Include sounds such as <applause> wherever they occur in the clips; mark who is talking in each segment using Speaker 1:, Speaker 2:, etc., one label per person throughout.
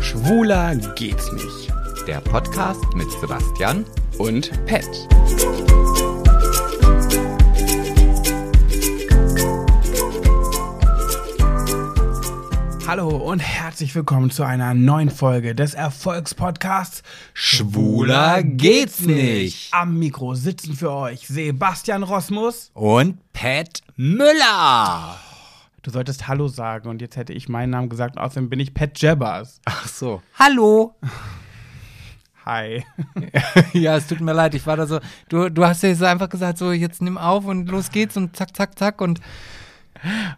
Speaker 1: Schwuler geht's nicht.
Speaker 2: Der Podcast mit Sebastian.
Speaker 1: Und Pet. Hallo und herzlich willkommen zu einer neuen Folge des Erfolgspodcasts
Speaker 2: Schwuler geht's nicht.
Speaker 1: Am Mikro sitzen für euch Sebastian Rosmus.
Speaker 2: Und Pat Müller.
Speaker 1: Du solltest Hallo sagen und jetzt hätte ich meinen Namen gesagt. Außerdem bin ich Pat Jabbers.
Speaker 2: Ach so. Hallo.
Speaker 1: Hi.
Speaker 2: <laughs>
Speaker 1: <laughs>
Speaker 2: ja, es tut mir leid, ich war da so. Du, du hast ja jetzt einfach gesagt, so jetzt nimm auf und los geht's und zack, zack, zack und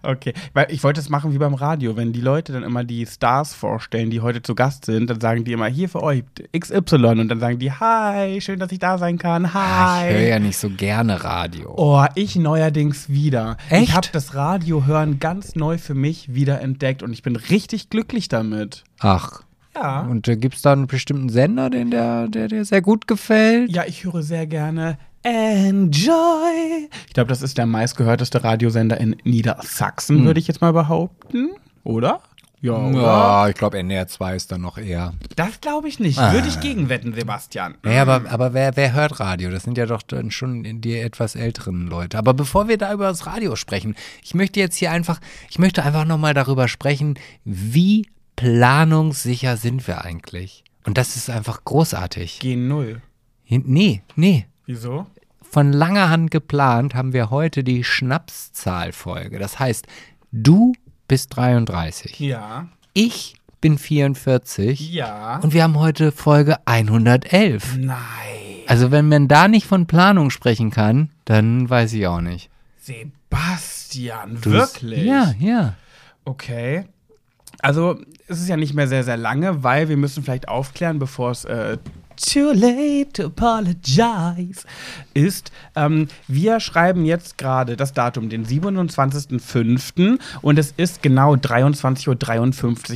Speaker 1: Okay, weil ich wollte es machen wie beim Radio, wenn die Leute dann immer die Stars vorstellen, die heute zu Gast sind, dann sagen die immer hier für euch XY und dann sagen die Hi, schön, dass ich da sein kann.
Speaker 2: Ah, ich höre
Speaker 1: Hi.
Speaker 2: ja nicht so gerne Radio.
Speaker 1: Oh, ich neuerdings wieder. Ich
Speaker 2: Echt?
Speaker 1: habe das Radio hören ganz neu für mich wieder entdeckt und ich bin richtig glücklich damit.
Speaker 2: Ach.
Speaker 1: Ja.
Speaker 2: Und äh, gibt's da einen bestimmten Sender, den der, der dir sehr gut gefällt?
Speaker 1: Ja, ich höre sehr gerne Enjoy. Ich glaube, das ist der meistgehörteste Radiosender in Niedersachsen, würde ich jetzt mal behaupten, oder? Ja, oder?
Speaker 2: Hm. Ja, ich glaube, NDR 2 ist dann noch eher.
Speaker 1: Das glaube ich
Speaker 2: Ah.
Speaker 1: nicht. Würde ich gegenwetten, Sebastian.
Speaker 2: Naja, aber, aber wer, wer hört Radio? Das sind ja doch dann schon die etwas älteren Leute. Aber bevor wir da über das Radio sprechen, ich möchte jetzt hier einfach, ich möchte einfach nochmal darüber sprechen, wie planungssicher sind wir eigentlich? Und das ist einfach großartig.
Speaker 1: G0.
Speaker 2: Nee, nee.
Speaker 1: Wieso?
Speaker 2: Von langer Hand geplant haben wir heute die Schnapszahlfolge. Das heißt, du bist 33.
Speaker 1: Ja.
Speaker 2: Ich bin 44.
Speaker 1: Ja.
Speaker 2: Und wir haben heute Folge 111.
Speaker 1: Nein.
Speaker 2: Also wenn man da nicht von Planung sprechen kann, dann weiß ich auch nicht.
Speaker 1: Sebastian,
Speaker 2: Du-
Speaker 1: wirklich?
Speaker 2: Ja, ja.
Speaker 1: Okay. Also, es ist ja nicht mehr sehr, sehr lange, weil wir müssen vielleicht aufklären, bevor es äh, too late to apologize ist. Ähm, wir schreiben jetzt gerade das Datum, den 27.05. und es ist genau 23.53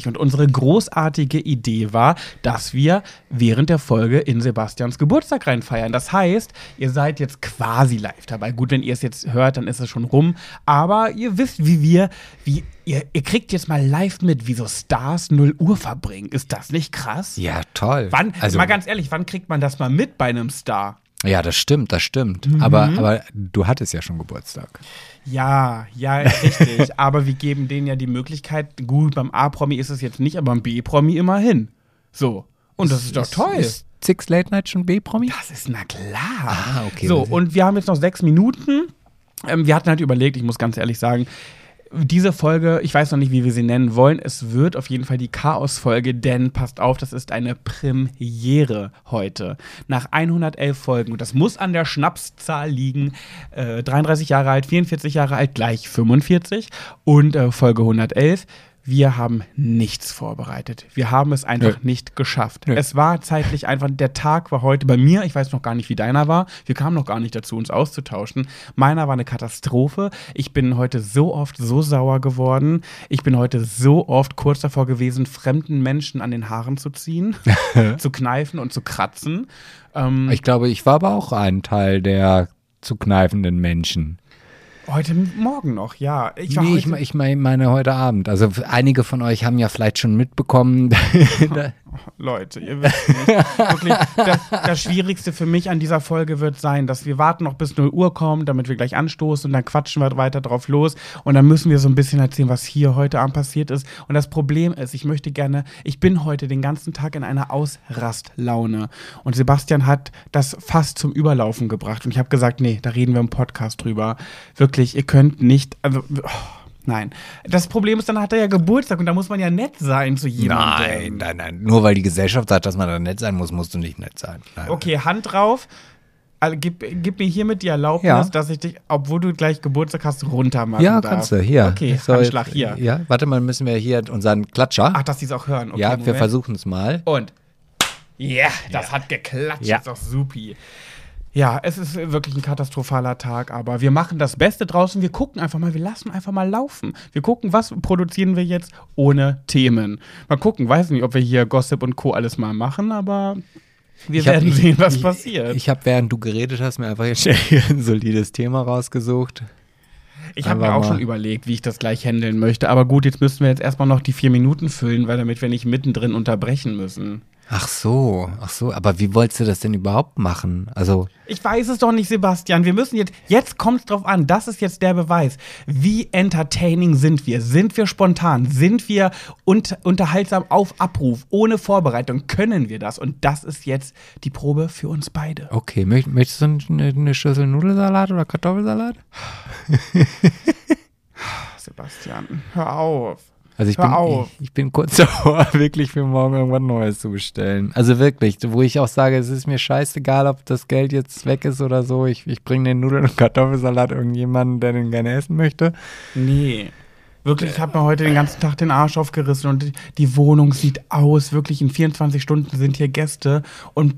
Speaker 1: Uhr. Und unsere großartige Idee war, dass wir während der Folge in Sebastians Geburtstag reinfeiern. Das heißt, ihr seid jetzt quasi live dabei. Gut, wenn ihr es jetzt hört, dann ist es schon rum. Aber ihr wisst, wie wir, wie Ihr, ihr kriegt jetzt mal live mit, wie so Stars 0 Uhr verbringen. Ist das nicht krass?
Speaker 2: Ja, toll.
Speaker 1: Wann,
Speaker 2: also,
Speaker 1: mal ganz ehrlich, wann kriegt man das mal mit bei einem Star?
Speaker 2: ja, das stimmt, das stimmt.
Speaker 1: Mhm.
Speaker 2: Aber, aber du hattest ja schon Geburtstag.
Speaker 1: Ja, ja, richtig. aber wir geben denen ja die Möglichkeit, gut, beim A-Promi ist es jetzt nicht, aber beim B-Promi immerhin. So. Und das ist doch toll.
Speaker 2: Ist Six Late Night schon B-Promi?
Speaker 1: Das ist na klar.
Speaker 2: Ah, okay.
Speaker 1: So, und wir haben jetzt noch sechs Minuten. Ähm, wir hatten halt überlegt, ich muss ganz ehrlich sagen, diese Folge, ich weiß noch nicht, wie wir sie nennen wollen, es wird auf jeden Fall die Chaos-Folge, denn passt auf, das ist eine Premiere heute. Nach 111 Folgen, und das muss an der Schnapszahl liegen, äh, 33 Jahre alt, 44 Jahre alt, gleich 45 und äh, Folge 111. Wir haben nichts vorbereitet. Wir haben es einfach nicht geschafft.
Speaker 2: Nö.
Speaker 1: Es war zeitlich einfach, der Tag war heute bei mir, ich weiß noch gar nicht, wie deiner war. Wir kamen noch gar nicht dazu, uns auszutauschen. Meiner war eine Katastrophe. Ich bin heute so oft so sauer geworden. Ich bin heute so oft kurz davor gewesen, fremden Menschen an den Haaren zu
Speaker 2: <laughs>
Speaker 1: ziehen, zu kneifen und zu kratzen. Ähm,
Speaker 2: Ich glaube, ich war aber auch ein Teil der zu kneifenden Menschen.
Speaker 1: heute Morgen noch, ja. Ich war
Speaker 2: Nee, ich,
Speaker 1: heute-
Speaker 2: ich mein- meine heute Abend. Also einige von euch haben ja vielleicht schon mitbekommen. <laughs>
Speaker 1: <laughs>
Speaker 2: da-
Speaker 1: Leute, ihr wisst nicht. Wirklich, das, das Schwierigste für mich an dieser Folge wird sein, dass wir warten noch bis 0 Uhr kommt, damit wir gleich anstoßen und dann quatschen wir weiter drauf los und dann müssen wir so ein bisschen erzählen, was hier heute Abend passiert ist. Und das Problem ist, ich möchte gerne, ich bin heute den ganzen Tag in einer Ausrastlaune und Sebastian hat das fast zum Überlaufen gebracht und ich habe gesagt, nee, da reden wir im Podcast drüber. Wirklich, ihr könnt nicht, also, oh, nein. Das Problem ist, dann hat er ja Geburtstag und da muss man ja nett sein zu jemandem.
Speaker 2: nein, nein, nein. Nur weil die Gesellschaft sagt, dass man da nett sein muss, musst du nicht nett sein. Nein.
Speaker 1: Okay, Hand drauf. Also, gib, gib mir hiermit die Erlaubnis,
Speaker 2: Ja.
Speaker 1: dass ich dich, obwohl du gleich Geburtstag hast, runter machen
Speaker 2: Ja,
Speaker 1: darf.
Speaker 2: kannst du, hier.
Speaker 1: Okay,
Speaker 2: Ich soll
Speaker 1: Handschlag
Speaker 2: jetzt-
Speaker 1: hier.
Speaker 2: Ja, warte mal, müssen wir hier unseren Klatscher.
Speaker 1: Ach, dass die es auch hören. Okay,
Speaker 2: ja, wir
Speaker 1: Moment.
Speaker 2: versuchen es mal.
Speaker 1: Und. Ja, das hat geklatscht.
Speaker 2: Ja.
Speaker 1: Ist doch supi. Ja, es ist wirklich ein katastrophaler Tag, aber wir machen das Beste draußen. Wir gucken einfach mal, wir lassen einfach mal laufen. Wir gucken, was produzieren wir jetzt ohne Themen. Mal gucken, weiß nicht, ob wir hier Gossip und Co. alles mal machen, aber wir
Speaker 2: Ich hab-
Speaker 1: werden
Speaker 2: ich-
Speaker 1: sehen, was
Speaker 2: ich,
Speaker 1: passiert.
Speaker 2: Ich habe, während du geredet hast, mir einfach jetzt schnell hier ein solides Thema rausgesucht.
Speaker 1: Ich habe
Speaker 2: Aber
Speaker 1: mir auch
Speaker 2: mal-
Speaker 1: schon überlegt, wie ich das gleich handeln möchte. Aber gut, jetzt müssten wir jetzt erstmal noch die vier Minuten füllen, weil damit wir nicht mittendrin unterbrechen müssen.
Speaker 2: Ach so, ach so. Aber wie wolltest du das denn überhaupt machen? Also,
Speaker 1: Ich weiß es doch nicht, Sebastian. Wir müssen jetzt, jetzt kommt es drauf an. Das ist jetzt der Beweis. Wie entertaining sind wir? Sind wir spontan? Sind wir unt unterhaltsam auf Abruf, ohne Vorbereitung? Können wir das? Und das ist jetzt die Probe für uns beide.
Speaker 2: okay, möcht, möchtest du eine, eine Schüssel Nudelsalat oder Kartoffelsalat?
Speaker 1: Sebastian, hör auf.
Speaker 2: Also ich
Speaker 1: Hör
Speaker 2: bin,
Speaker 1: auf.
Speaker 2: Ich, ich bin kurz <laughs> davor, wirklich für morgen irgendwann Neues zu bestellen. Also wirklich, wo ich auch sage, es ist mir scheißegal, ob das Geld jetzt weg ist oder so. Ich, ich bringe den Nudeln und Kartoffelsalat irgendjemandem, der den gerne essen möchte.
Speaker 1: Nee. Wirklich, ich habe mir heute den ganzen Tag den Arsch aufgerissen und die Wohnung sieht aus. Wirklich, in 24 Stunden sind hier Gäste. Und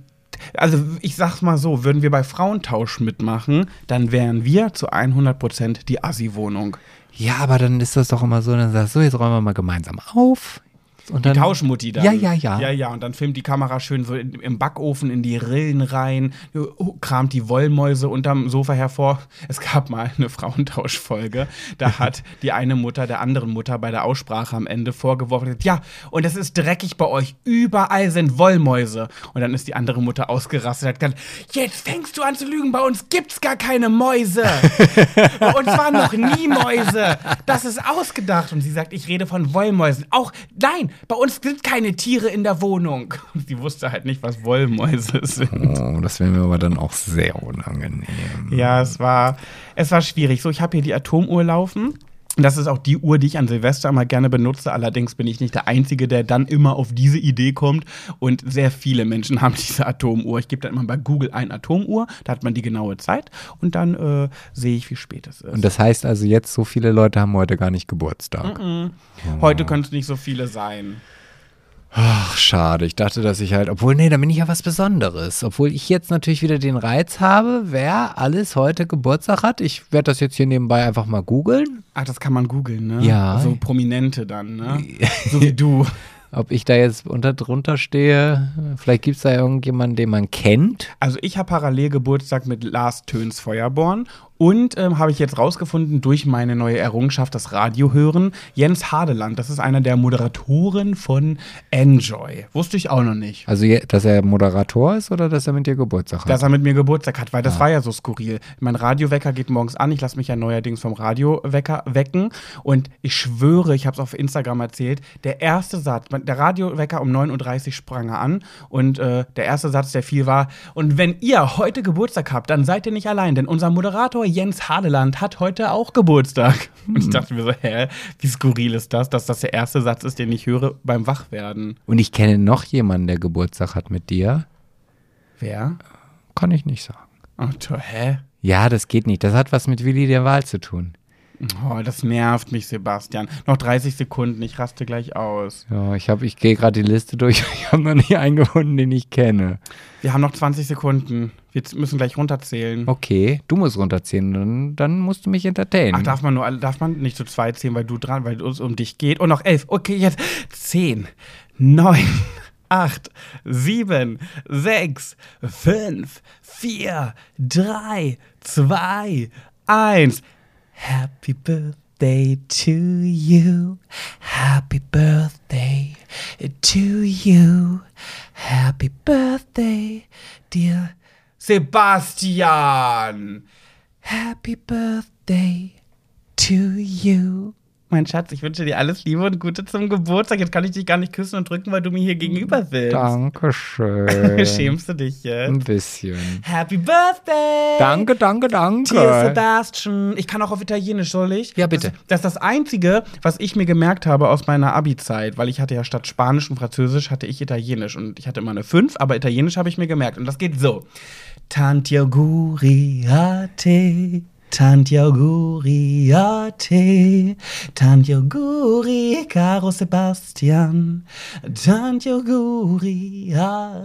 Speaker 1: also ich sag's mal so, würden wir bei Frauentausch mitmachen, dann wären wir zu 100% die Assi-Wohnung.
Speaker 2: Ja, aber dann ist das doch immer so, dann sagst du, jetzt räumen wir mal gemeinsam auf. Und dann,
Speaker 1: Tauschmutti dann.
Speaker 2: Ja, ja, ja.
Speaker 1: Ja, ja, und dann filmt die Kamera schön so in, im Backofen in die Rillen rein, oh, kramt die Wollmäuse unterm Sofa hervor. Es gab mal eine Frauentauschfolge,
Speaker 2: <laughs>
Speaker 1: da hat die eine Mutter der anderen Mutter bei der Aussprache am Ende vorgeworfen, ja, und es ist dreckig bei euch, überall sind Wollmäuse. Und dann ist die andere Mutter ausgerastet und hat gesagt, jetzt fängst du an zu lügen, bei uns gibt's gar keine Mäuse.
Speaker 2: <laughs>
Speaker 1: Und zwar noch nie Mäuse. Das ist ausgedacht. Und sie sagt, ich rede von Wollmäusen. Auch, nein, bei uns sind keine Tiere in der Wohnung. Und sie wusste halt nicht, was Wollmäuse sind.
Speaker 2: Oh, das wäre mir aber dann auch sehr unangenehm.
Speaker 1: Ja, es war, es war schwierig. So, ich habe hier die Atomuhr laufen. Das ist auch die Uhr, die ich an Silvester immer gerne benutze. Allerdings bin ich nicht der Einzige, der dann immer auf diese Idee kommt. Und sehr viele Menschen haben diese Atomuhr. Ich gebe dann immer bei Google ein Atomuhr, da hat man die genaue Zeit und dann äh, sehe ich, wie spät es ist.
Speaker 2: Und das heißt also jetzt, so viele Leute haben heute gar nicht Geburtstag.
Speaker 1: Heute können es nicht so viele sein.
Speaker 2: Ach, schade. Ich dachte, dass ich halt, obwohl, nee, dann bin ich ja was Besonderes. Obwohl ich jetzt natürlich wieder den Reiz habe, wer alles heute Geburtstag hat. Ich werde das jetzt hier nebenbei einfach mal googeln,
Speaker 1: Ach, das kann man googeln, ne?
Speaker 2: Ja.
Speaker 1: So Prominente dann, ne? so wie du.
Speaker 2: ob ich da jetzt unter drunter stehe. Vielleicht gibt es da irgendjemanden, den man kennt.
Speaker 1: Also ich habe parallel Geburtstag mit Lars Töns Feuerborn und ähm, habe ich jetzt rausgefunden durch meine neue Errungenschaft, das Radio hören, Jens Hadeland. Das ist einer der Moderatoren von Enjoy. Wusste ich auch noch nicht.
Speaker 2: Also, je- dass er Moderator ist oder dass er mit dir Geburtstag hat.
Speaker 1: Dass er mit mir Geburtstag hat, weil das war ja so skurril. Mein Radiowecker geht morgens an, ich lasse mich ja neuerdings vom Radiowecker wecken und ich schwöre, ich habe es auf Instagram erzählt, der erste Satz, mein- der Radiowecker um 9.30 Uhr sprang er an und äh, der erste Satz, der fiel, war, und wenn ihr heute Geburtstag habt, dann seid ihr nicht allein, denn unser Moderator Jens Hadeland hat heute auch <laughs> Geburtstag. Und ich dachte mir so, hä, wie skurril ist das, dass das der erste Satz ist, den ich höre beim Wachwerden.
Speaker 2: Und ich kenne noch jemanden, der Geburtstag hat mit dir.
Speaker 1: Wer?
Speaker 2: Kann ich nicht sagen.
Speaker 1: Oh, toll, hä?
Speaker 2: Ja, das geht nicht. Das hat was mit Willi der Wahl zu tun.
Speaker 1: Oh, das nervt mich, Sebastian. Noch 30 Sekunden, ich raste gleich aus.
Speaker 2: Ja, ich, hab- ich gehe gerade die Liste durch. <laughs> Ich habe noch nicht einen gefunden, den ich kenne.
Speaker 1: Wir haben noch 20 Sekunden. Wir z- müssen gleich runterzählen.
Speaker 2: Okay, du musst runterziehen, dann, dann musst du mich entertainen.
Speaker 1: Ach, darf man nur, alle- darf man nicht zu zwei zählen, weil du dran, weil es um dich geht. Und noch elf. Okay, jetzt zehn, neun, <laughs> acht, sieben, sechs, fünf, vier, drei, zwei, eins. Happy Birthday to you. Happy Birthday to you. Happy Birthday, dear Sebastian. Happy Birthday to you. Mein Schatz, ich wünsche dir alles Liebe und Gute zum Geburtstag. Jetzt kann ich dich gar nicht küssen und drücken, weil du mir hier gegenüber sitzt. <laughs>
Speaker 2: Dankeschön.
Speaker 1: Schämst du dich jetzt?
Speaker 2: Ein bisschen.
Speaker 1: Happy Birthday!
Speaker 2: Danke, danke,
Speaker 1: Dear
Speaker 2: danke.
Speaker 1: Sebastian. Ich kann auch auf Italienisch, soll ich?
Speaker 2: Ja, bitte.
Speaker 1: Das, das ist das Einzige, was ich mir gemerkt habe aus meiner Abi-Zeit, weil ich hatte ja statt Spanisch und Französisch hatte ich Italienisch und ich hatte immer eine 5, aber Italienisch habe ich mir gemerkt und das geht so. Tanti auguri a te, tanti auguri a te, tanti auguri caro Sebastian, tanti auguri a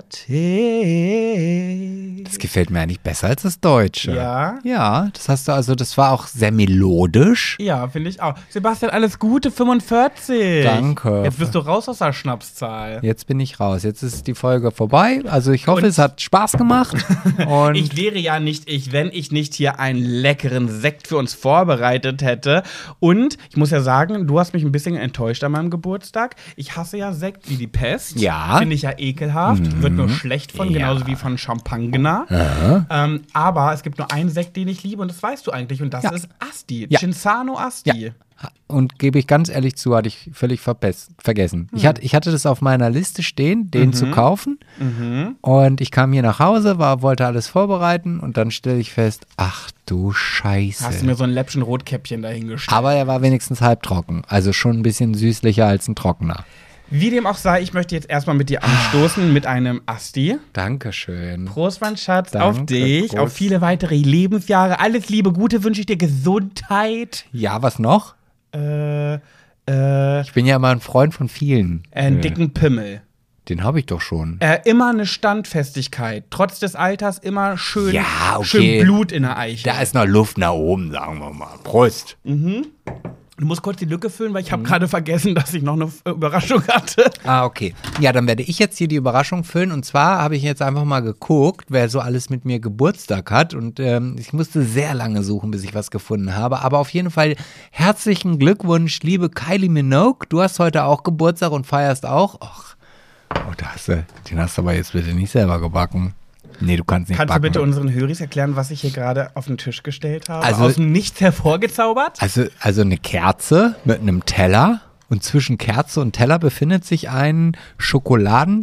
Speaker 1: te.
Speaker 2: Das gefällt mir eigentlich besser als das Deutsche.
Speaker 1: Ja?
Speaker 2: Ja, das hast du also, das war auch sehr melodisch.
Speaker 1: Ja, finde ich auch. Sebastian, alles Gute, 45.
Speaker 2: Danke.
Speaker 1: Jetzt bist du raus aus der Schnapszahl.
Speaker 2: Jetzt bin ich raus. Jetzt ist die Folge vorbei.
Speaker 1: <laughs>
Speaker 2: Also ich hoffe, es hat Spaß gemacht. Und
Speaker 1: Ich wäre ja nicht ich, wenn ich nicht hier ein leckeres leckeren Sekt für uns vorbereitet hätte. Und ich muss ja sagen, du hast mich ein bisschen enttäuscht an meinem Geburtstag. Ich hasse ja Sekt wie die Pest.
Speaker 2: Ja. Mhm.
Speaker 1: Finde ich ja ekelhaft. Wird nur schlecht von,
Speaker 2: Ja.
Speaker 1: genauso wie von Champagner. Ähm, aber es gibt nur einen Sekt, den ich liebe und das weißt du eigentlich. Und das
Speaker 2: Ja.
Speaker 1: ist Asti.
Speaker 2: Ja.
Speaker 1: Cinzano Asti.
Speaker 2: Und gebe ich ganz ehrlich zu, hatte ich völlig verpes- vergessen.
Speaker 1: Mhm.
Speaker 2: Ich, hatte, ich hatte das auf meiner Liste stehen, den zu kaufen.
Speaker 1: Mhm.
Speaker 2: Und ich kam hier nach Hause, war, wollte alles vorbereiten und dann stelle ich fest, ach du Scheiße.
Speaker 1: Hast du mir so ein läppchen Rotkäppchen dahingestellt.
Speaker 2: Aber er war wenigstens halbtrocken. Also schon ein bisschen süßlicher als ein trockener.
Speaker 1: Wie dem auch sei, ich möchte jetzt erstmal mit dir anstoßen mit einem Asti.
Speaker 2: Dankeschön.
Speaker 1: Prost, mein Schatz,
Speaker 2: Danke,
Speaker 1: auf dich,
Speaker 2: Prost.
Speaker 1: auf viele weitere Lebensjahre. Alles Liebe, Gute wünsche ich dir Gesundheit.
Speaker 2: Ja, was noch?
Speaker 1: Äh, äh,
Speaker 2: Ich bin ja immer ein Freund von vielen. Äh,
Speaker 1: einen dicken Pimmel.
Speaker 2: Den habe ich doch schon.
Speaker 1: Äh, immer eine Standfestigkeit. Trotz des Alters immer schön,
Speaker 2: Ja, okay.
Speaker 1: schön Blut in der Eiche.
Speaker 2: Da ist noch Luft nach oben, sagen wir mal. Prost.
Speaker 1: Du musst kurz die Lücke füllen, weil ich habe gerade vergessen, dass ich noch eine F- Überraschung hatte.
Speaker 2: Ah, okay. Ja, dann werde ich jetzt hier die Überraschung füllen. Und zwar habe ich jetzt einfach mal geguckt, wer so alles mit mir Geburtstag hat. Und ähm, ich musste sehr lange suchen, bis ich was gefunden habe. Aber auf jeden Fall herzlichen Glückwunsch, liebe Kylie Minogue. Du hast heute auch Geburtstag und feierst auch. Och. Oh, da hast du, den hast du aber jetzt bitte nicht selber gebacken. Nee, du kannst nicht
Speaker 1: Kannst du
Speaker 2: backen.
Speaker 1: bitte unseren Höris erklären, was ich hier gerade auf den Tisch gestellt habe?
Speaker 2: Also-
Speaker 1: Aus dem Nichts hervorgezaubert?
Speaker 2: Also, also eine Kerze mit einem Teller und zwischen Kerze und Teller befindet sich ein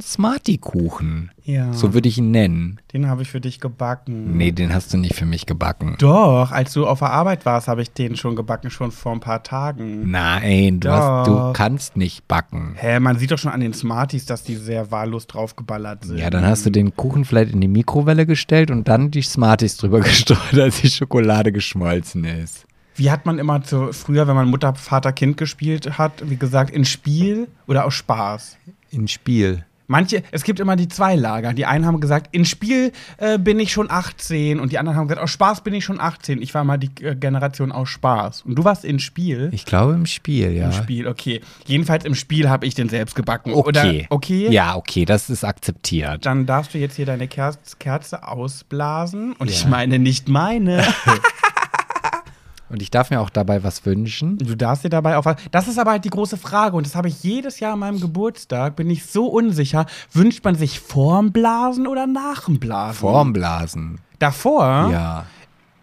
Speaker 2: Schokoladen-Smarty-Kuchen.
Speaker 1: Ja.
Speaker 2: So würde ich ihn nennen.
Speaker 1: Den habe ich für dich gebacken.
Speaker 2: Nee, den hast du nicht für mich gebacken.
Speaker 1: Doch, als du auf der Arbeit warst, habe ich den schon gebacken, schon vor ein paar Tagen.
Speaker 2: Nein, du, hast, du
Speaker 1: Doch.
Speaker 2: kannst nicht backen.
Speaker 1: Hä, man sieht doch schon an den Smarties, dass die sehr wahllos draufgeballert sind.
Speaker 2: Ja, dann hast du den Kuchen vielleicht in die Mikrowelle gestellt und dann die Smarties drüber <laughs> gestreut, als die Schokolade geschmolzen ist.
Speaker 1: Wie hat man immer zu, früher, wenn man Mutter, Vater, Kind gespielt hat, wie gesagt, in Spiel oder aus Spaß?
Speaker 2: Im Spiel.
Speaker 1: Manche, es gibt immer die zwei Lager. Die einen haben gesagt, in Spiel äh, bin ich schon 18 und die anderen haben gesagt, aus Spaß bin ich schon 18. Ich war mal die äh, Generation aus Spaß. Und du warst in Spiel.
Speaker 2: Ich glaube im Spiel, ja.
Speaker 1: Im Spiel, okay. Jedenfalls im Spiel habe ich den selbst gebacken. Oder,
Speaker 2: Okay.
Speaker 1: okay?
Speaker 2: Ja, okay, das ist akzeptiert.
Speaker 1: Dann darfst du jetzt hier deine Kerz Kerze ausblasen. Und ich
Speaker 2: Ja.
Speaker 1: meine
Speaker 2: <laughs>
Speaker 1: nicht meine.
Speaker 2: Und ich darf mir auch dabei was wünschen.
Speaker 1: Du darfst dir dabei auch was. Das ist aber halt die große Frage. Und das habe ich jedes Jahr an meinem Geburtstag. Bin ich so unsicher. Wünscht man sich vorm Blasen oder nach dem Blasen?
Speaker 2: Formblasen.
Speaker 1: Davor?
Speaker 2: Ja.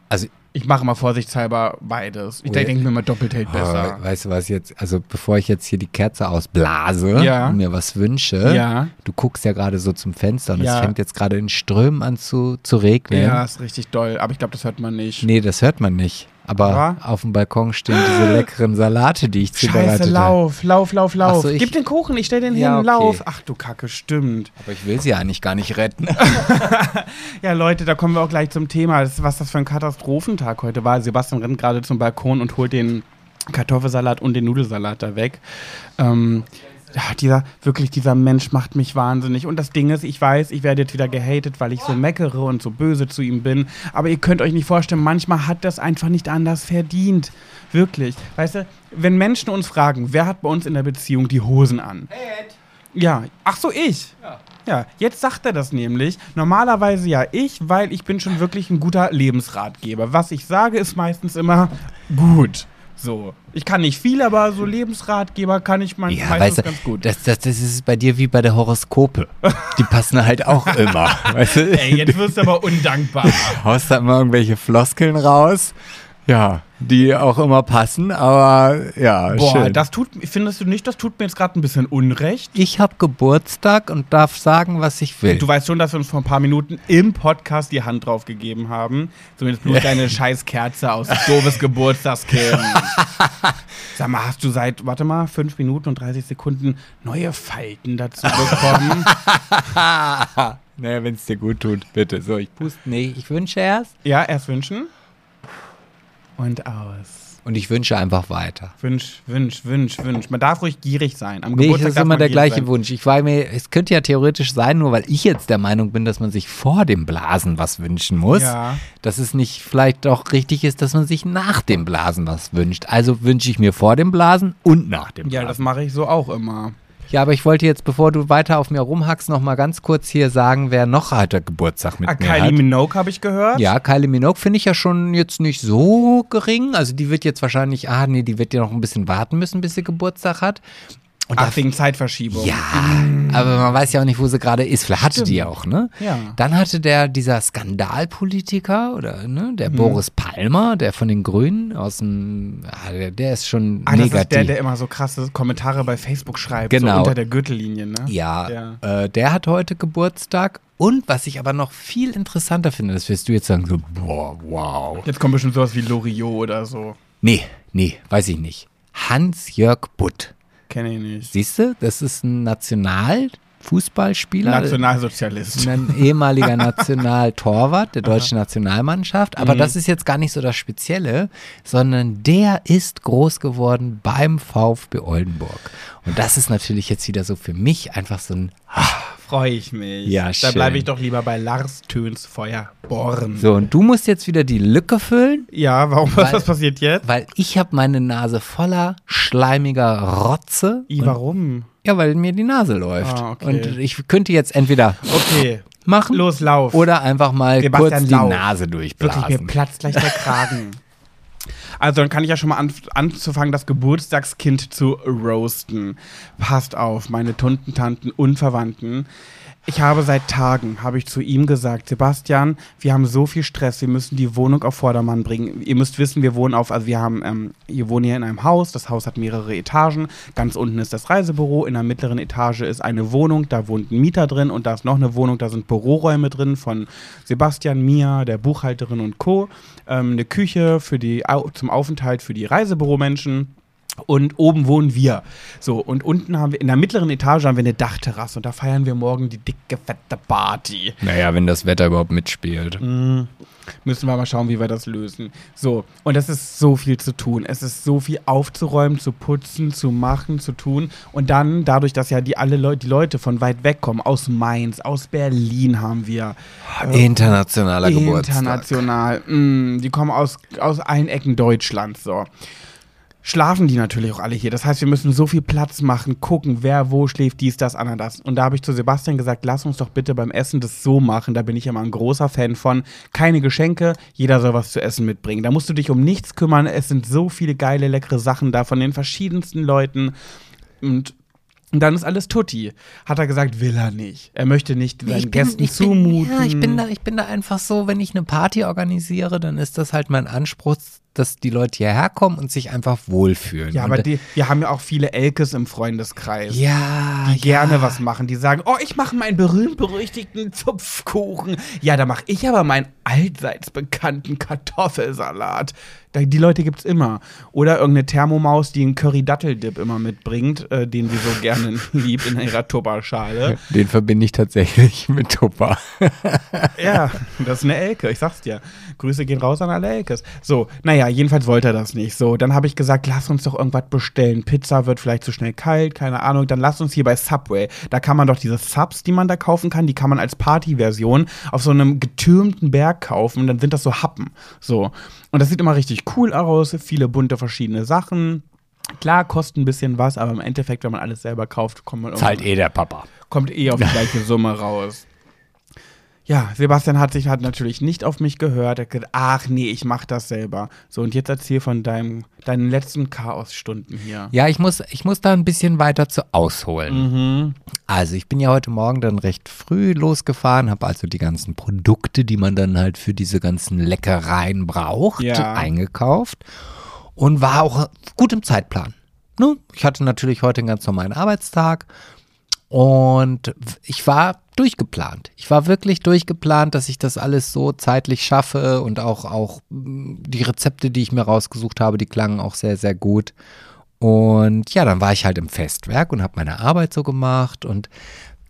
Speaker 2: Also,
Speaker 1: Ich mache immer vorsichtshalber beides. Ich
Speaker 2: Ui.
Speaker 1: denke mir immer doppelt hält besser.
Speaker 2: äh, weißt du was jetzt, also bevor ich jetzt hier die Kerze ausblase
Speaker 1: Ja.
Speaker 2: und mir was wünsche,
Speaker 1: Ja.
Speaker 2: du guckst ja gerade so zum Fenster und es
Speaker 1: Ja.
Speaker 2: fängt jetzt gerade in Strömen an zu, zu regnen.
Speaker 1: Ja, ist richtig doll. Aber ich glaube, das hört man nicht.
Speaker 2: Nee, das hört man nicht. Aber
Speaker 1: Ja.
Speaker 2: auf dem Balkon stehen diese leckeren Salate, die ich zubereitet
Speaker 1: Scheiße,
Speaker 2: habe.
Speaker 1: lauf, lauf, lauf, lauf.
Speaker 2: so, ich-
Speaker 1: Gib den Kuchen, ich stell den
Speaker 2: Ja,
Speaker 1: hin,
Speaker 2: okay.
Speaker 1: lauf. Ach du Kacke, stimmt.
Speaker 2: Aber ich will sie eigentlich gar nicht
Speaker 1: <laughs>
Speaker 2: retten.
Speaker 1: Ja, Leute, da kommen wir auch gleich zum Thema, das, was das für ein Katastrophentag heute war. Sebastian rennt gerade zum Balkon und holt den Kartoffelsalat und den Nudelsalat da weg. Ähm, ja, dieser, wirklich, dieser Mensch macht mich wahnsinnig. Und das Ding ist, ich weiß, ich werde jetzt wieder gehatet, weil ich so meckere und so böse zu ihm bin. Aber ihr könnt euch nicht vorstellen, manchmal hat das einfach nicht anders verdient. Wirklich. Weißt du, wenn Menschen uns fragen, wer hat bei uns in der Beziehung die Hosen an? Ja, ach so, ich. Ja. jetzt sagt er das nämlich. Normalerweise ja ich, weil ich bin schon wirklich ein guter Lebensratgeber. Was ich sage, ist meistens immer gut. So, ich kann nicht viel, aber so Lebensratgeber kann ich mein,
Speaker 2: Ja,
Speaker 1: meistens
Speaker 2: weißt du, <laughs>
Speaker 1: ganz gut.
Speaker 2: das, das, das ist bei dir wie bei der Horoskope. Die passen halt
Speaker 1: <laughs>
Speaker 2: auch immer. Weißt du?
Speaker 1: Ey, jetzt wirst du aber undankbar.
Speaker 2: haust da immer irgendwelche Floskeln raus. Ja, die auch immer passen, aber ja, <laughs>
Speaker 1: Boah,
Speaker 2: schön.
Speaker 1: das tut, findest du nicht, das tut mir jetzt gerade ein bisschen Unrecht.
Speaker 2: ich habe Geburtstag und darf sagen, was ich will.
Speaker 1: Du weißt schon, dass wir uns vor ein paar Minuten im Podcast die Hand drauf gegeben haben. Zumindest bloß deine Scheißkerze aus doofes Geburtstagskind.
Speaker 2: <laughs>
Speaker 1: Sag mal, hast du seit, warte mal, 5 Minuten und 30 Sekunden neue Falten dazu
Speaker 2: <laughs>
Speaker 1: bekommen?
Speaker 2: naja, wenn es dir gut tut, bitte. So, ich puste. Nee, ich wünsche erst.
Speaker 1: ja, erst wünschen. Und aus.
Speaker 2: Und ich wünsche einfach weiter.
Speaker 1: Wünsch, wünsch, wünsch, wünsch. Man darf ruhig gierig sein. Am
Speaker 2: Nee,
Speaker 1: Geburtstag
Speaker 2: das ist
Speaker 1: darf
Speaker 2: immer
Speaker 1: man
Speaker 2: der
Speaker 1: gierig
Speaker 2: gleiche
Speaker 1: sein.
Speaker 2: Wunsch. Ich war mir, es könnte ja theoretisch sein, nur weil ich jetzt der Meinung bin, dass man sich vor dem Blasen was wünschen muss,
Speaker 1: Ja.
Speaker 2: dass es nicht vielleicht auch richtig ist, dass man sich nach dem Blasen was wünscht. Also wünsche ich mir vor dem Blasen und nach dem Blasen.
Speaker 1: Ja, das mache ich so auch immer. Ah,
Speaker 2: Ja, aber ich wollte jetzt, bevor du weiter auf mir rumhackst, noch mal ganz kurz hier sagen, wer noch heute Geburtstag mit
Speaker 1: Ah,
Speaker 2: mir hat.
Speaker 1: Kylie Minogue habe ich gehört.
Speaker 2: Ja, Kylie Minogue finde ich ja schon jetzt nicht so gering. Also die wird jetzt wahrscheinlich, ah nee, die wird ja noch ein bisschen warten müssen, bis sie Geburtstag hat. Und
Speaker 1: Ach, wegen Zeitverschiebung.
Speaker 2: ja, aber man weiß ja auch nicht, wo sie gerade ist. Vielleicht hatte die auch, ne?
Speaker 1: Ja.
Speaker 2: Dann hatte der, dieser Skandalpolitiker oder, ne,
Speaker 1: Mhm.
Speaker 2: der Boris Palmer, der von den Grünen aus dem, ah, der, der ist schon
Speaker 1: Ah, das
Speaker 2: negativ.
Speaker 1: ist der, der immer so krasse Kommentare bei Facebook schreibt,
Speaker 2: Genau.
Speaker 1: so unter der Gürtellinie, ne?
Speaker 2: Ja, Äh, der hat heute Geburtstag. Und was ich aber noch viel interessanter finde, das wirst du jetzt sagen, so, boah, wow.
Speaker 1: Jetzt kommt bestimmt sowas wie Loriot oder so.
Speaker 2: Nee, nee, weiß ich nicht. Hans-Jörg Butt.
Speaker 1: Kenne ich nicht.
Speaker 2: Siehst du, das ist ein Nationalfußballspieler.
Speaker 1: Nationalsozialist.
Speaker 2: ein <laughs> ehemaliger Nationaltorwart der deutschen Nationalmannschaft. Aber das ist jetzt gar nicht so das Spezielle, sondern der ist groß geworden beim VfB Oldenburg. Und das ist natürlich jetzt wieder so für mich einfach so ein
Speaker 1: Freue ich mich.
Speaker 2: Ja,
Speaker 1: Da
Speaker 2: schön.
Speaker 1: bleibe ich doch lieber bei Lars Töns Feuerborn.
Speaker 2: So, und du musst jetzt wieder die Lücke füllen,
Speaker 1: Ja, warum was
Speaker 2: Weil-
Speaker 1: was passiert jetzt?
Speaker 2: weil ich habe meine Nase voller schleimiger Rotze.
Speaker 1: I, warum?
Speaker 2: Ja, weil mir die Nase läuft.
Speaker 1: Ah, okay.
Speaker 2: Und ich könnte jetzt entweder
Speaker 1: Okay,
Speaker 2: machen
Speaker 1: los, lauf.
Speaker 2: oder einfach mal
Speaker 1: Sebastian,
Speaker 2: kurz die
Speaker 1: lauf.
Speaker 2: Nase
Speaker 1: Wirklich, mir
Speaker 2: durchblasen.
Speaker 1: platzt gleich
Speaker 2: <laughs>
Speaker 1: der Kragen. Also dann kann ich ja schon mal anf- anzufangen, das Geburtstagskind zu roasten. Passt auf, meine Tuntentanten und Verwandten. Ich habe seit Tagen, habe ich zu ihm gesagt, Sebastian, wir haben so viel Stress, wir müssen die Wohnung auf Vordermann bringen. Ihr müsst wissen, wir wohnen auf, also wir haben, ähm, wir wohnen hier in einem Haus, das Haus hat mehrere Etagen. Ganz unten ist das Reisebüro, in der mittleren Etage ist eine Wohnung, da wohnt ein Mieter drin und da ist noch eine Wohnung, da sind Büroräume drin von Sebastian, Mia, der Buchhalterin und Co. Ähm, eine Küche für die, au- zum Aufenthalt für die Reisebüromenschen. Und oben wohnen wir. So, und unten haben wir, in der mittleren Etage haben wir eine Dachterrasse und da feiern wir morgen die dicke, fette Party.
Speaker 2: Naja, wenn das Wetter überhaupt mitspielt.
Speaker 1: Müssen wir mal schauen, wie wir das lösen. So, und es ist so viel zu tun. Es ist so viel aufzuräumen, zu putzen, zu machen, zu tun. Und dann, dadurch, dass ja die alle Leute, die Leute von weit weg kommen, aus Mainz, aus Berlin haben wir.
Speaker 2: Internationaler Geburtstag.
Speaker 1: International. Mm, die kommen aus, aus allen Ecken Deutschlands. So. Schlafen die natürlich auch alle hier. Das heißt, wir müssen so viel Platz machen, gucken, wer wo schläft, dies, das, ananas. Und da habe ich zu Sebastian gesagt, lass uns doch bitte beim Essen das so machen. Da bin ich immer ein großer Fan von. Keine Geschenke, jeder soll was zu essen mitbringen. Da musst du dich um nichts kümmern. Es sind so viele geile, leckere Sachen da von den verschiedensten Leuten. Und dann ist alles Tutti. Hat er gesagt, will er nicht. Er möchte nicht seinen Gästen zumuten.
Speaker 2: ja, ich, bin da, ich bin da einfach so, wenn ich eine Party organisiere, dann ist das halt mein Anspruch, dass die Leute hierher kommen und sich einfach wohlfühlen.
Speaker 1: Ja,
Speaker 2: und,
Speaker 1: aber die, wir haben ja auch viele Elkes im Freundeskreis,
Speaker 2: ja,
Speaker 1: die gerne was machen. Die sagen, oh, ich mache meinen berühmt-berüchtigten Zupfkuchen. Ja, da mache ich aber meinen allseits bekannten Kartoffelsalat. Da, die Leute gibt's immer. Oder irgendeine Thermomaus, die einen Curry-Dattel-Dip immer mitbringt, äh, den sie so gerne <laughs> liebt in ihrer Tupperschale.
Speaker 2: Den verbinde ich tatsächlich <laughs> mit Tupper.
Speaker 1: Ja, das ist eine Elke, ich sag's dir. Grüße gehen raus an alle Elkes. So, naja, jedenfalls wollte er das nicht. So, dann habe ich gesagt, lass uns doch irgendwas bestellen. Pizza wird vielleicht zu schnell kalt, keine Ahnung. Dann lass uns hier bei Subway. Da kann man doch diese Subs, die man da kaufen kann, die kann man als Partyversion auf so einem getürmten Berg kaufen. Dann sind das so Happen. So. Und das sieht immer richtig cool aus. Viele bunte verschiedene Sachen. Klar, kostet ein bisschen was, aber im Endeffekt, wenn man alles selber kauft, kommt man
Speaker 2: Zahlt eh der Papa.
Speaker 1: kommt eh
Speaker 2: <laughs>
Speaker 1: auf die gleiche Summe raus. Ja, Sebastian hat sich hat natürlich nicht auf mich gehört. Er hat gesagt, ach nee, ich mach das selber. So, und jetzt erzähl von deinem, deinen letzten Chaosstunden hier.
Speaker 2: Ja, ich muss, ich muss da ein bisschen weiter zu ausholen. Also ich bin ja heute Morgen dann recht früh losgefahren, habe also die ganzen Produkte, die man dann halt für diese ganzen Leckereien braucht,
Speaker 1: Ja.
Speaker 2: eingekauft und war auch gut im Zeitplan. Ne? Ich hatte natürlich heute einen ganz normalen Arbeitstag und w- ich war durchgeplant. Ich war wirklich durchgeplant, dass ich das alles so zeitlich schaffe und auch, auch mh, die Rezepte, die ich mir rausgesucht habe, die klangen auch sehr, sehr gut. Und ja, dann war ich halt im Festwerk und habe meine Arbeit so gemacht und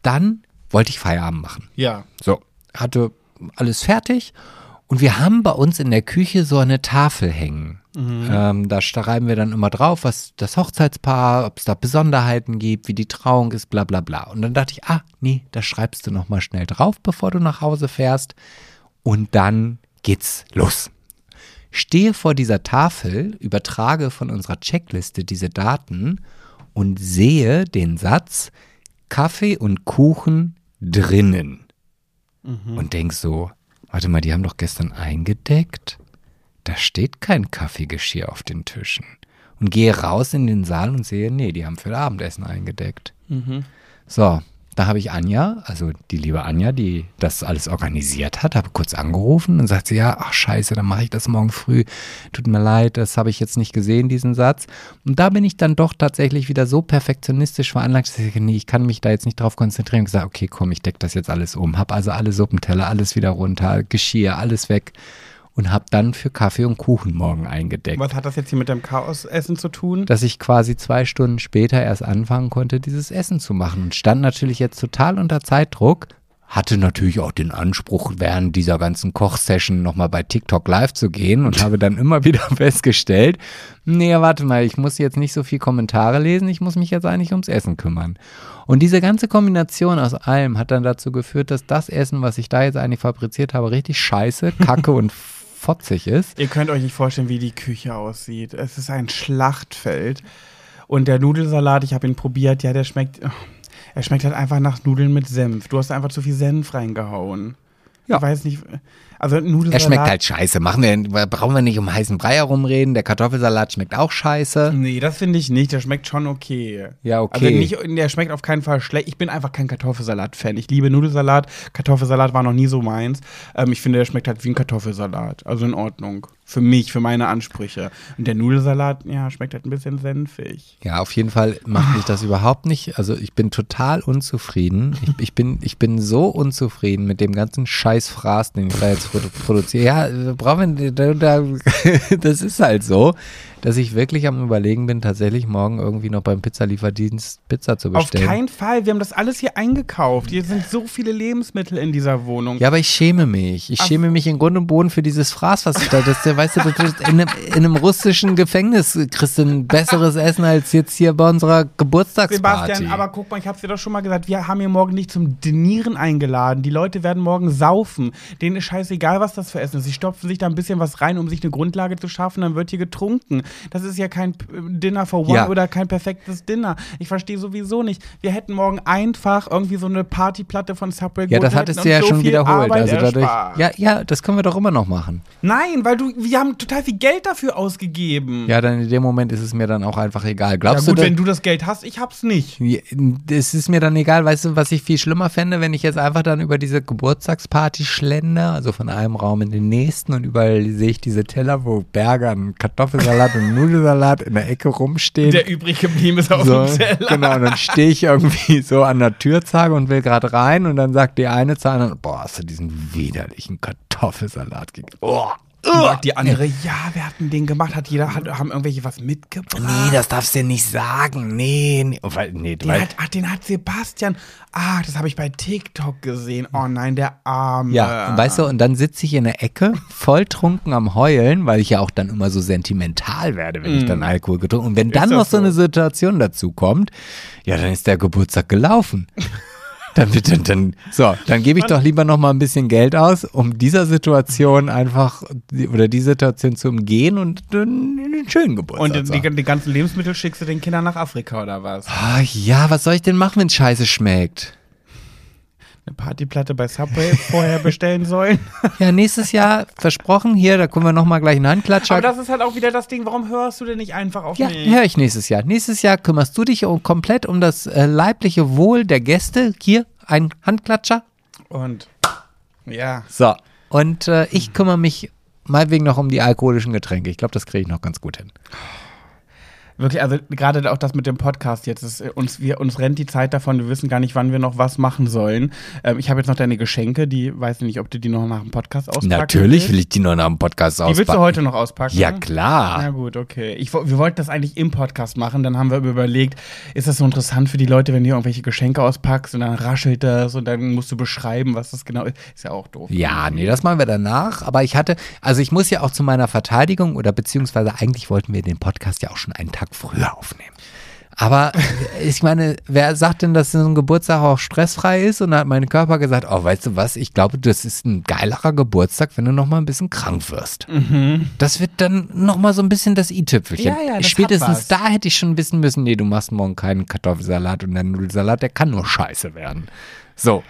Speaker 2: dann wollte ich Feierabend machen.
Speaker 1: Ja.
Speaker 2: So, hatte alles fertig. Und wir haben bei uns in der Küche so eine Tafel hängen. Ähm, da schreiben wir dann immer drauf, was das Hochzeitspaar, ob es da Besonderheiten gibt, wie die Trauung ist, bla bla bla. Und dann dachte ich, ah, nee, da schreibst du nochmal schnell drauf, bevor du nach Hause fährst. Und dann geht's los. Stehe vor dieser Tafel, übertrage von unserer Checkliste diese Daten und sehe den Satz Kaffee und Kuchen drinnen. Und denk so, warte mal, die haben doch gestern eingedeckt. Da steht kein Kaffeegeschirr auf den Tischen. Und gehe raus in den Saal und sehe, nee, die haben für Abendessen eingedeckt. So, da habe ich Anja, also die liebe Anja, die das alles organisiert hat, habe kurz angerufen und sagt sie, ja, ach scheiße, dann mache ich das morgen früh. Tut mir leid, das habe ich jetzt nicht gesehen, diesen Satz. Und da bin ich dann doch tatsächlich wieder so perfektionistisch veranlagt, dass ich sage, nee, ich kann mich da jetzt nicht drauf konzentrieren. Und gesagt, okay, komm, ich decke das jetzt alles um. Habe also alle Suppenteller, alles wieder runter, Geschirr, alles weg. Und habe dann für Kaffee und Kuchen morgen eingedeckt
Speaker 1: Was hat das jetzt hier mit dem Chaosessen zu tun?
Speaker 2: dass ich quasi zwei Stunden später erst anfangen konnte, dieses Essen zu machen. Und stand natürlich jetzt total unter Zeitdruck. Hatte natürlich auch den Anspruch, während dieser ganzen Kochsession nochmal bei TikTok live zu gehen und habe dann immer wieder <laughs> festgestellt, nee, warte mal, ich muss jetzt nicht so viel Kommentare lesen, ich muss mich jetzt eigentlich ums Essen kümmern. Und diese ganze Kombination aus allem hat dann dazu geführt, dass das Essen, was ich da jetzt eigentlich fabriziert habe, richtig scheiße, kacke und fotzig ist.
Speaker 1: Ihr könnt euch nicht vorstellen, wie die Küche aussieht. Es ist ein Schlachtfeld. Und der Nudelsalat, ich habe ihn probiert, ja, der schmeckt. oh, Er schmeckt halt einfach nach Nudeln mit Senf. Du hast einfach zu viel Senf reingehauen.
Speaker 2: Ja.
Speaker 1: Ich weiß nicht. Also Nudelsalat.
Speaker 2: Er schmeckt halt scheiße. Machen wir, brauchen wir nicht um heißen Brei herumreden. Der Kartoffelsalat schmeckt auch scheiße.
Speaker 1: Nee, das finde ich nicht. Der schmeckt schon okay.
Speaker 2: Ja, okay.
Speaker 1: Also nicht, der schmeckt auf keinen Fall schlecht. Ich bin einfach kein Kartoffelsalat-Fan. Ich liebe Nudelsalat. Kartoffelsalat war noch nie so meins. Ähm, ich finde, der schmeckt halt wie ein Kartoffelsalat. Also in Ordnung. Für mich, für meine Ansprüche. Und der Nudelsalat, ja, schmeckt halt ein bisschen senfig.
Speaker 2: Ja, auf jeden Fall macht mich das überhaupt nicht. Also ich bin total unzufrieden. Ich, ich, bin, ich bin so unzufrieden mit dem ganzen Scheißfraß, den ich da jetzt produ- produziere. Ja, äh, brauchen wir, da, da, <laughs> das ist halt so, dass ich wirklich am überlegen bin, tatsächlich morgen irgendwie noch beim Pizzalieferdienst Pizza zu
Speaker 1: Auf
Speaker 2: bestellen.
Speaker 1: keinen Fall. Wir haben das alles hier eingekauft. Hier sind so viele Lebensmittel in dieser Wohnung.
Speaker 2: Ja, aber ich schäme mich. Ich schäme mich in Grund und Boden für dieses Fraß, was ich da, das, weißt du, das ist in, einem, in einem russischen Gefängnis kriegst du ein besseres Essen als jetzt hier bei unserer Geburtstagsparty.
Speaker 1: Sebastian, aber guck mal, ich hab's dir doch schon mal gesagt, wir haben hier morgen nicht zum Dinieren eingeladen. Die Leute werden morgen saufen. Denen ist scheißegal, was das für Essen ist. Sie stopfen sich da ein bisschen was rein, um sich eine Grundlage zu schaffen, dann wird hier getrunken. Das ist ja kein P- Dinner for One
Speaker 2: Ja.
Speaker 1: oder kein perfektes Dinner. Ich verstehe sowieso nicht. Wir hätten morgen einfach irgendwie so eine Partyplatte von Subway
Speaker 2: ja,
Speaker 1: geholt
Speaker 2: das
Speaker 1: und
Speaker 2: hattest
Speaker 1: hätten
Speaker 2: du ja
Speaker 1: uns so
Speaker 2: schon
Speaker 1: viel
Speaker 2: wiederholt.
Speaker 1: Arbeit
Speaker 2: Also dadurch,
Speaker 1: erspart.
Speaker 2: ja, ja, das können wir doch immer noch machen.
Speaker 1: Nein, weil du, wir haben total viel Geld dafür ausgegeben.
Speaker 2: Ja, dann in dem Moment ist es mir dann auch einfach egal. Glaubst
Speaker 1: gut,
Speaker 2: du,
Speaker 1: wenn du das Geld hast, ich hab's nicht.
Speaker 2: Ja, Es ist mir dann egal, weißt du, was ich viel schlimmer fände, wenn ich jetzt einfach dann über diese Geburtstagsparty schlender, also von einem Raum in den nächsten und überall sehe ich diese Teller, wo Burger, und Kartoffelsalat und Nudelsalat in der Ecke rumstehen.
Speaker 1: Der übrig geblieben ist auf
Speaker 2: so,
Speaker 1: dem Teller.
Speaker 2: genau, und dann stehe ich irgendwie so an der Türzage und will gerade rein und dann sagt die eine zur anderen, boah, hast du diesen widerlichen Kartoffelsalat gegessen? Oh,
Speaker 1: Sagt die andere, ja, wir hatten den gemacht, hat jeder, hat, haben irgendwelche was mitgebracht.
Speaker 2: nee, das darfst du nicht sagen, nee, nee, Oh, weil, nee,
Speaker 1: den,
Speaker 2: weil,
Speaker 1: hat, ach, den hat Sebastian, ah, das habe ich bei TikTok gesehen. Oh nein, der Arme.
Speaker 2: Ja, und weißt du, und dann sitze ich in der Ecke, volltrunken am Heulen, weil ich ja auch dann immer so sentimental werde, wenn ich dann Alkohol getrunken Und wenn dann
Speaker 1: Mhm. das
Speaker 2: noch so
Speaker 1: so?
Speaker 2: eine Situation dazu kommt, ja, dann ist der Geburtstag
Speaker 1: <laughs>
Speaker 2: gelaufen. Dann, wird dann, dann, so, dann gebe ich doch lieber noch mal ein bisschen Geld aus, um dieser Situation einfach oder die Situation zu umgehen und dann einen schönen
Speaker 1: und
Speaker 2: Geburtstag.
Speaker 1: den,
Speaker 2: zu
Speaker 1: die,
Speaker 2: haben.
Speaker 1: die ganzen Lebensmittel schickst du den Kindern nach Afrika oder was?
Speaker 2: Ah, ja, was soll ich denn machen, wenn Scheiße schmeckt?
Speaker 1: Eine Partyplatte
Speaker 2: <laughs>
Speaker 1: bei Subway vorher bestellen sollen?
Speaker 2: Ja, nächstes Jahr versprochen hier, da kommen wir noch mal gleich einen Handklatscher.
Speaker 1: Aber das ist halt auch wieder das Ding, warum hörst du denn nicht einfach auf
Speaker 2: Ja,
Speaker 1: mich?
Speaker 2: höre ich nächstes Jahr. Nächstes Jahr kümmerst du dich um, komplett um das äh, leibliche Wohl der Gäste. Hier ein Handklatscher.
Speaker 1: Und, ja.
Speaker 2: So. Und äh, ich kümmere mich meinetwegen noch um die alkoholischen Getränke. Ich glaube, das kriege ich noch ganz gut hin.
Speaker 1: Wirklich, also gerade auch das mit dem Podcast jetzt, ist, äh, uns, wir, uns rennt die Zeit davon, wir wissen gar nicht, wann wir noch was machen sollen. Ähm, ich habe jetzt noch deine Geschenke, die weiß ich nicht, ob du die noch nach dem Podcast auspacken willst.
Speaker 2: ich die noch nach dem Podcast
Speaker 1: Die willst du heute noch auspacken? ne?
Speaker 2: Ja, klar.
Speaker 1: Na gut, okay. Ich, wo- wir wollten das eigentlich im Podcast machen, dann haben wir überlegt, ist das so interessant für die Leute, wenn du irgendwelche Geschenke auspackst und dann raschelt das und dann musst du beschreiben, was das genau ist. Ist ja auch doof.
Speaker 2: Ja, nee, das machen wir danach. Aber ich hatte, also ich muss ja auch zu meiner Verteidigung oder beziehungsweise eigentlich wollten wir den Podcast ja auch schon einen Tag früher aufnehmen. Aber äh, ich meine, wer sagt denn, dass so ein Geburtstag auch stressfrei ist? Und da hat mein Körper gesagt, oh, weißt du was, ich glaube, das ist ein geilerer Geburtstag, wenn du noch mal ein bisschen krank wirst. Das wird dann noch mal so ein bisschen das i-Tüpfelchen.
Speaker 1: Mhm. Ja, ja, das hat was.
Speaker 2: Spätestens da hätte ich schon wissen müssen, nee, du machst morgen keinen Kartoffelsalat und einen Nudelsalat, der kann nur scheiße werden. So.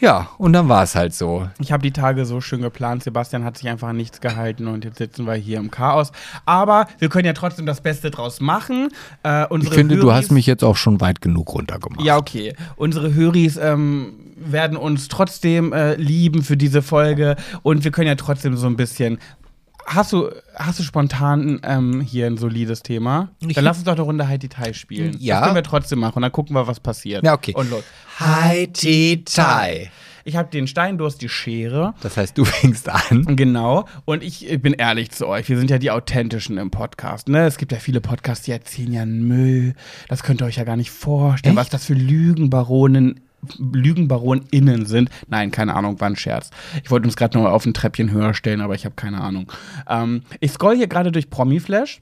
Speaker 2: Ja, und dann war es halt so.
Speaker 1: Ich habe die Tage so schön geplant. Sebastian hat sich einfach an nichts gehalten und jetzt sitzen wir hier im Chaos. Aber wir können ja trotzdem das Beste draus machen. Äh,
Speaker 2: Ich finde, du hast mich jetzt auch schon weit genug runtergemacht.
Speaker 1: Ja, okay. Unsere Höris ähm, werden uns trotzdem äh, lieben für diese Folge und wir können ja trotzdem so ein bisschen. Hast du, hast du spontan ähm, hier ein solides Thema?
Speaker 2: Ich-
Speaker 1: Dann lass uns doch eine Runde High Detail spielen.
Speaker 2: Ja.
Speaker 1: Das können wir trotzdem machen und dann gucken wir, was passiert.
Speaker 2: Ja, okay.
Speaker 1: Und los.
Speaker 2: Hi, Titai.
Speaker 1: Ich habe den Stein, du hast die Schere.
Speaker 2: Das heißt, du <laughs> fängst an.
Speaker 1: Genau. Und ich äh, bin ehrlich zu euch, wir sind ja die Authentischen im Podcast. Ne? Es gibt ja viele Podcasts, die erzählen ja einen Müll. Das könnt ihr euch ja gar nicht vorstellen, was
Speaker 2: Echt?
Speaker 1: das für Lügenbaronen, LügenbaronInnen sind. Nein, keine Ahnung, war ein Scherz. Ich wollte uns gerade nur auf ein Treppchen höher stellen, aber ich habe keine Ahnung. Ähm, ich scroll hier gerade durch Promiflash.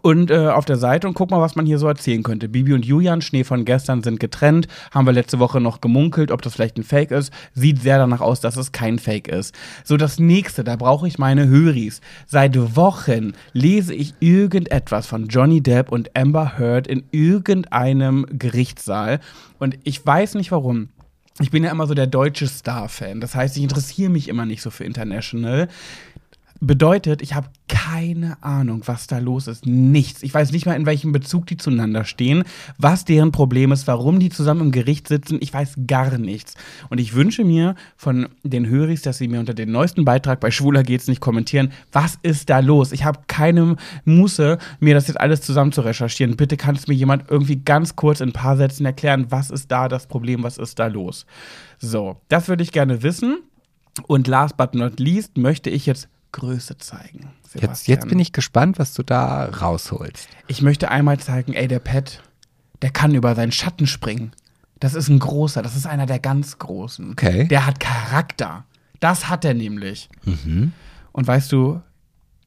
Speaker 1: Und äh, auf der Seite und guck mal, was man hier so erzählen könnte. Bibi und Julian, Schnee von gestern, sind getrennt. Haben wir letzte Woche noch gemunkelt, ob das vielleicht ein Fake ist. Sieht sehr danach aus, dass es kein Fake ist. So, das nächste, da brauche ich meine Höris. Seit Wochen lese ich irgendetwas von Johnny Depp und Amber Heard in irgendeinem Gerichtssaal. Und ich weiß nicht warum. Ich bin ja immer so der deutsche Star-Fan. Das heißt, ich interessiere mich immer nicht so für International. Bedeutet, ich habe keine Ahnung, was da los ist. Nichts. Ich weiß nicht mal, in welchem Bezug die zueinander stehen, was deren Problem ist, warum die zusammen im Gericht sitzen. Ich weiß gar nichts. Und ich wünsche mir von den Höris, dass sie mir unter den neuesten Beitrag bei Schwuler geht's nicht kommentieren, was ist da los? Ich habe keine Muße, mir das jetzt alles zusammen zu recherchieren. Bitte kann es mir jemand irgendwie ganz kurz in ein paar Sätzen erklären, was ist da das Problem, was ist da los? So, das würde ich gerne wissen. Und last but not least möchte ich jetzt Größe zeigen.
Speaker 2: Jetzt, jetzt bin ich gespannt, was du da rausholst.
Speaker 1: Ich möchte einmal zeigen, ey, der Pet, der kann über seinen Schatten springen. Das ist ein großer, das ist einer der ganz großen.
Speaker 2: Okay.
Speaker 1: Der hat Charakter. Das hat er nämlich.
Speaker 2: Mhm.
Speaker 1: Und weißt du,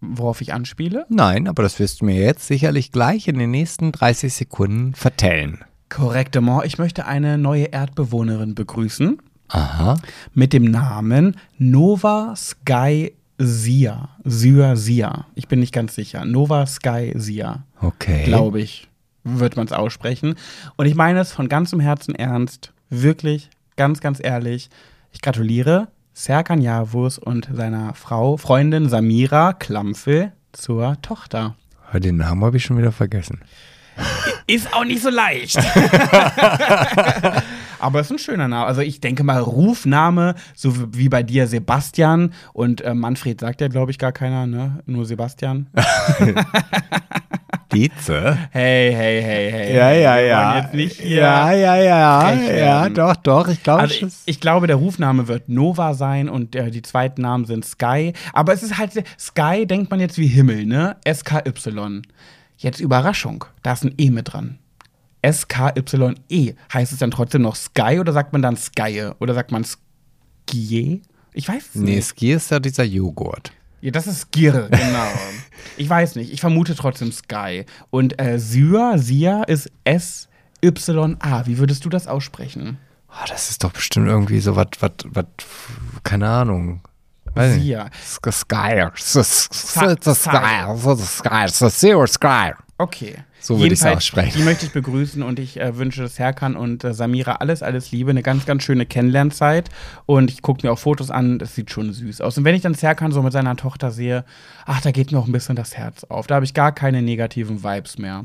Speaker 1: worauf ich anspiele?
Speaker 2: Nein, aber das wirst du mir jetzt sicherlich gleich in den nächsten 30 Sekunden vertellen.
Speaker 1: Korrektement, ich möchte eine neue Erdbewohnerin begrüßen
Speaker 2: Aha.
Speaker 1: mit dem Namen Nova Sky Sia. Sia Sia. Ich bin nicht ganz sicher. Nova Sky Sia.
Speaker 2: Okay.
Speaker 1: glaube ich, wird man es aussprechen. Und ich meine es von ganzem Herzen ernst, wirklich, ganz, ganz ehrlich. Ich gratuliere Serkan Yavuz und seiner Frau, Freundin Samira Klampfel zur Tochter.
Speaker 2: Den Namen habe ich schon wieder vergessen.
Speaker 1: Ist auch nicht so leicht. <laughs> Aber es ist ein schöner Name. Also ich denke mal, Rufname, so wie bei dir Sebastian und äh, Manfred sagt ja, glaube ich, gar keiner, ne? Nur <laughs> Sebastian.
Speaker 2: Dietze?
Speaker 1: Hey, hey, hey,
Speaker 2: <laughs>
Speaker 1: hey.
Speaker 2: Ja, ja,
Speaker 1: Wir
Speaker 2: ja.
Speaker 1: wollen Jetzt nicht hier.
Speaker 2: ja, ja, ja.
Speaker 1: frech
Speaker 2: Ja,
Speaker 1: werden.
Speaker 2: doch, doch. Ich glaube,
Speaker 1: Also ich,
Speaker 2: es-
Speaker 1: ich glaube, der Rufname wird Nova sein und äh, die zweiten Namen sind Sky. Aber es ist halt, Sky denkt man jetzt wie Himmel, ne? SKY. Jetzt Überraschung, da ist ein E mit dran. SKYE. E. Heißt es dann trotzdem noch Sky oder sagt man dann Skye? Oder sagt man Skie? Ich weiß es
Speaker 2: nee,
Speaker 1: nicht.
Speaker 2: Ski ist ja dieser Joghurt.
Speaker 1: Ja, das ist Skirre, genau. ich weiß nicht. Ich vermute trotzdem Sky. Und äh, Sia, Sia ist S-Y-A. Wie würdest du das aussprechen?
Speaker 2: Ah, das ist doch bestimmt irgendwie so was, was, was, keine Ahnung. Weiß nicht.
Speaker 1: Sia.
Speaker 2: Sk- Sky. S- s-
Speaker 1: Sa-
Speaker 2: s- s- Sky.
Speaker 1: Sky.
Speaker 2: S- s- Sky. S- Zero Sky.
Speaker 1: Okay.
Speaker 2: So würde ich's
Speaker 1: Jedenfalls,
Speaker 2: aussprechen.
Speaker 1: Die möchte ich begrüßen und ich äh, wünsche das Serkan und äh, Samira alles, alles Liebe. Eine ganz, ganz schöne Kennenlernzeit. Und ich gucke mir auch Fotos an, das sieht schon süß aus. Und wenn ich dann Serkan so mit seiner Tochter sehe, ach, da geht mir auch ein bisschen das Herz auf. Da habe ich gar keine negativen Vibes mehr.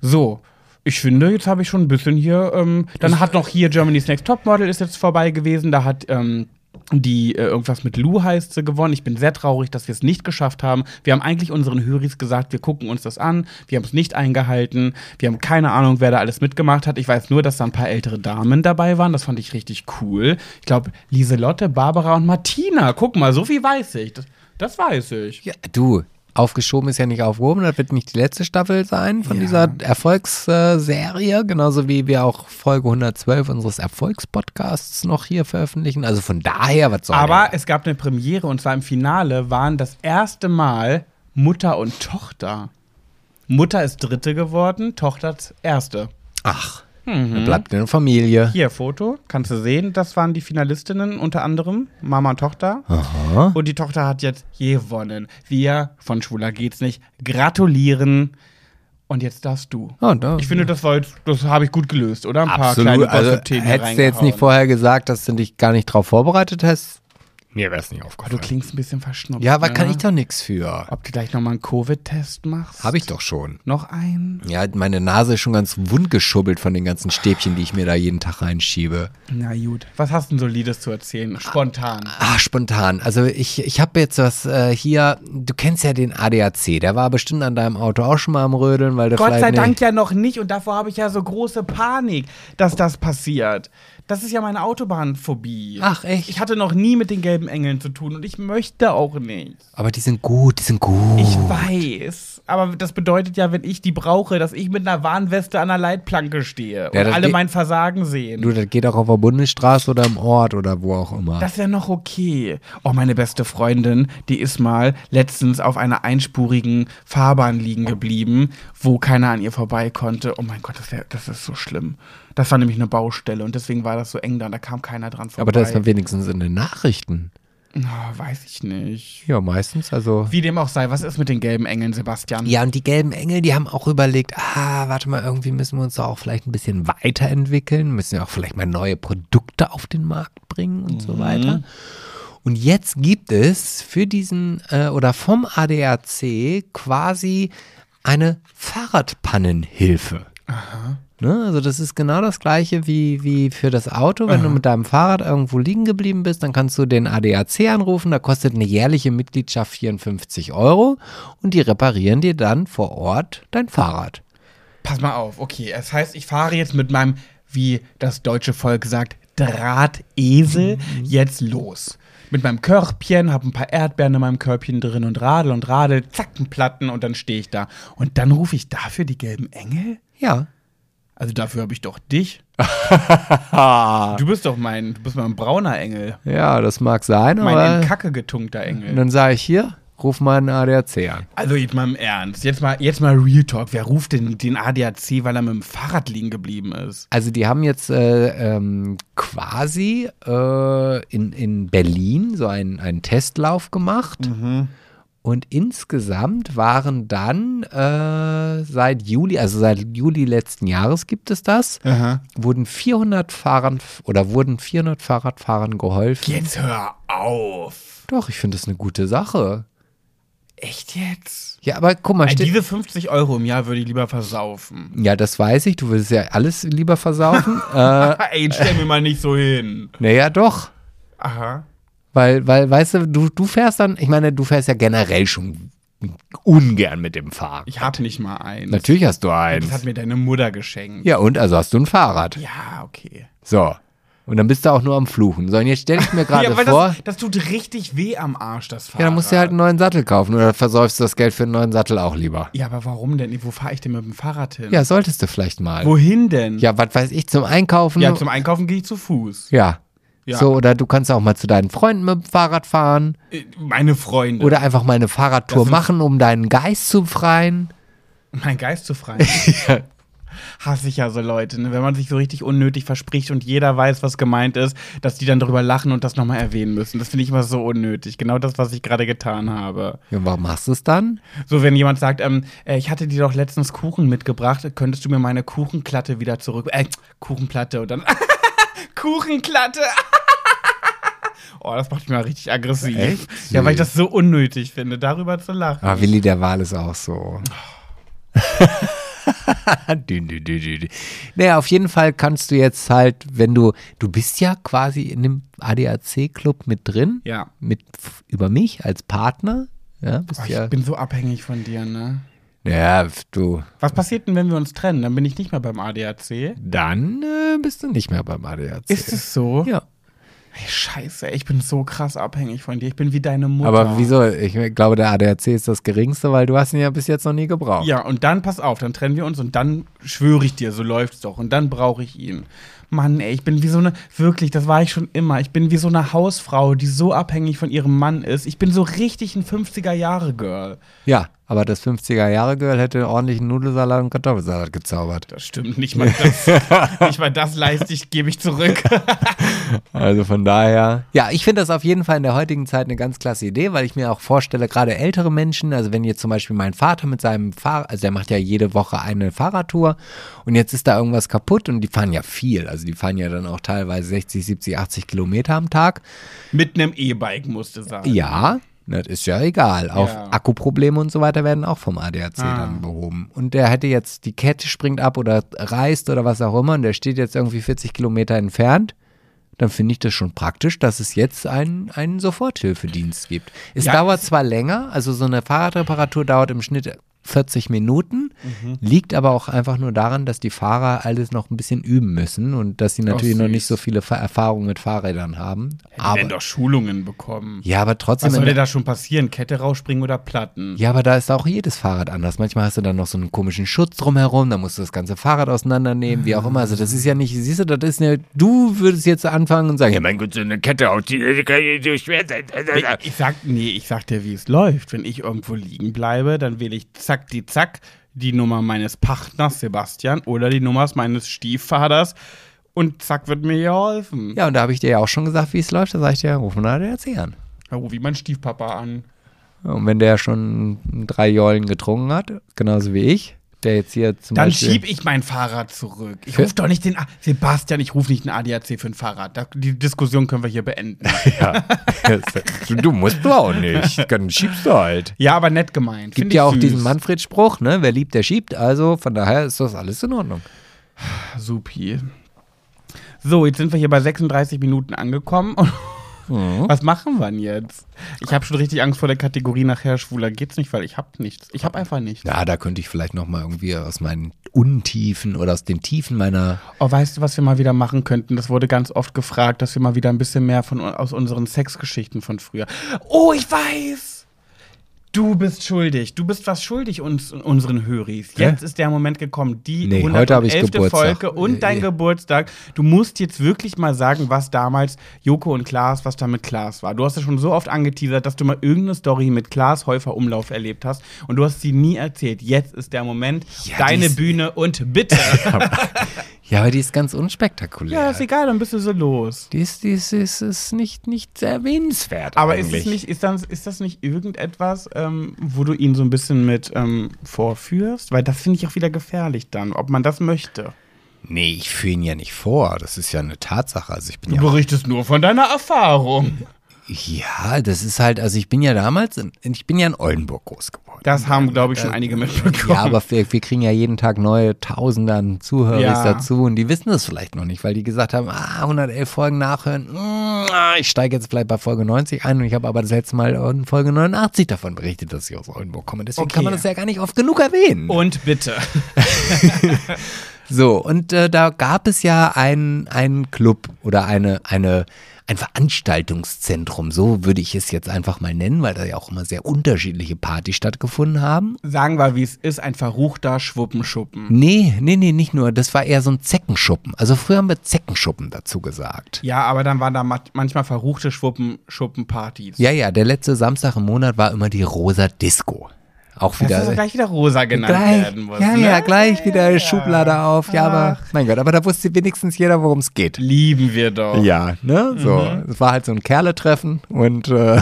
Speaker 1: So. Ich finde, jetzt habe ich schon ein bisschen hier. Ähm, dann hat noch hier Germany's Next Topmodel ist jetzt vorbei gewesen. Da hat ähm, die äh, irgendwas mit Lou heißt sie gewonnen. Ich bin sehr traurig, dass wir es nicht geschafft haben. Wir haben eigentlich unseren Höris gesagt, wir gucken uns das an. Wir haben es nicht eingehalten. Wir haben keine Ahnung, wer da alles mitgemacht hat. Ich weiß nur, dass da ein paar ältere Damen dabei waren. Das fand ich richtig cool. Ich glaube, Lieselotte, Barbara und Martina. Guck mal, so viel weiß ich. Das, das weiß ich.
Speaker 2: Ja, du, aufgeschoben ist ja nicht aufgehoben. Das wird nicht die letzte Staffel sein von
Speaker 1: Ja.
Speaker 2: dieser Erfolgsserie. Genauso wie wir auch Folge 112 unseres Erfolgspodcasts noch hier veröffentlichen. Also von daher, was soll
Speaker 1: Aber es gab eine Premiere und zwar im Finale waren das erste Mal Mutter und Tochter. Mutter ist Dritte geworden, Tochter ist Erste.
Speaker 2: Ach, dann bleibt eine Familie.
Speaker 1: Hier, Foto, kannst du sehen, das waren die Finalistinnen unter anderem, Mama und Tochter.
Speaker 2: Aha.
Speaker 1: Und die Tochter hat jetzt gewonnen. Wir von Schwuler geht's nicht. Gratulieren. Und jetzt darfst du.
Speaker 2: Ah, da-
Speaker 1: ich finde, das war jetzt, das habe ich gut gelöst, oder? Ein paar
Speaker 2: Absolut.
Speaker 1: kleine
Speaker 2: Also
Speaker 1: Gossip-Themen hier
Speaker 2: hättest du jetzt
Speaker 1: reingehauen.
Speaker 2: nicht vorher gesagt, dass du dich gar nicht drauf vorbereitet hast, mir wäre es nicht
Speaker 1: Du
Speaker 2: aufgefallen.
Speaker 1: klingst ein bisschen verschnupft.
Speaker 2: Ja, aber kann
Speaker 1: ne?
Speaker 2: ich doch nichts für.
Speaker 1: Ob du gleich nochmal einen Covid-Test machst?
Speaker 2: Habe ich doch schon.
Speaker 1: Noch einen?
Speaker 2: Ja, meine Nase ist schon ganz wund geschubbelt von den ganzen Stäbchen, die ich mir da jeden Tag reinschiebe.
Speaker 1: Na gut. Was hast du denn Solides zu erzählen? Spontan.
Speaker 2: Ah, spontan. Also ich, ich habe jetzt was äh, hier, du kennst ja den ADAC, der war bestimmt an deinem Auto auch schon mal am Rödeln, weil du
Speaker 1: Gott
Speaker 2: vielleicht
Speaker 1: sei
Speaker 2: nicht-
Speaker 1: Dank ja noch nicht und davor habe ich ja so große Panik, dass das passiert. Das ist ja meine Autobahnphobie.
Speaker 2: Ach, echt?
Speaker 1: Ich hatte noch nie mit den gelben Engeln zu tun und ich möchte auch nicht.
Speaker 2: Aber die sind gut, die sind gut.
Speaker 1: Ich weiß, aber das bedeutet ja, wenn ich die brauche, dass ich mit einer Warnweste an der Leitplanke stehe
Speaker 2: Ja,
Speaker 1: und
Speaker 2: das
Speaker 1: alle
Speaker 2: geht-
Speaker 1: mein Versagen sehen.
Speaker 2: du, das geht auch auf der Bundesstraße oder im Ort oder wo auch immer.
Speaker 1: Das wäre noch okay. Oh, meine beste Freundin, die ist mal letztens auf einer einspurigen Fahrbahn liegen geblieben, wo keiner an ihr vorbei konnte. Oh mein Gott, das, wär, das ist so schlimm. Das war nämlich eine Baustelle und deswegen war das so eng da und da kam keiner dran vorbei.
Speaker 2: aber da ist man wenigstens in den Nachrichten.
Speaker 1: Na, weiß ich nicht.
Speaker 2: Ja, meistens, also...
Speaker 1: Wie dem auch sei, was ist mit den gelben Engeln, Sebastian?
Speaker 2: Ja, und die gelben Engel, die haben auch überlegt, ah, warte mal, irgendwie müssen wir uns da auch vielleicht ein bisschen weiterentwickeln, müssen ja auch vielleicht mal neue Produkte auf den Markt bringen und so weiter. Und jetzt gibt es für diesen äh, oder vom ADAC quasi eine Fahrradpannenhilfe. Ne? Also das ist genau das gleiche wie, wie für das Auto. Wenn du mit deinem Fahrrad irgendwo liegen geblieben bist, dann kannst du den ADAC anrufen. Da kostet eine jährliche Mitgliedschaft 54 Euro und die reparieren dir dann vor Ort dein Fahrrad.
Speaker 1: Pass mal auf, okay. Es heißt, ich fahre jetzt mit meinem, wie das deutsche Volk sagt, Drahtesel jetzt los. Mit meinem Körbchen, hab ein paar Erdbeeren in meinem Körbchen drin und radel und radel, Zackenplatten und dann stehe ich da. Und dann rufe ich dafür die gelben Engel?
Speaker 2: Ja.
Speaker 1: Also dafür habe ich doch dich. du bist doch mein, du bist mein brauner Engel.
Speaker 2: Ja, das mag sein,
Speaker 1: Mein in
Speaker 2: aber
Speaker 1: Kacke getunkter Engel.
Speaker 2: dann sage ich hier, ruf mal einen ADAC an.
Speaker 1: Also jetzt mal im Ernst, jetzt mal, jetzt mal Real Talk. Wer ruft denn den ADAC, weil er mit dem Fahrrad liegen geblieben ist?
Speaker 2: Also die haben jetzt äh, ähm, quasi äh, in, in Berlin so einen, einen Testlauf gemacht. Und insgesamt waren dann äh, seit Juli, also seit Juli letzten Jahres gibt es das, wurden 400 Fahrern oder wurden 400 Fahrradfahrern geholfen.
Speaker 1: Jetzt hör auf.
Speaker 2: Doch, ich finde das eine gute Sache.
Speaker 1: Echt jetzt?
Speaker 2: Ja, aber guck mal,
Speaker 1: Ey,
Speaker 2: steht,
Speaker 1: diese 50 Euro im Jahr würde ich lieber versaufen.
Speaker 2: ja, das weiß ich, du würdest ja alles lieber versaufen. äh,
Speaker 1: <laughs> Ey, jetzt stell mir mal nicht so hin.
Speaker 2: naja, doch.
Speaker 1: Aha.
Speaker 2: Weil, weil, weißt du, du, du fährst dann, ich meine, du fährst ja generell schon ungern mit dem Fahrrad.
Speaker 1: Ich hab nicht mal eins.
Speaker 2: Natürlich hast du
Speaker 1: Das
Speaker 2: eins.
Speaker 1: hat mir deine Mutter geschenkt.
Speaker 2: Ja, und also hast du ein Fahrrad.
Speaker 1: Ja, okay.
Speaker 2: So. Und dann bist du auch nur am Fluchen. So, und jetzt stell ich
Speaker 1: <laughs>
Speaker 2: mir gerade
Speaker 1: ja, weil
Speaker 2: vor,
Speaker 1: das, das tut richtig weh am Arsch, das Fahrrad.
Speaker 2: ja, dann musst du halt einen neuen Sattel kaufen oder versäufst du das Geld für einen neuen Sattel auch lieber.
Speaker 1: Ja, aber warum denn? Wo fahre ich denn mit dem Fahrrad hin?
Speaker 2: Ja, solltest du vielleicht mal.
Speaker 1: Wohin denn?
Speaker 2: Ja, was weiß ich, zum Einkaufen.
Speaker 1: Ja, zum Einkaufen gehe ich zu Fuß.
Speaker 2: ja.
Speaker 1: Ja.
Speaker 2: So, oder du kannst auch mal zu deinen Freunden mit dem Fahrrad fahren
Speaker 1: Äh, Meine Freunde.
Speaker 2: oder einfach mal eine Fahrradtour
Speaker 1: Das ist-
Speaker 2: machen, um deinen Geist zu freien.
Speaker 1: Mein Geist zu freien.
Speaker 2: <laughs>
Speaker 1: Hasse ich ja so Leute, ne? wenn man sich so richtig unnötig verspricht und jeder weiß, was gemeint ist, dass die dann darüber lachen und das nochmal erwähnen müssen. Das finde ich immer so unnötig. Genau das, was ich gerade getan habe.
Speaker 2: Ja, warum machst du es dann?
Speaker 1: So, wenn jemand sagt, ähm, äh, ich hatte dir doch letztens Kuchen mitgebracht, könntest du mir meine Kuchenklatte wieder zurück. Äh, Kuchenplatte und dann. <laughs> Kuchenklatte! <laughs> oh, das macht mich mal richtig aggressiv.
Speaker 2: Echt? Ah.
Speaker 1: Ja, weil ich das so unnötig finde, darüber zu lachen.
Speaker 2: Aber Willi der Wahl ist auch <laughs> so. dün, dün, dün, dün. dün. Naja, auf jeden Fall kannst du jetzt halt, wenn du, du bist ja quasi in dem ADAC-Club mit drin,
Speaker 1: Ja.
Speaker 2: mit f- über mich als Partner. Ja, bist
Speaker 1: Oh, ich
Speaker 2: ja.
Speaker 1: bin so abhängig von dir, ne?
Speaker 2: Ja, f- du.
Speaker 1: Was passiert denn, wenn wir uns trennen? Dann bin ich nicht mehr beim ADAC.
Speaker 2: Dann äh, bist du nicht mehr beim ADAC.
Speaker 1: Ist es so?
Speaker 2: ja.
Speaker 1: Ey, scheiße, ich bin so krass abhängig von dir. Ich bin wie deine Mutter.
Speaker 2: Aber wieso? Ich glaube, der ADAC ist das geringste, weil du hast ihn ja bis jetzt noch nie gebraucht.
Speaker 1: Ja, und dann pass auf, dann trennen wir uns und dann schwöre ich dir, so läuft's doch. Und dann brauche ich ihn. Mann, ey, ich bin wie so eine, wirklich, das war ich schon immer. Ich bin wie so eine Hausfrau, die so abhängig von ihrem Mann ist. Ich bin so richtig ein 50er-Jahre-Girl.
Speaker 2: Ja, aber das 50er-Jahre-Girl hätte ordentlichen Nudelsalat und Kartoffelsalat gezaubert.
Speaker 1: Das stimmt, nicht mal das, <laughs> nicht mal das leiste ich, gebe ich zurück.
Speaker 2: Also von daher. Ja, ich finde das auf jeden Fall in der heutigen Zeit eine ganz klasse Idee, weil ich mir auch vorstelle, gerade ältere Menschen, also wenn jetzt zum Beispiel mein Vater mit seinem Fahrrad, also der macht ja jede Woche eine Fahrradtour und jetzt ist da irgendwas kaputt und die fahren ja viel. Also die fahren ja dann auch teilweise 60, 70, 80 Kilometer am Tag.
Speaker 1: Mit einem E-Bike, musste sagen.
Speaker 2: Ja, das ist ja egal. Auch
Speaker 1: Ja. Ah.
Speaker 2: Akkuprobleme und so weiter werden auch vom ADAC dann behoben. Und der hätte jetzt, die Kette springt ab oder reißt oder was auch immer und der steht jetzt irgendwie 40 Kilometer entfernt. Dann finde ich das schon praktisch, dass es jetzt einen, einen Soforthilfedienst gibt. Es
Speaker 1: Ja,
Speaker 2: dauert zwar länger, also so eine Fahrradreparatur dauert im Schnitt 40 Minuten,
Speaker 1: Mhm.
Speaker 2: liegt aber auch einfach nur daran, dass die Fahrer alles noch ein bisschen üben müssen und dass sie natürlich noch
Speaker 1: süß.
Speaker 2: nicht so viele Fa- Erfahrungen mit Fahrrädern haben.
Speaker 1: Aber.
Speaker 2: Aber,
Speaker 1: doch Schulungen bekommen.
Speaker 2: ja, aber trotzdem.
Speaker 1: Was
Speaker 2: in
Speaker 1: soll
Speaker 2: der-
Speaker 1: dir da schon passieren? Kette rausspringen oder Platten?
Speaker 2: Ja, aber da ist auch jedes Fahrrad anders. Manchmal hast du dann noch so einen komischen Schutz drumherum, da musst du das ganze Fahrrad auseinandernehmen, wie auch immer. Also das ist ja nicht, siehst du, das ist eine, du würdest jetzt anfangen und sagen, ja mein Gott, so eine Kette auf die, die kann ja nicht so schwer sein. <laughs>
Speaker 1: Ich, ich sag, nee, ich sag dir, wie es läuft. Wenn ich irgendwo liegen bleibe, dann wähle ich zack, die zack, die Nummer meines Partners Sebastian oder die Nummer meines Stiefvaters und zack wird mir geholfen.
Speaker 2: Ja, und da habe ich dir ja auch schon gesagt, wie es läuft, da sage ich dir, ruf mal einen ADAC an.
Speaker 1: Da rufe ich meinen Oh, Stiefpapa an.
Speaker 2: Ja, Und wenn der schon drei Jollen getrunken hat, genauso wie ich, der jetzt hier zum <laughs>
Speaker 1: Dann
Speaker 2: Beispiel...
Speaker 1: schieb ich mein Fahrrad zurück. Ich rufe doch nicht den. A Sebastian, ich rufe nicht den ADAC für ein Fahrrad. Da, die Diskussion können wir hier beenden.
Speaker 2: Ja. du musst du auch nicht, dann schiebst du halt.
Speaker 1: <laughs> ja, aber nett gemeint. Find
Speaker 2: Gibt
Speaker 1: ich
Speaker 2: ja auch
Speaker 1: süß.
Speaker 2: diesen Manfred-Spruch, ne? Wer liebt, der schiebt. Also von daher ist das alles in Ordnung.
Speaker 1: Supi. So, jetzt sind wir hier bei 36 Minuten angekommen. <laughs> Was machen wir denn jetzt? Ich habe schon richtig Angst vor der Kategorie nachher schwuler geht's nicht, weil ich hab nichts. Ich hab einfach nichts.
Speaker 2: Ja, da könnte ich vielleicht noch mal irgendwie aus meinen Untiefen oder aus den Tiefen meiner.
Speaker 1: Oh, weißt du, was wir mal wieder machen könnten? Das wurde ganz oft gefragt, dass wir mal wieder ein bisschen mehr von aus unseren Sexgeschichten von früher. Oh, ich weiß. Du bist schuldig. Du bist was schuldig uns unseren Höris.
Speaker 2: Hä?
Speaker 1: Jetzt ist der Moment gekommen. Die
Speaker 2: Nee, heute hab ich
Speaker 1: 111.
Speaker 2: Geburtstag.
Speaker 1: Folge und dein
Speaker 2: Äh,
Speaker 1: Geburtstag. Du musst jetzt wirklich mal sagen, was damals Joko und Klaas, was da mit Klaas war. Du hast ja schon so oft angeteasert, dass du mal irgendeine Story mit Klaas Häufer Umlauf erlebt hast und du hast sie nie erzählt. Jetzt ist der Moment.
Speaker 2: Ja,
Speaker 1: Deine
Speaker 2: dies-
Speaker 1: Bühne
Speaker 2: <laughs>
Speaker 1: und bitte.
Speaker 2: Ja, aber die ist ganz unspektakulär.
Speaker 1: ja, ist egal, dann bist du so los.
Speaker 2: die ist, die ist, ist, ist nicht, nicht sehr erwähnenswert.
Speaker 1: Aber ist,
Speaker 2: eigentlich.
Speaker 1: es nicht, ist, das, ist das nicht irgendetwas, ähm, wo du ihn so ein bisschen mit ähm, vorführst? Weil das finde ich auch wieder gefährlich dann, ob man das möchte.
Speaker 2: Nee, ich führe ihn ja nicht vor. Das ist ja eine Tatsache. Also ich bin
Speaker 1: Du
Speaker 2: ja.
Speaker 1: berichtest nur von deiner Erfahrung.
Speaker 2: Ja, das ist halt. Also ich bin ja damals. In, ich bin ja in Oldenburg groß geworden.
Speaker 1: Das haben, glaube ich, schon einige mitbekommen.
Speaker 2: äh, Ja, aber wir, wir kriegen ja jeden Tag neue Tausende an Zuhörer
Speaker 1: Ja.
Speaker 2: dazu und die wissen das vielleicht noch nicht, weil die gesagt haben, ah, 111 Folgen nachhören, mm, ah, ich steige jetzt vielleicht bei Folge 90 ein und ich habe aber das letzte Mal in Folge 89 davon berichtet, dass ich aus Oldenburg komme. Deswegen kann man
Speaker 1: Okay.
Speaker 2: das ja gar nicht oft genug erwähnen.
Speaker 1: Und bitte.
Speaker 2: So, und äh, da gab es ja einen, einen Club oder eine, eine, ein Veranstaltungszentrum, so würde ich es jetzt einfach mal nennen, weil da ja auch immer sehr unterschiedliche Partys stattgefunden haben.
Speaker 1: Sagen wir, wie es ist, ein verruchter Schwuppenschuppen.
Speaker 2: Nee, nee, nee, nicht nur. Das war eher so ein Zeckenschuppen. Also früher haben wir Zeckenschuppen dazu gesagt.
Speaker 1: Ja, aber dann waren da mat- manchmal verruchte Schwuppen-Schuppenpartys.
Speaker 2: Ja, ja, der letzte Samstag im Monat war immer die rosa Disco. Auch
Speaker 1: Das
Speaker 2: wieder.
Speaker 1: ist ja gleich wieder rosa genannt
Speaker 2: <laughs> gleich,
Speaker 1: werden muss.
Speaker 2: ja,
Speaker 1: ne?
Speaker 2: ja, gleich wieder Schublade auf. Ja, aber mein Gott, aber da wusste wenigstens jeder, worum es geht.
Speaker 1: Lieben wir doch.
Speaker 2: Ja, ne? So,
Speaker 1: Mhm.
Speaker 2: es war halt so ein Kerletreffen und äh,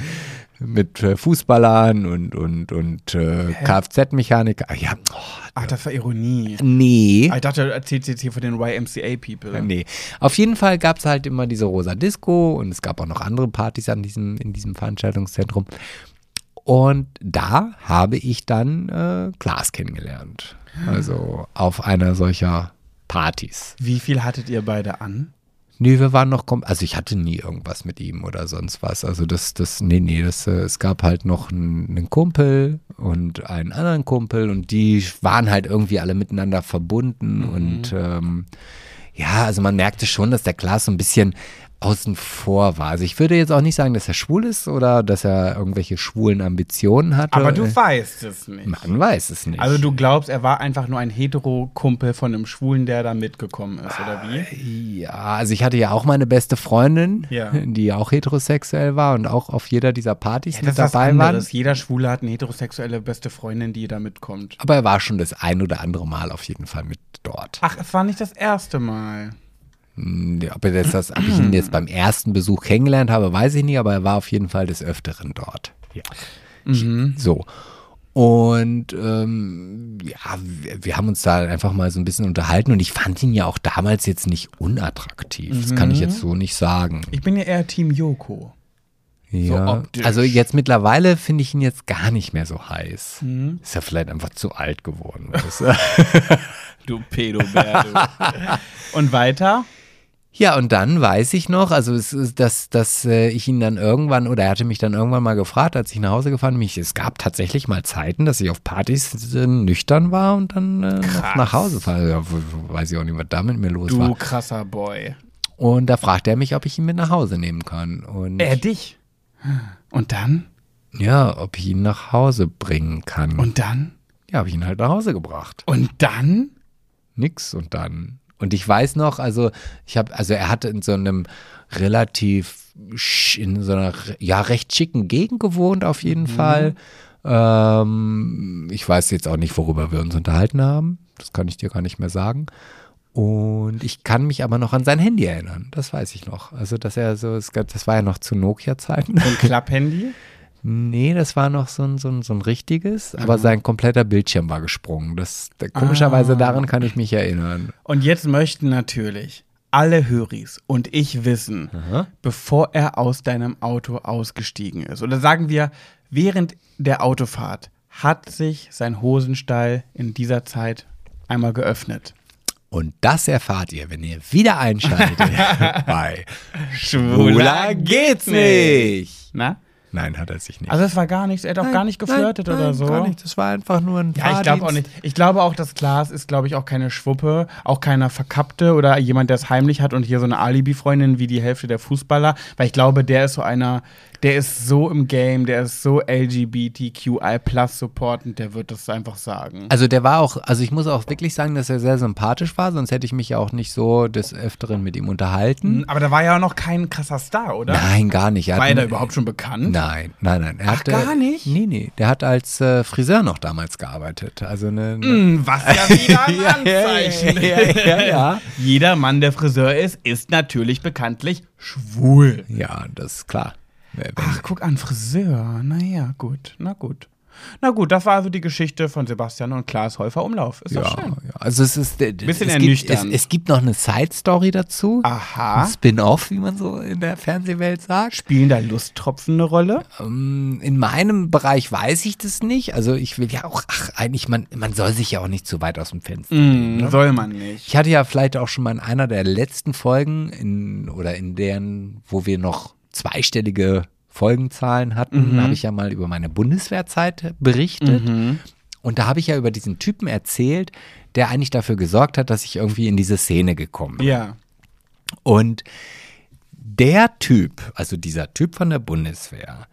Speaker 2: <laughs> mit äh, Fußballern und und und äh, Kfz-Mechaniker. Ah, Ja, oh,
Speaker 1: Ach, das war Ironie. Ah,
Speaker 2: nee.
Speaker 1: Ich dachte, du erzählst jetzt hier von den YMCA-People.
Speaker 2: Nee. Auf jeden Fall gab es halt immer diese rosa Disco und es gab auch noch andere Partys an diesem, in diesem Veranstaltungszentrum. Und da habe ich dann äh, Klaas kennengelernt. Also auf einer solcher Partys.
Speaker 1: Wie viel hattet ihr beide an?
Speaker 2: Nee, wir waren noch, kom- also ich hatte nie irgendwas mit ihm oder sonst was. Also das, das, nee, nee, das, äh, es gab halt noch einen, einen Kumpel und einen anderen Kumpel und die waren halt irgendwie alle miteinander
Speaker 1: Mhm.
Speaker 2: verbunden und ähm, ja, also man merkte schon, dass der Klaas so ein bisschen außen vor war. Also ich würde jetzt auch nicht sagen, dass er schwul ist oder dass er irgendwelche schwulen Ambitionen hatte.
Speaker 1: Aber du
Speaker 2: Äh,
Speaker 1: weißt es nicht.
Speaker 2: man weiß es nicht.
Speaker 1: Also du glaubst, er war einfach nur ein Hetero-Kumpel von einem Schwulen, der da mitgekommen ist, oder wie?
Speaker 2: Ja, also ich hatte ja auch meine beste Freundin,
Speaker 1: Ja.
Speaker 2: die auch heterosexuell war und auch auf jeder dieser Partys
Speaker 1: Das
Speaker 2: mit
Speaker 1: ist was
Speaker 2: dabei war.
Speaker 1: anderes. Jeder Schwule hat eine heterosexuelle beste Freundin, die da mitkommt.
Speaker 2: Aber er war schon das ein oder andere Mal auf jeden Fall mit dort.
Speaker 1: Ach, es war nicht das erste Mal.
Speaker 2: Hm, Ob, er jetzt das, ob ich ihn jetzt beim ersten Besuch kennengelernt habe, weiß ich nicht, aber er war auf jeden Fall des Öfteren dort. Ja.
Speaker 1: Mhm.
Speaker 2: So. Und ähm, ja, wir, wir haben uns da einfach mal so ein bisschen unterhalten und ich fand ihn ja auch damals jetzt nicht unattraktiv. Das kann ich jetzt
Speaker 1: Mhm.
Speaker 2: so nicht sagen.
Speaker 1: Ich bin ja eher Team Joko.
Speaker 2: Ja.
Speaker 1: optisch.
Speaker 2: Also jetzt mittlerweile finde ich ihn jetzt gar nicht mehr so heiß.
Speaker 1: Mhm.
Speaker 2: Ist ja vielleicht einfach zu alt geworden. weißt du? <laughs>
Speaker 1: Du Pedobär, du. <laughs> Und weiter?
Speaker 2: ja, und dann weiß ich noch, also es ist, dass, dass äh, ich ihn dann irgendwann, oder er hatte mich dann irgendwann mal gefragt, als ich nach Hause gefahren bin, mich, es gab tatsächlich mal Zeiten, dass ich auf Partys äh, nüchtern war und dann äh, noch nach Hause fahre. Ja, w- w- weiß ich auch nicht, was da mit mir los
Speaker 1: Du
Speaker 2: war.
Speaker 1: krasser Boy.
Speaker 2: Und da fragte er mich, ob ich ihn mit nach Hause nehmen kann. Und
Speaker 1: Er Äh, dich. Und dann?
Speaker 2: ja, ob ich ihn nach Hause bringen kann.
Speaker 1: Und dann?
Speaker 2: ja, habe ich ihn halt nach Hause gebracht.
Speaker 1: Und dann?
Speaker 2: nix und dann. Und ich weiß noch, also ich habe, also er hatte in so einem relativ, sch- in so einer re- ja recht schicken Gegend gewohnt auf jeden Fall. Ähm, ich weiß jetzt auch nicht, worüber wir uns unterhalten haben. Das kann ich dir gar nicht mehr sagen. Und ich kann mich aber noch an sein Handy erinnern. Das weiß ich noch. Also, dass er so, es gab, das war ja noch zu Nokia-Zeiten.
Speaker 1: So ein Klapphandy?
Speaker 2: Nee, das war noch so ein, so ein, so ein richtiges, aber sein kompletter Bildschirm war gesprungen. Das, komischerweise daran kann ich mich erinnern.
Speaker 1: Und jetzt möchten natürlich alle Höris und ich wissen, bevor er aus deinem Auto ausgestiegen ist. Oder sagen wir, während der Autofahrt hat sich sein Hosenstall in dieser Zeit einmal geöffnet.
Speaker 2: Und das erfahrt ihr, wenn ihr wieder
Speaker 1: <laughs>
Speaker 2: einschaltet bei
Speaker 1: Schwuler
Speaker 2: geht's
Speaker 1: nicht. Na?
Speaker 2: Nein, hat er sich nicht.
Speaker 1: Also es war gar nichts, er hat auch gar nicht geflirtet
Speaker 2: nein,
Speaker 1: oder
Speaker 2: nein,
Speaker 1: so.
Speaker 2: Gar nicht. Das war einfach nur ein
Speaker 1: Ja, ich glaube auch
Speaker 2: Fahrdienst.
Speaker 1: nicht. Ich glaube auch, das Glas ist, glaube ich, auch keine Schwuppe, auch keiner Verkappte oder jemand, der es heimlich hat und hier so eine Alibi-Freundin wie die Hälfte der Fußballer, weil ich glaube, der ist so einer, der ist so im Game, der ist so LGBTQI supportend, der wird das einfach sagen.
Speaker 2: Also der war auch, also ich muss auch wirklich sagen, dass er sehr sympathisch war, sonst hätte ich mich ja auch nicht so des Öfteren mit ihm unterhalten.
Speaker 1: Aber da war ja auch noch kein krasser Star, oder?
Speaker 2: Nein, gar nicht. Er
Speaker 1: War er
Speaker 2: hat-
Speaker 1: da überhaupt schon bekannt?
Speaker 2: Nein, nein, nein. Er
Speaker 1: Ach,
Speaker 2: hatte,
Speaker 1: gar nicht?
Speaker 2: Nee, nee. Der hat als äh, Friseur noch damals gearbeitet. Also eine, eine <laughs>
Speaker 1: Hm, Was <laughs> ja wieder ein Anzeichen.
Speaker 2: ja, ja, ja.
Speaker 1: Jeder Mann, der Friseur ist, ist natürlich bekanntlich schwul.
Speaker 2: ja, das ist klar. Wenn-
Speaker 1: Ach, guck an, Friseur. Naja, gut, na gut. Na gut, das war also die Geschichte von Sebastian und Klaas Häufer Umlauf. Ist doch schön.
Speaker 2: ja. Also es ist äh,
Speaker 1: Bisschen
Speaker 2: es gibt, es,
Speaker 1: ernüchternd.
Speaker 2: es gibt noch eine Side Story dazu. Ein
Speaker 1: Aha.
Speaker 2: Spin-off, wie man so in der Fernsehwelt sagt.
Speaker 1: Spielen da Lusttropfen eine Rolle?
Speaker 2: Ähm, In meinem Bereich weiß ich das nicht. Also ich will ja auch, ach, eigentlich, man, man soll sich ja auch nicht zu weit aus dem Fenster.
Speaker 1: Hm, soll man nicht.
Speaker 2: Ich hatte ja vielleicht auch schon mal in einer der letzten Folgen in, oder in deren, wo wir noch zweistellige Folgenzahlen hatten, habe ich ja mal über meine Bundeswehrzeit berichtet. Und da habe ich ja über diesen Typen erzählt, der eigentlich dafür gesorgt hat, dass ich irgendwie in diese Szene gekommen bin.
Speaker 1: Ja.
Speaker 2: Und der Typ, also dieser Typ von der Bundeswehr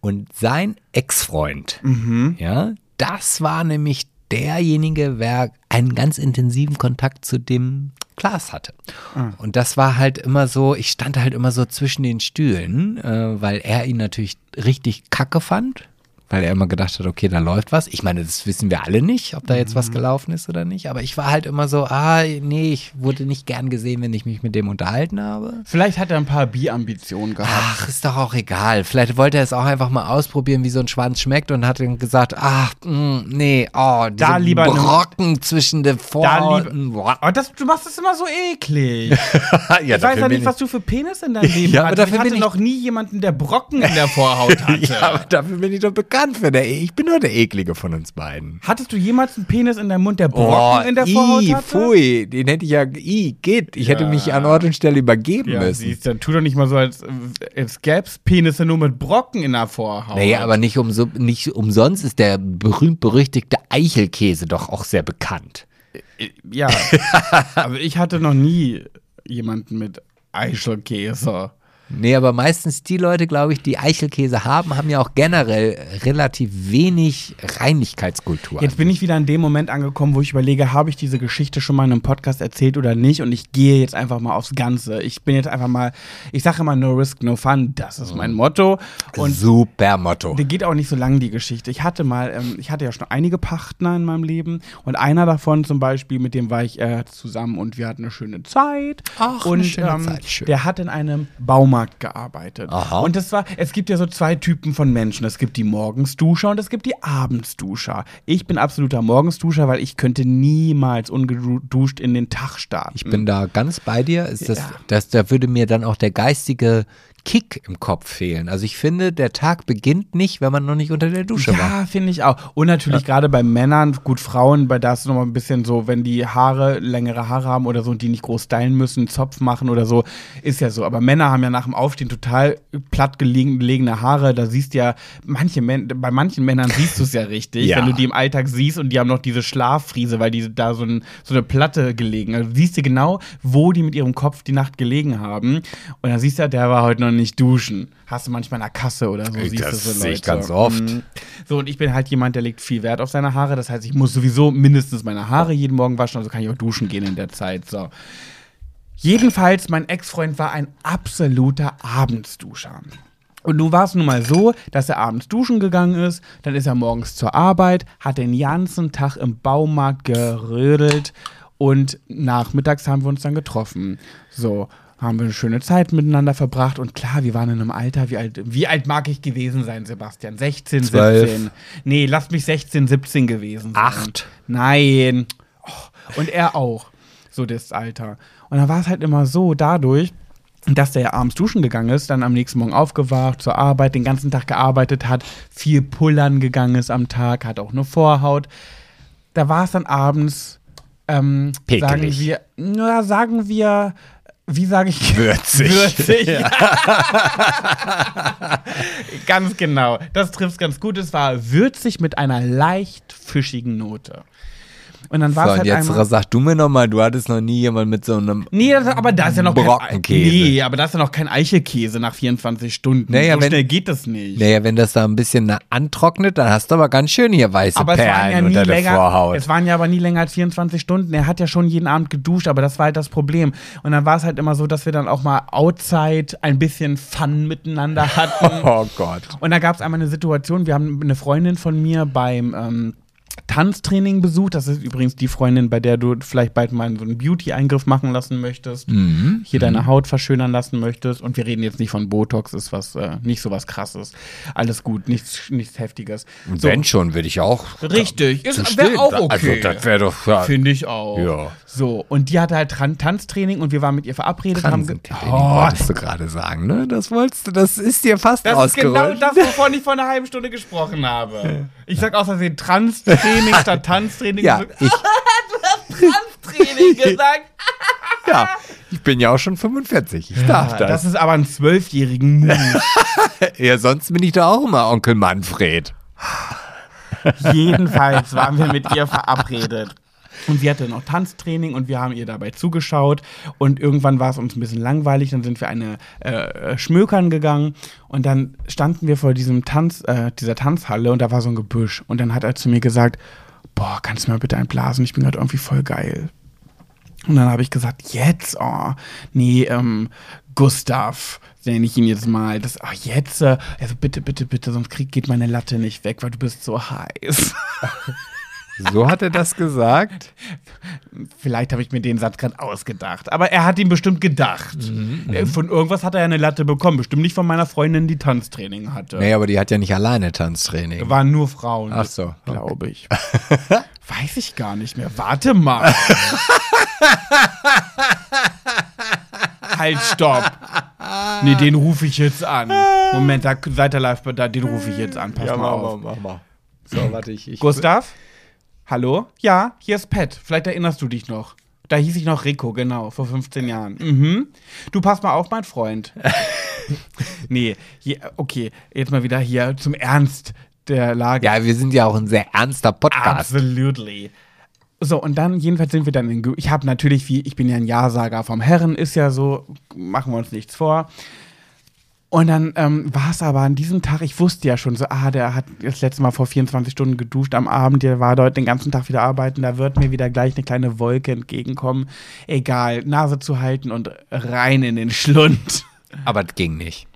Speaker 2: und sein Ex-Freund, ja, das war nämlich derjenige, wer einen ganz intensiven Kontakt zu dem Klaas hatte. Und das war halt immer so, ich stand halt immer so zwischen den Stühlen, äh, weil er ihn natürlich richtig kacke fand. Weil er immer gedacht hat, okay, da läuft was. Ich meine, das wissen wir alle nicht, ob da jetzt was gelaufen ist oder nicht. Aber ich war halt immer so, ah, nee, ich wurde nicht gern gesehen, wenn ich mich mit dem unterhalten habe.
Speaker 1: Vielleicht hat er ein paar Bi-Ambitionen gehabt.
Speaker 2: Ach, ist doch auch egal. Vielleicht wollte er es auch einfach mal ausprobieren, wie so ein Schwanz schmeckt und hat dann gesagt, ach, mh, nee, oh, diese
Speaker 1: Da lieber ne-
Speaker 2: Brocken zwischen den
Speaker 1: Da
Speaker 2: <laughs> Vorhauten.
Speaker 1: lieber. Oh, das, du machst das immer so
Speaker 2: <laughs>
Speaker 1: eklig. Ich weiß ja nicht, was du für Penis in deinem Leben
Speaker 2: Ja, aber
Speaker 1: hast.
Speaker 2: dafür
Speaker 1: ich hatte
Speaker 2: bin ich-
Speaker 1: noch nie jemanden, der Brocken in
Speaker 2: <laughs>
Speaker 1: der Vorhaut hatte.
Speaker 2: ja, aber dafür bin ich doch bekannt für der. E ich bin nur der eklige von uns beiden.
Speaker 1: Hattest du jemals einen Penis in deinem
Speaker 2: Oh,
Speaker 1: Mund, der Brocken in der Vorhaut
Speaker 2: i,
Speaker 1: hatte?
Speaker 2: pfui, den hätte ich ja, i, geht. Ich hätte
Speaker 1: Ja.
Speaker 2: mich an Ort und Stelle übergeben
Speaker 1: Ja,
Speaker 2: müssen.
Speaker 1: siehst, dann tu doch nicht mal so, als, als gäbe es Penisse nur mit Brocken in der Vorhaut.
Speaker 2: Naja, aber nicht, umso, nicht umsonst ist der berühmt-berüchtigte Eichelkäse doch auch sehr bekannt.
Speaker 1: Äh, <laughs> Ja, aber ich hatte noch nie jemanden mit Eichelkäse.
Speaker 2: Nee, aber meistens die Leute, glaube ich, die Eichelkäse haben, haben ja auch generell relativ wenig Reinigkeitskultur.
Speaker 1: Jetzt bin ich wieder an dem Moment angekommen, wo ich überlege, habe ich diese Geschichte schon mal in einem Podcast erzählt oder nicht? Und ich gehe jetzt einfach mal aufs Ganze. Ich bin jetzt einfach mal, ich sage immer No Risk, No Fun, das ist mein Motto. Und
Speaker 2: Super Motto.
Speaker 1: die geht auch nicht so lang, die Geschichte. Ich hatte mal, ähm, ich hatte ja schon einige Partner in meinem Leben und einer davon zum Beispiel, mit dem war ich äh, zusammen und wir hatten eine schöne Zeit.
Speaker 2: Ach, eine
Speaker 1: und ähm,
Speaker 2: schöne Zeit, schön.
Speaker 1: der hat in einem Baumarkt gearbeitet.
Speaker 2: Aha.
Speaker 1: Und das war, es gibt ja so zwei Typen von Menschen. Es gibt die Morgensduscher und es gibt die Abendsduscher. Ich bin absoluter Morgensduscher, weil ich könnte niemals ungeduscht in den Tag starten.
Speaker 2: Ich bin da ganz bei dir. Ist das,
Speaker 1: Ja.
Speaker 2: das, da würde mir dann auch der geistige Kick im Kopf fehlen. Also ich finde, der Tag beginnt nicht, wenn man noch nicht unter der Dusche war.
Speaker 1: Ja, finde ich auch. Und natürlich gerade bei Männern, gut, Frauen, bei da ist es nochmal ein bisschen so, wenn die Haare, längere Haare haben oder so und die nicht groß stylen müssen, einen Zopf machen oder so, ist ja so. Aber Männer haben ja nach dem Aufstehen total platt gelegen, gelegene Haare. Da siehst du ja, manche Män bei manchen Männern siehst du es ja richtig,
Speaker 2: Ja.
Speaker 1: wenn du die im Alltag siehst und die haben noch diese Schlaffriese, weil die da so, ein, so eine Platte gelegen. Also siehst du genau, wo die mit ihrem Kopf die Nacht gelegen haben. Und dann siehst du ja, der war heute noch nicht duschen. Hast du manchmal in der Kasse oder so,
Speaker 2: Ey,
Speaker 1: siehst du
Speaker 2: das
Speaker 1: so Leute.
Speaker 2: sehe ich ganz oft.
Speaker 1: Mhm. So, und ich bin halt jemand, der legt viel Wert auf seine Haare. Das heißt, ich muss sowieso mindestens meine Haare jeden Morgen waschen, also kann ich auch duschen gehen in der Zeit. So. Jedenfalls, mein Ex-Freund war ein absoluter Abendsduscher. Und nun war es nun mal so, dass er abends duschen gegangen ist, dann ist er morgens zur Arbeit, hat den ganzen Tag im Baumarkt gerödelt und nachmittags haben wir uns dann getroffen. So, haben wir eine schöne Zeit miteinander verbracht und klar, wir waren in einem Alter, wie alt, wie alt mag ich gewesen sein, Sebastian? 16,
Speaker 2: Zwölf.
Speaker 1: 17. Nee, lasst mich 16, 17 gewesen sein.
Speaker 2: Acht.
Speaker 1: Nein. Oh, und er auch. So das Alter. Und dann war es halt immer so dadurch, dass der ja abends duschen gegangen ist, dann am nächsten Morgen aufgewacht, zur Arbeit, den ganzen Tag gearbeitet hat, viel pullern gegangen ist am Tag, hat auch eine Vorhaut. Da war es dann abends, ähm,
Speaker 2: Pekelig.
Speaker 1: sagen wir, na, sagen wir, wie sage ich?
Speaker 2: Würzig.
Speaker 1: <laughs> Würzig. ganz genau. Das trifft ganz gut. Es war würzig mit einer leicht fischigen Note. Und dann war
Speaker 2: So,
Speaker 1: es
Speaker 2: und
Speaker 1: halt
Speaker 2: jetzt
Speaker 1: einmal,
Speaker 2: sag du mir nochmal, du hattest noch nie jemand mit so einem.
Speaker 1: Nee, das, aber da ist ja noch
Speaker 2: Brockenkäse.
Speaker 1: Kein, nee, aber da ist ja noch kein Eichelkäse nach 24 Stunden.
Speaker 2: Naja,
Speaker 1: so
Speaker 2: wenn-
Speaker 1: schnell geht das nicht.
Speaker 2: Naja, wenn das da ein bisschen antrocknet, dann hast du aber ganz schön hier weiße
Speaker 1: aber es waren,
Speaker 2: Perlen
Speaker 1: ja nie
Speaker 2: unter der
Speaker 1: länger,
Speaker 2: Vorhaut.
Speaker 1: es waren ja aber nie länger als 24 Stunden. Er hat ja schon jeden Abend geduscht, aber das war halt das Problem. Und dann war es halt immer so, dass wir dann auch mal outside ein bisschen Fun miteinander
Speaker 2: <laughs>
Speaker 1: hatten.
Speaker 2: Oh Gott.
Speaker 1: Und da gab es einmal eine Situation, wir haben eine Freundin von mir beim ähm, Tanztraining besucht. Das ist übrigens die Freundin, bei der du vielleicht bald mal so einen Beauty-Eingriff machen lassen möchtest,
Speaker 2: Mhm.
Speaker 1: hier deine Haut verschönern lassen möchtest. Und wir reden jetzt nicht von Botox, ist was äh, nicht so was krasses. Alles gut, nichts, nichts Heftiges.
Speaker 2: Und
Speaker 1: So,
Speaker 2: wenn schon, würde ich auch.
Speaker 1: Richtig,
Speaker 2: zu
Speaker 1: ist wäre
Speaker 2: stehen.
Speaker 1: auch okay.
Speaker 2: Also, das wäre doch. Ja,
Speaker 1: Finde ich auch.
Speaker 2: Ja.
Speaker 1: So, und die hatte halt Tran Tanztraining und wir waren mit ihr verabredet. und Haben ge-
Speaker 2: Transentraining oh, wolltest du gerade sagen, ne? Das wolltest du, das ist dir fast
Speaker 1: Das ist genau
Speaker 2: ausgerutscht.
Speaker 1: das, wovon ich vor einer halben Stunde gesprochen habe. Ich sag außerdem Trans-Training statt Tanztraining.
Speaker 2: ja, ich,
Speaker 1: Training gesagt.
Speaker 2: ja, ich bin ja auch schon 45. Ich darf
Speaker 1: Das.
Speaker 2: das.
Speaker 1: ist aber ein zwölfjährigen Move.
Speaker 2: Ja, sonst bin ich da auch immer Onkel Manfred.
Speaker 1: Jedenfalls waren wir mit ihr verabredet. Und sie hatte noch Tanztraining und wir haben ihr dabei zugeschaut. Und irgendwann war es uns ein bisschen langweilig. Dann sind wir eine äh, Schmökern gegangen und dann standen wir vor diesem Tanz, äh, dieser Tanzhalle und da war so ein Gebüsch. Und dann hat er zu mir gesagt: Boah, kannst du mal bitte einblasen? Ich bin gerade irgendwie voll geil. Und dann habe ich gesagt, jetzt, oh, nee, ähm, Gustav, nenne ich ihn jetzt mal. Das, oh, jetzt, äh, also bitte, bitte, bitte, sonst krieg, geht meine Latte nicht weg, weil du bist so heiß.
Speaker 2: So hat er das
Speaker 1: <laughs>
Speaker 2: gesagt.
Speaker 1: Vielleicht habe ich mir den Satz gerade ausgedacht, aber er hat ihn bestimmt gedacht.
Speaker 2: Mhm,
Speaker 1: Äh, Von irgendwas hat er ja eine Latte bekommen, bestimmt nicht von meiner Freundin, die Tanztraining hatte.
Speaker 2: Nee, aber die hat ja nicht alleine Tanztraining.
Speaker 1: Waren nur Frauen.
Speaker 2: Ach so, okay. <laughs>
Speaker 1: Glaube ich. Weiß ich gar nicht mehr. Warte mal. halt, stopp. Nee, den rufe ich jetzt an. Moment, da seid ihr live, da, den rufe ich jetzt an. Pass mal auf.
Speaker 2: mach mal. So, warte, ich. ich
Speaker 1: Gustav? Hallo? Ja, hier ist Pat. Vielleicht erinnerst du dich noch. Da hieß ich noch Rico, genau, vor 15 Jahren. Mhm. Du pass mal auf, mein Freund. nee, je, okay, jetzt mal wieder hier zum Ernst der Lage.
Speaker 2: ja, wir sind ja auch ein sehr ernster Podcast.
Speaker 1: Absolutely. So, und dann, jedenfalls sind wir dann in. Gü- Ich habe natürlich, wie ich bin ja ein Ja-Sager vom Herren, ist ja so, machen wir uns nichts vor. Und dann ähm, war es aber an diesem Tag, ich wusste ja schon so, ah, der hat das letzte Mal vor 24 Stunden geduscht am Abend, der war dort den ganzen Tag wieder arbeiten, da wird mir wieder gleich eine kleine Wolke entgegenkommen. Egal, Nase zu halten und rein in den Schlund.
Speaker 2: Aber das ging nicht.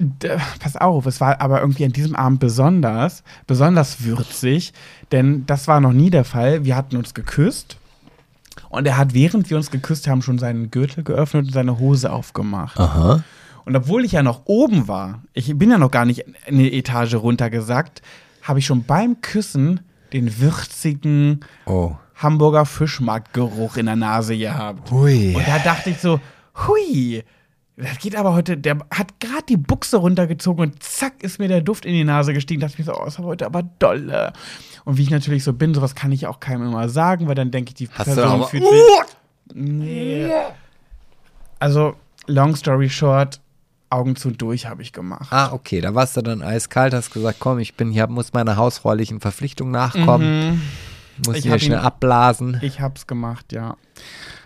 Speaker 1: D- Pass auf, es war aber irgendwie an diesem Abend besonders, besonders würzig, denn das war noch nie der Fall. Wir hatten uns geküsst und er hat, während wir uns geküsst haben, schon seinen Gürtel geöffnet und seine Hose aufgemacht.
Speaker 2: Aha.
Speaker 1: Und obwohl ich ja noch oben war, ich bin ja noch gar nicht eine Etage runtergesackt, habe ich schon beim Küssen den würzigen
Speaker 2: Oh.
Speaker 1: Hamburger Fischmarktgeruch in der Nase gehabt.
Speaker 2: Hui.
Speaker 1: Und da dachte ich so, hui, das geht aber heute, der hat gerade die Buchse runtergezogen und zack ist mir der Duft in die Nase gestiegen. Da dachte ich mir so, oh, ist aber heute aber dolle. Und wie ich natürlich so bin, sowas kann ich auch keinem immer sagen, weil dann denke ich, die
Speaker 2: Hast du aber,
Speaker 1: fühlt sich. Nee. Also, long story short, Augen zu und durch habe ich gemacht.
Speaker 2: Ah, okay, da warst du dann eiskalt, hast gesagt, komm, ich bin hier, muss meiner hausfräulichen Verpflichtung nachkommen. Muss
Speaker 1: Mhm. Ich
Speaker 2: hier
Speaker 1: hab ihn-
Speaker 2: schnell abblasen.
Speaker 1: Ich hab's gemacht, ja.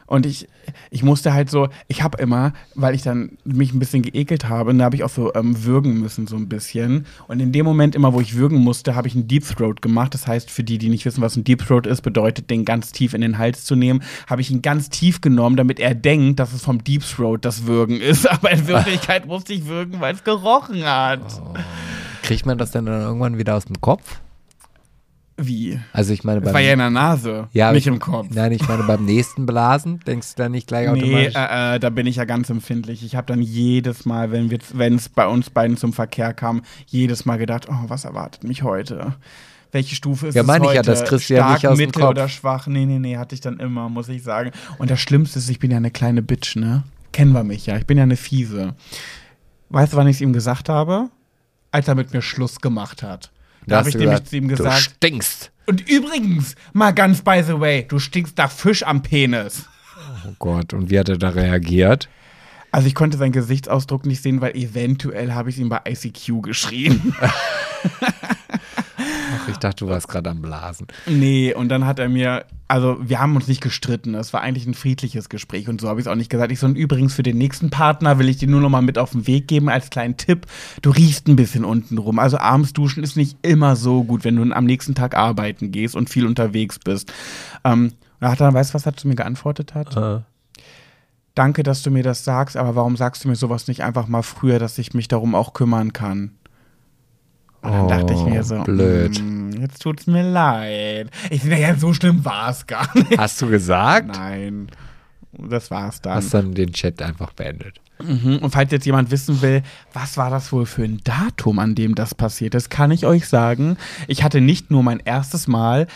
Speaker 1: Und ich, ich musste halt so, ich hab immer, weil ich dann mich ein bisschen geekelt habe, und da habe ich auch so ähm, würgen müssen, so ein bisschen. Und in dem Moment immer, wo ich würgen musste, habe ich einen Deep Throat gemacht. Das heißt, für die, die nicht wissen, was ein Deep Throat ist, bedeutet, den ganz tief in den Hals zu nehmen, habe ich ihn ganz tief genommen, damit er denkt, dass es vom Deep Throat das Würgen ist. <laughs> Aber in Wirklichkeit musste ich würgen, weil es gerochen hat.
Speaker 2: Oh. Kriegt man das denn dann irgendwann wieder aus dem Kopf?
Speaker 1: Wie?
Speaker 2: Also ich meine
Speaker 1: Das war ja
Speaker 2: beim
Speaker 1: in der Nase,
Speaker 2: Ja,
Speaker 1: nicht
Speaker 2: ich-
Speaker 1: im Kopf.
Speaker 2: Nein, ich meine beim nächsten Blasen, denkst du dann nicht gleich
Speaker 1: Nee,
Speaker 2: automatisch?
Speaker 1: äh, äh, da bin ich ja ganz empfindlich. Ich habe dann jedes Mal, wenn wir, wenn es bei uns beiden zum Verkehr kam, jedes Mal gedacht, oh, was erwartet mich heute? Welche Stufe ist
Speaker 2: Ja,
Speaker 1: es
Speaker 2: meine ich ja,
Speaker 1: heute?
Speaker 2: das kriegst du ja
Speaker 1: Stark,
Speaker 2: nicht aus dem
Speaker 1: mittel
Speaker 2: Kopf.
Speaker 1: oder schwach? Nee, nee, nee, hatte ich dann immer, muss ich sagen. Und das Schlimmste ist, ich bin ja eine kleine Bitch, ne? Kennen wir mich ja. Ich bin ja eine Fiese. Weißt du, wann ich es ihm gesagt habe? Als er mit mir Schluss gemacht hat. Da habe ich nämlich zu ihm
Speaker 2: Du
Speaker 1: gesagt,
Speaker 2: stinkst.
Speaker 1: und übrigens, mal ganz by the way, du stinkst nach Fisch am Penis.
Speaker 2: Oh Gott, und wie hat er da reagiert?
Speaker 1: Also ich konnte seinen Gesichtsausdruck nicht sehen, weil eventuell habe ich ihn bei ICQ geschrieben.
Speaker 2: Ach, ich dachte, du warst gerade am Blasen.
Speaker 1: nee, und dann hat er mir, also wir haben uns nicht gestritten, es war eigentlich ein friedliches Gespräch und so habe ich es auch nicht gesagt. Ich so, und übrigens für den nächsten Partner will ich dir nur noch mal mit auf den Weg geben als kleinen Tipp. Du riechst ein bisschen unten rum. Also abends duschen ist nicht immer so gut, wenn du am nächsten Tag arbeiten gehst und viel unterwegs bist. Ähm, und hat er, weißt du, was er zu mir geantwortet hat? Danke, dass du mir das sagst, aber warum sagst du mir sowas nicht einfach mal früher, dass ich mich darum auch kümmern kann? Und dann
Speaker 2: Oh,
Speaker 1: dachte ich mir so,
Speaker 2: blöd.
Speaker 1: "Mm, jetzt tut's mir leid. Ich sehe ja, so schlimm war's gar nicht.
Speaker 2: Hast du gesagt?
Speaker 1: Nein, das war's dann.
Speaker 2: Hast dann den Chat einfach beendet.
Speaker 1: Mhm. Und falls jetzt jemand wissen will, was war das wohl für ein Datum, an dem das passiert ist, kann ich euch sagen, ich hatte nicht nur mein erstes Mal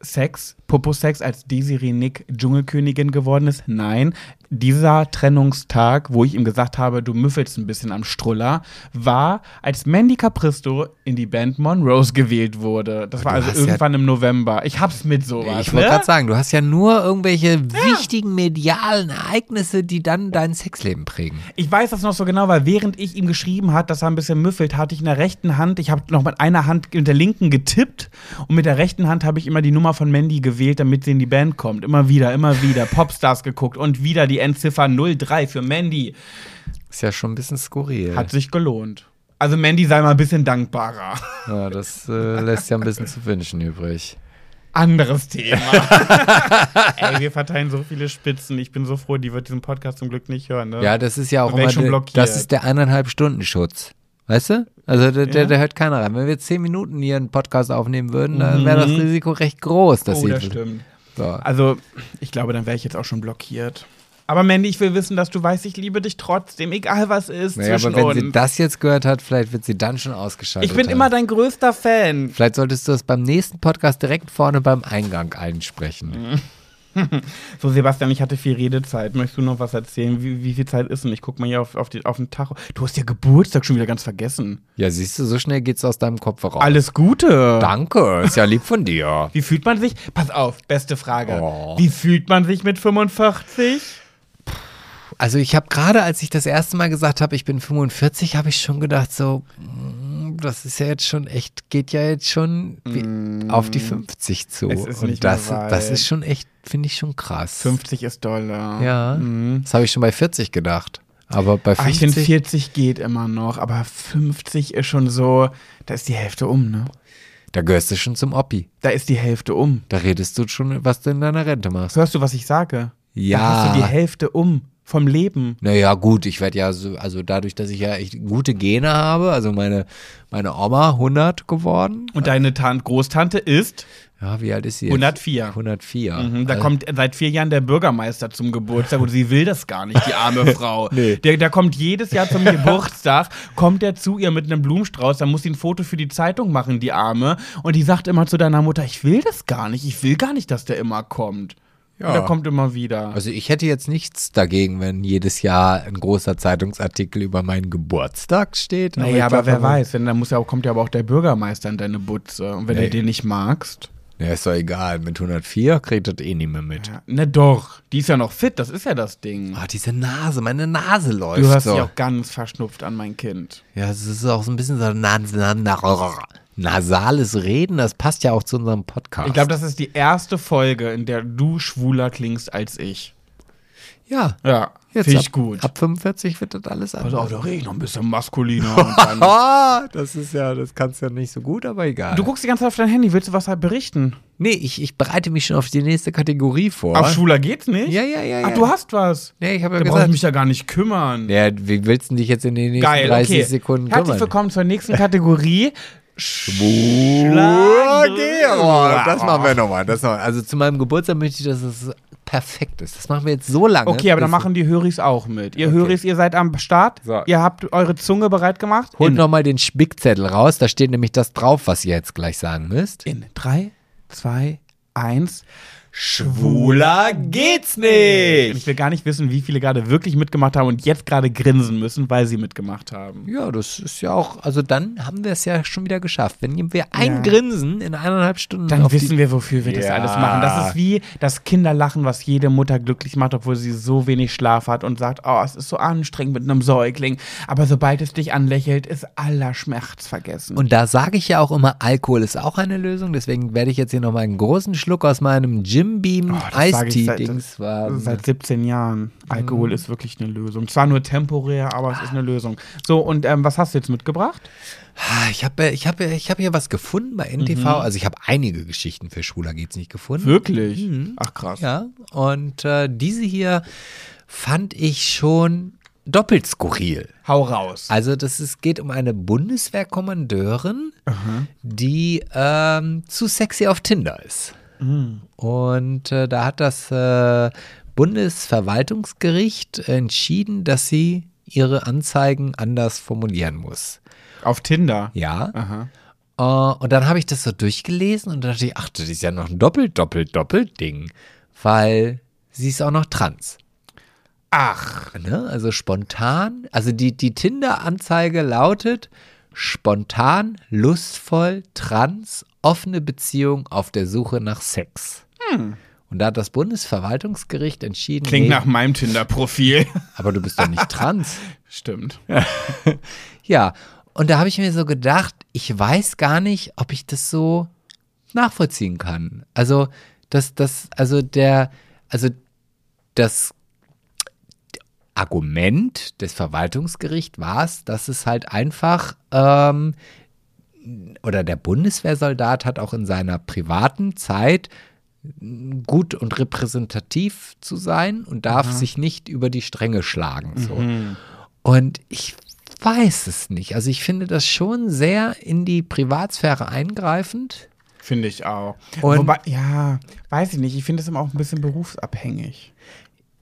Speaker 1: Sex, Popo-Sex, als Desiree Nick Dschungelkönigin geworden ist. Nein, dieser Trennungstag, wo ich ihm gesagt habe, du müffelst ein bisschen am Struller, war, als Mandy Capristo in die Band Monrose gewählt wurde. Das war
Speaker 2: du
Speaker 1: also
Speaker 2: hast ja-
Speaker 1: irgendwann im November. Ich hab's mit sowas.
Speaker 2: ich wollte
Speaker 1: ne?
Speaker 2: gerade sagen, du hast ja nur irgendwelche wichtigen medialen Ereignisse, die dann dein Sexleben prägen.
Speaker 1: Ich weiß das noch so genau, weil während ich ihm geschrieben hat, dass er ein bisschen müffelt, hatte ich in der rechten Hand, ich habe noch mit einer Hand mit der linken getippt und mit der rechten Hand habe ich immer die Nummer von Mandy gewählt, damit sie in die Band kommt. Immer wieder, immer wieder. Popstars geguckt und wieder die Endziffer 03 für Mandy.
Speaker 2: Ist ja schon ein bisschen skurril.
Speaker 1: Hat sich gelohnt. Also Mandy sei mal ein bisschen dankbarer.
Speaker 2: Ja, das äh, lässt ja ein bisschen zu wünschen übrig.
Speaker 1: Anderes Thema.
Speaker 2: <laughs>
Speaker 1: Ey, wir verteilen so viele Spitzen. Ich bin so froh, die wird diesen Podcast zum Glück nicht hören. Ne?
Speaker 2: Ja, das ist ja auch
Speaker 1: Dann wär
Speaker 2: immer
Speaker 1: ich schon
Speaker 2: der,
Speaker 1: blockiert.
Speaker 2: das ist der eineinhalb Stunden Schutz. Weißt du? Also der, der,
Speaker 1: Ja.
Speaker 2: der hört keiner rein. Wenn wir zehn Minuten hier einen Podcast aufnehmen würden, dann wäre das Risiko recht groß, dass
Speaker 1: Mhm. oh,
Speaker 2: sie.
Speaker 1: das stimmt.
Speaker 2: So.
Speaker 1: Also, ich glaube, dann wäre ich jetzt auch schon blockiert. Aber Mandy, ich will wissen, dass du weißt, ich liebe dich trotzdem, egal was ist
Speaker 2: Naja,
Speaker 1: zwischen
Speaker 2: aber wenn sie
Speaker 1: uns.
Speaker 2: das jetzt gehört hat, vielleicht wird sie dann schon ausgeschaltet.
Speaker 1: Ich bin
Speaker 2: haben.
Speaker 1: immer dein größter Fan.
Speaker 2: Vielleicht solltest du das beim nächsten Podcast direkt vorne beim Eingang
Speaker 1: Mhm.
Speaker 2: einsprechen.
Speaker 1: So, Sebastian, ich hatte viel Redezeit. Möchtest du noch was erzählen? Wie, wie viel Zeit ist denn? Ich guck mal hier auf, auf, die, auf den Tacho. Du hast ja Geburtstag schon wieder ganz vergessen.
Speaker 2: Ja, siehst du, so schnell geht's aus deinem Kopf raus.
Speaker 1: Alles Gute.
Speaker 2: Danke, ist ja lieb von dir.
Speaker 1: Wie fühlt man sich? Pass auf, beste Frage.
Speaker 2: Oh.
Speaker 1: Wie fühlt man sich mit 45?
Speaker 2: Also ich habe gerade, als ich das erste Mal gesagt habe, ich bin 45, habe ich schon gedacht so, mm, das ist ja jetzt schon echt, geht ja jetzt schon wie- auf die 50 zu.
Speaker 1: Mm. Es ist
Speaker 2: Und
Speaker 1: nicht mehr
Speaker 2: das,
Speaker 1: weit.
Speaker 2: das ist schon echt, finde ich schon krass.
Speaker 1: 50 ist Dollar.
Speaker 2: Ja. Das habe ich schon bei 40 gedacht. Aber bei
Speaker 1: Mhm. Ah, ich finde,
Speaker 2: 50.
Speaker 1: 40 geht immer noch, aber 50 ist schon so, da ist die Hälfte um, ne?
Speaker 2: da gehörst du schon zum Oppi.
Speaker 1: Da ist die Hälfte um.
Speaker 2: Da redest du schon, was du in deiner Rente machst.
Speaker 1: Hörst du, was ich sage? Da
Speaker 2: Ja.
Speaker 1: hast du die Hälfte um vom Leben.
Speaker 2: Naja, gut, ich werde ja so, also dadurch, dass ich ja echt gute Gene habe, also meine, meine Oma 100 geworden.
Speaker 1: Und deine Tan Großtante ist,
Speaker 2: Ja, wie alt ist sie jetzt?
Speaker 1: 104.
Speaker 2: 104.
Speaker 1: mhm, da
Speaker 2: Also-
Speaker 1: kommt seit vier Jahren der Bürgermeister zum Geburtstag und sie will das gar nicht,
Speaker 2: <laughs>
Speaker 1: die arme Frau.
Speaker 2: Nee.
Speaker 1: Der, der kommt jedes
Speaker 2: <laughs>
Speaker 1: Jahr zum Geburtstag, kommt er zu ihr mit einem Blumenstrauß, dann muss sie ein Foto für die Zeitung machen, die arme. Und die sagt immer zu deiner Mutter, ich will das gar nicht, ich will gar nicht, dass der immer kommt.
Speaker 2: Ja.
Speaker 1: Und er kommt immer wieder.
Speaker 2: Also ich hätte jetzt nichts dagegen, wenn jedes Jahr ein großer Zeitungsartikel über meinen Geburtstag steht. ich
Speaker 1: Naja, aber
Speaker 2: glaub,
Speaker 1: wer
Speaker 2: wenn man-
Speaker 1: weiß, wenn, dann muss ja, auch- kommt ja aber auch der Bürgermeister in deine Butze. Und wenn
Speaker 2: Nee.
Speaker 1: du den nicht magst.
Speaker 2: Ja, ist doch egal. Mit 104 kriegt das eh nicht mehr mit.
Speaker 1: Ja, na Ne, doch, die ist ja noch fit, das ist ja das Ding.
Speaker 2: Ah, diese Nase, meine Nase läuft
Speaker 1: Du hörst
Speaker 2: so.
Speaker 1: dich auch ganz verschnupft an, mein Kind.
Speaker 2: Ja, es ist auch so ein bisschen so na, na, na, nasales Reden. Das passt ja auch zu unserem Podcast.
Speaker 1: Ich glaube, das ist die erste Folge, in der du schwuler klingst als ich.
Speaker 2: ja.
Speaker 1: Ja,
Speaker 2: Jetzt also,
Speaker 1: finde ich
Speaker 2: ab,
Speaker 1: gut.
Speaker 2: Ab 45 wird das alles
Speaker 1: Pass auf,
Speaker 2: anders.
Speaker 1: da rede ich noch ein bisschen
Speaker 2: <laughs>
Speaker 1: maskuliner. und dann-
Speaker 2: Ah, das ist ja, das kannst du ja nicht so gut, aber egal.
Speaker 1: Du guckst die ganze Zeit auf dein Handy, willst du was halt berichten?
Speaker 2: nee, ich, ich bereite mich schon auf die nächste Kategorie vor.
Speaker 1: Auf schwuler geht's nicht?
Speaker 2: Ja, ja, ja,
Speaker 1: Ach,
Speaker 2: ja.
Speaker 1: du hast was.
Speaker 2: Nee, ich habe ja
Speaker 1: Da brauche ich
Speaker 2: gesagt.
Speaker 1: mich ja gar nicht kümmern.
Speaker 2: Ja, wie willst du dich jetzt in den nächsten
Speaker 1: Geil,
Speaker 2: 30
Speaker 1: okay.
Speaker 2: Sekunden
Speaker 1: Herzlich
Speaker 2: kümmern?
Speaker 1: willkommen zur nächsten Kategorie.
Speaker 2: Schlagero.
Speaker 1: Schlagero.
Speaker 2: oh, Das machen wir nochmal. Das noch, also zu meinem Geburtstag möchte ich, dass es perfekt ist. Das machen wir jetzt so lange.
Speaker 1: Okay, aber dann
Speaker 2: bis-
Speaker 1: machen die Höris auch mit. Ihr Höris, ihr seid am Start.
Speaker 2: So.
Speaker 1: Ihr habt eure Zunge bereit gemacht.
Speaker 2: Holt
Speaker 1: in,
Speaker 2: nochmal den Spickzettel raus. Da steht nämlich das drauf, was ihr jetzt gleich sagen müsst.
Speaker 1: in drei, zwei, eins.
Speaker 2: Schwuler geht's
Speaker 1: Und Ich will gar nicht wissen, wie viele gerade wirklich mitgemacht haben und jetzt gerade grinsen müssen, weil sie mitgemacht haben.
Speaker 2: Ja, das ist ja auch. Also dann haben wir es ja schon wieder geschafft. Wenn wir ein
Speaker 1: Ja.
Speaker 2: Grinsen in eineinhalb Stunden
Speaker 1: Dann
Speaker 2: auf die-
Speaker 1: wissen wir, wofür wir das
Speaker 2: Ja.
Speaker 1: alles machen. Das ist wie das Kinderlachen, was jede Mutter glücklich macht, obwohl sie so wenig Schlaf hat und sagt, oh, es ist so anstrengend mit einem Säugling. Aber sobald es dich anlächelt, ist aller Schmerz vergessen.
Speaker 2: Und da sage ich ja auch immer, Alkohol ist auch eine Lösung. Deswegen werde ich jetzt hier nochmal einen großen Schluck aus meinem Jim Beam
Speaker 1: Oh, das sag ich seit-
Speaker 2: Eistee-Dings war.
Speaker 1: Also Seit 17 Jahren. Alkohol ist wirklich eine Lösung. Zwar nur temporär, aber es ist eine Lösung. So, und ähm, was hast du jetzt mitgebracht?
Speaker 2: Ich habe ich hab, ich hab hier was gefunden bei NTV. Also ich habe einige Geschichten für Schwuler geht's nicht gefunden.
Speaker 1: Wirklich? Ach krass.
Speaker 2: Ja, und äh, diese hier fand ich schon doppelt skurril.
Speaker 1: Hau raus.
Speaker 2: Also das ist, geht um eine Bundeswehrkommandeurin, die ähm, zu sexy auf Tinder ist. Und äh, da hat das äh, Bundesverwaltungsgericht entschieden, dass sie ihre Anzeigen anders formulieren muss.
Speaker 1: Auf Tinder.
Speaker 2: Ja. Äh, und dann habe ich das so durchgelesen und dachte ich, ach, das ist ja noch ein doppelt, doppelt, doppelt Ding, weil sie ist auch noch trans.
Speaker 1: Ach.
Speaker 2: Ne? Also spontan, also die, die Tinder-Anzeige lautet spontan, lustvoll, trans, offene Beziehung auf der Suche nach Sex. Und da hat das Bundesverwaltungsgericht entschieden,
Speaker 1: Hm. Klingt
Speaker 2: nee,
Speaker 1: nach meinem Tinder-Profil. <laughs>
Speaker 2: aber du bist doch nicht trans.
Speaker 1: Stimmt.
Speaker 2: Ja, und da habe ich mir so gedacht, ich weiß gar nicht, ob ich das so nachvollziehen kann. Also, das, das, also der, also das Argument des Verwaltungsgerichts war es, dass es halt einfach ähm, oder der Bundeswehrsoldat hat auch in seiner privaten Zeit gut und repräsentativ zu sein und darf sich nicht über die Stränge schlagen. So. Und ich weiß es nicht. Also ich finde das schon sehr in die Privatsphäre eingreifend.
Speaker 1: Finde ich auch.
Speaker 2: Und-
Speaker 1: Wobei, ja, weiß ich nicht. Ich finde es immer auch ein bisschen berufsabhängig.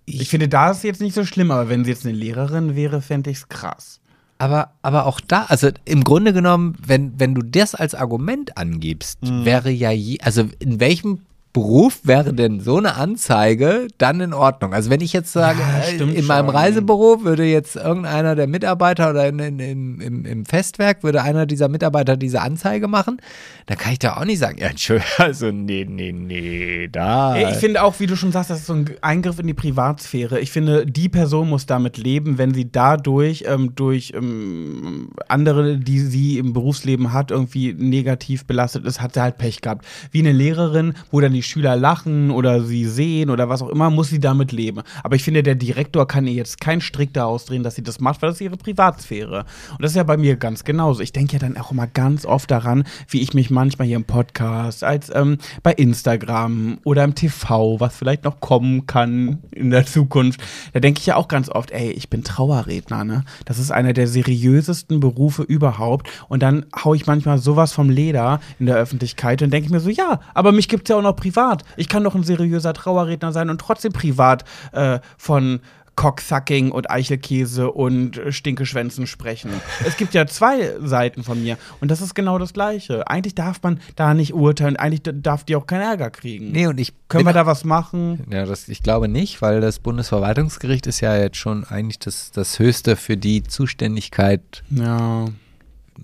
Speaker 1: Ich, finde, da ist jetzt nicht so schlimm, aber wenn sie jetzt eine Lehrerin wäre, fände ich es krass.
Speaker 2: Aber, aber auch da, also im Grunde
Speaker 1: Mhm.
Speaker 2: genommen, wenn, wenn du das als Argument angibst, wäre ja, je, also in welchem Beruf wäre denn so eine Anzeige dann in Ordnung? Also wenn ich jetzt sage,
Speaker 1: Ja,
Speaker 2: äh,
Speaker 1: stimmt
Speaker 2: in meinem
Speaker 1: schon.
Speaker 2: Reisebüro würde jetzt irgendeiner der Mitarbeiter oder in, in, im, im, im Festwerk würde einer dieser Mitarbeiter diese Anzeige machen, da kann ich da auch nicht sagen, ja, Entschuldigung, <laughs> also nee, nee, nee, da.
Speaker 1: Ich finde auch, wie du schon sagst, das ist so ein Eingriff in die Privatsphäre. Ich finde, die Person muss damit leben, wenn sie dadurch ähm, durch ähm, andere, die sie im Berufsleben hat, irgendwie negativ belastet ist, hat sie halt Pech gehabt. Wie eine Lehrerin, wo dann die Schüler lachen oder sie sehen oder was auch immer, muss sie damit leben. Aber ich finde, der Direktor kann ihr jetzt keinen Strick daraus drehen, dass sie das macht, weil das ist ihre Privatsphäre. Und das ist ja bei mir ganz genauso. Ich denke ja dann auch immer ganz oft daran, wie ich mich manchmal hier im Podcast, als ähm, bei Instagram oder im TV, was vielleicht noch kommen kann in der Zukunft, da denke ich ja auch ganz oft, ey, ich bin Trauerredner, ne? Das ist einer der seriösesten Berufe überhaupt. Und dann hau ich manchmal sowas vom Leder in der Öffentlichkeit und denke ich mir so, ja, aber mich gibt's ja auch noch privat. Ich kann doch ein seriöser Trauerredner sein und trotzdem privat äh, von Cocksucking und Eichelkäse und äh, Stinkeschwänzen sprechen. Es gibt ja zwei Seiten von mir und das ist genau das Gleiche. Eigentlich darf man da nicht urteilen, eigentlich d- darf die auch keinen Ärger kriegen.
Speaker 2: nee, und ich
Speaker 1: Können
Speaker 2: bin
Speaker 1: wir da was machen?
Speaker 2: Ja, das, ich glaube nicht, weil das Bundesverwaltungsgericht ist ja jetzt schon eigentlich das, das höchste für die Zuständigkeit
Speaker 1: Ja.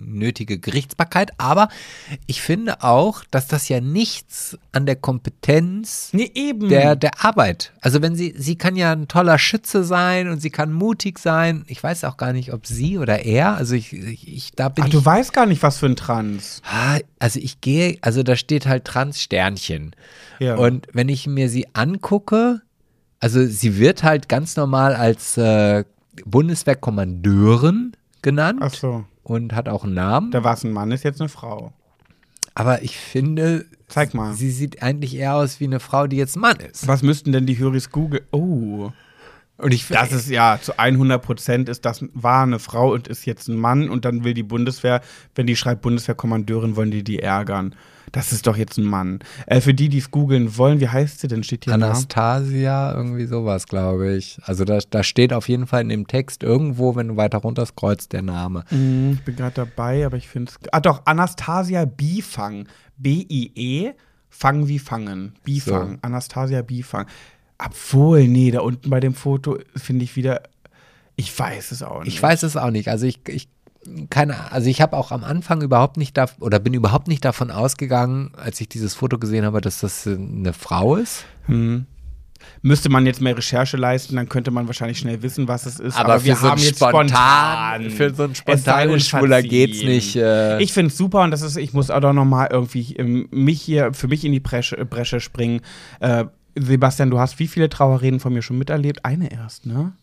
Speaker 2: nötige Gerichtsbarkeit. Aber ich finde auch, dass das ja nichts an der Kompetenz
Speaker 1: Nee, eben.
Speaker 2: der, der Arbeit. Also wenn sie, sie kann ja ein toller Schütze sein und sie kann mutig sein. Ich weiß auch gar nicht, ob sie oder er. Also ich, ich, ich da bin
Speaker 1: Ach,
Speaker 2: ich
Speaker 1: du weißt gar nicht, was für ein Trans.
Speaker 2: Ah, Also ich gehe, also da steht halt Trans-Sternchen.
Speaker 1: Ja.
Speaker 2: Und wenn ich mir sie angucke, also sie wird halt ganz normal als äh, Bundeswehrkommandeurin genannt
Speaker 1: Ach so.
Speaker 2: und hat auch einen Namen.
Speaker 1: Da war es ein Mann, ist jetzt eine Frau.
Speaker 2: Aber ich finde,
Speaker 1: Zeig mal.
Speaker 2: sie sieht eigentlich eher aus wie eine Frau, die jetzt ein Mann ist.
Speaker 1: Was müssten denn die Höris googeln? Oh.
Speaker 2: Und ich
Speaker 1: Das ist ja zu 100 Prozent ist das war eine Frau und ist jetzt ein Mann und dann will die Bundeswehr, wenn die schreibt Bundeswehrkommandeurin, wollen die die ärgern. Das ist doch jetzt ein Mann. Äh, für die, die es googeln wollen, wie heißt sie denn? Steht hier Name?
Speaker 2: Anastasia, irgendwie sowas, glaube ich. Also da, da steht auf jeden Fall in dem Text irgendwo, wenn du weiter runter scrollst, der Name.
Speaker 1: Hm, Ich bin gerade dabei, aber ich finde es. Ah, doch, Anastasia Bifang. B-I-E, Fang wie Fangen. Bifang. Anastasia Bifang. Obwohl, nee, da unten bei dem Foto finde ich wieder. Ich weiß es auch nicht.
Speaker 2: Ich weiß es auch nicht. Also ich, ich keine, also ich habe auch am Anfang überhaupt nicht da oder bin überhaupt nicht davon ausgegangen, als ich dieses Foto gesehen habe, dass das äh, eine Frau ist.
Speaker 1: Müsste man jetzt mehr Recherche leisten, dann könnte man wahrscheinlich schnell wissen, was es ist.
Speaker 2: Aber für so ein spontan- für so ein
Speaker 1: Es
Speaker 2: spontan
Speaker 1: sei uns
Speaker 2: Schwuler
Speaker 1: verziehen.
Speaker 2: geht's nicht, äh.
Speaker 1: ich finde es super und das ist, ich muss auch doch noch mal irgendwie ähm, mich hier, für mich in die Bresche, äh, Bresche springen. Äh, Sebastian, du hast wie viele Trauerreden von mir schon miterlebt? Eine erst, ne?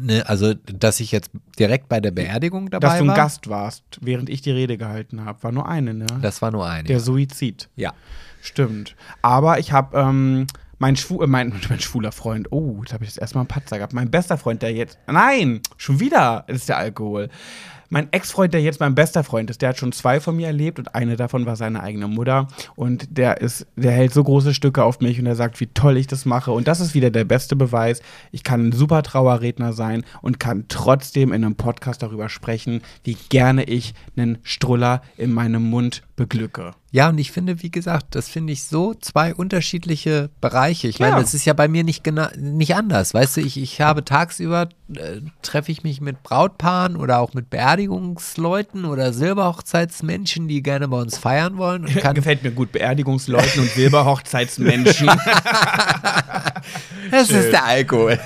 Speaker 2: Ne, also, dass ich jetzt direkt bei der Beerdigung dabei
Speaker 1: Dass du ein
Speaker 2: war.
Speaker 1: Gast warst, während ich die Rede gehalten habe. War nur eine, ne?
Speaker 2: Das war nur eine.
Speaker 1: Der Suizid.
Speaker 2: ja.
Speaker 1: Stimmt. Aber ich habe ähm, mein, Schwu äh, mein, <laughs> mein schwuler Freund, oh, jetzt habe ich jetzt erstmal einen Patzer gehabt. Mein bester Freund, der jetzt. Nein, schon wieder ist der Alkohol. Mein Ex-Freund, der jetzt mein bester Freund ist, der hat schon zwei von mir erlebt und eine davon war seine eigene Mutter. Und der ist, der hält so große Stücke auf mich und er sagt, wie toll ich das mache. Und das ist wieder der beste Beweis. Ich kann ein super Trauerredner sein und kann trotzdem in einem Podcast darüber sprechen, wie gerne ich einen Struller in meinem Mund beglücke.
Speaker 2: Ja, und ich finde, wie gesagt, das finde ich so zwei unterschiedliche Bereiche. Ich
Speaker 1: Ja.
Speaker 2: meine, es ist ja bei mir nicht genau nicht anders. Weißt du, ich, ich habe tagsüber äh, treffe ich mich mit Brautpaaren oder auch mit Beerdigungsleuten oder Silberhochzeitsmenschen, die gerne bei uns feiern wollen und
Speaker 1: <laughs>
Speaker 2: kann
Speaker 1: Gefällt mir gut, Beerdigungsleuten und Silberhochzeitsmenschen.
Speaker 2: Das ist der Alkohol.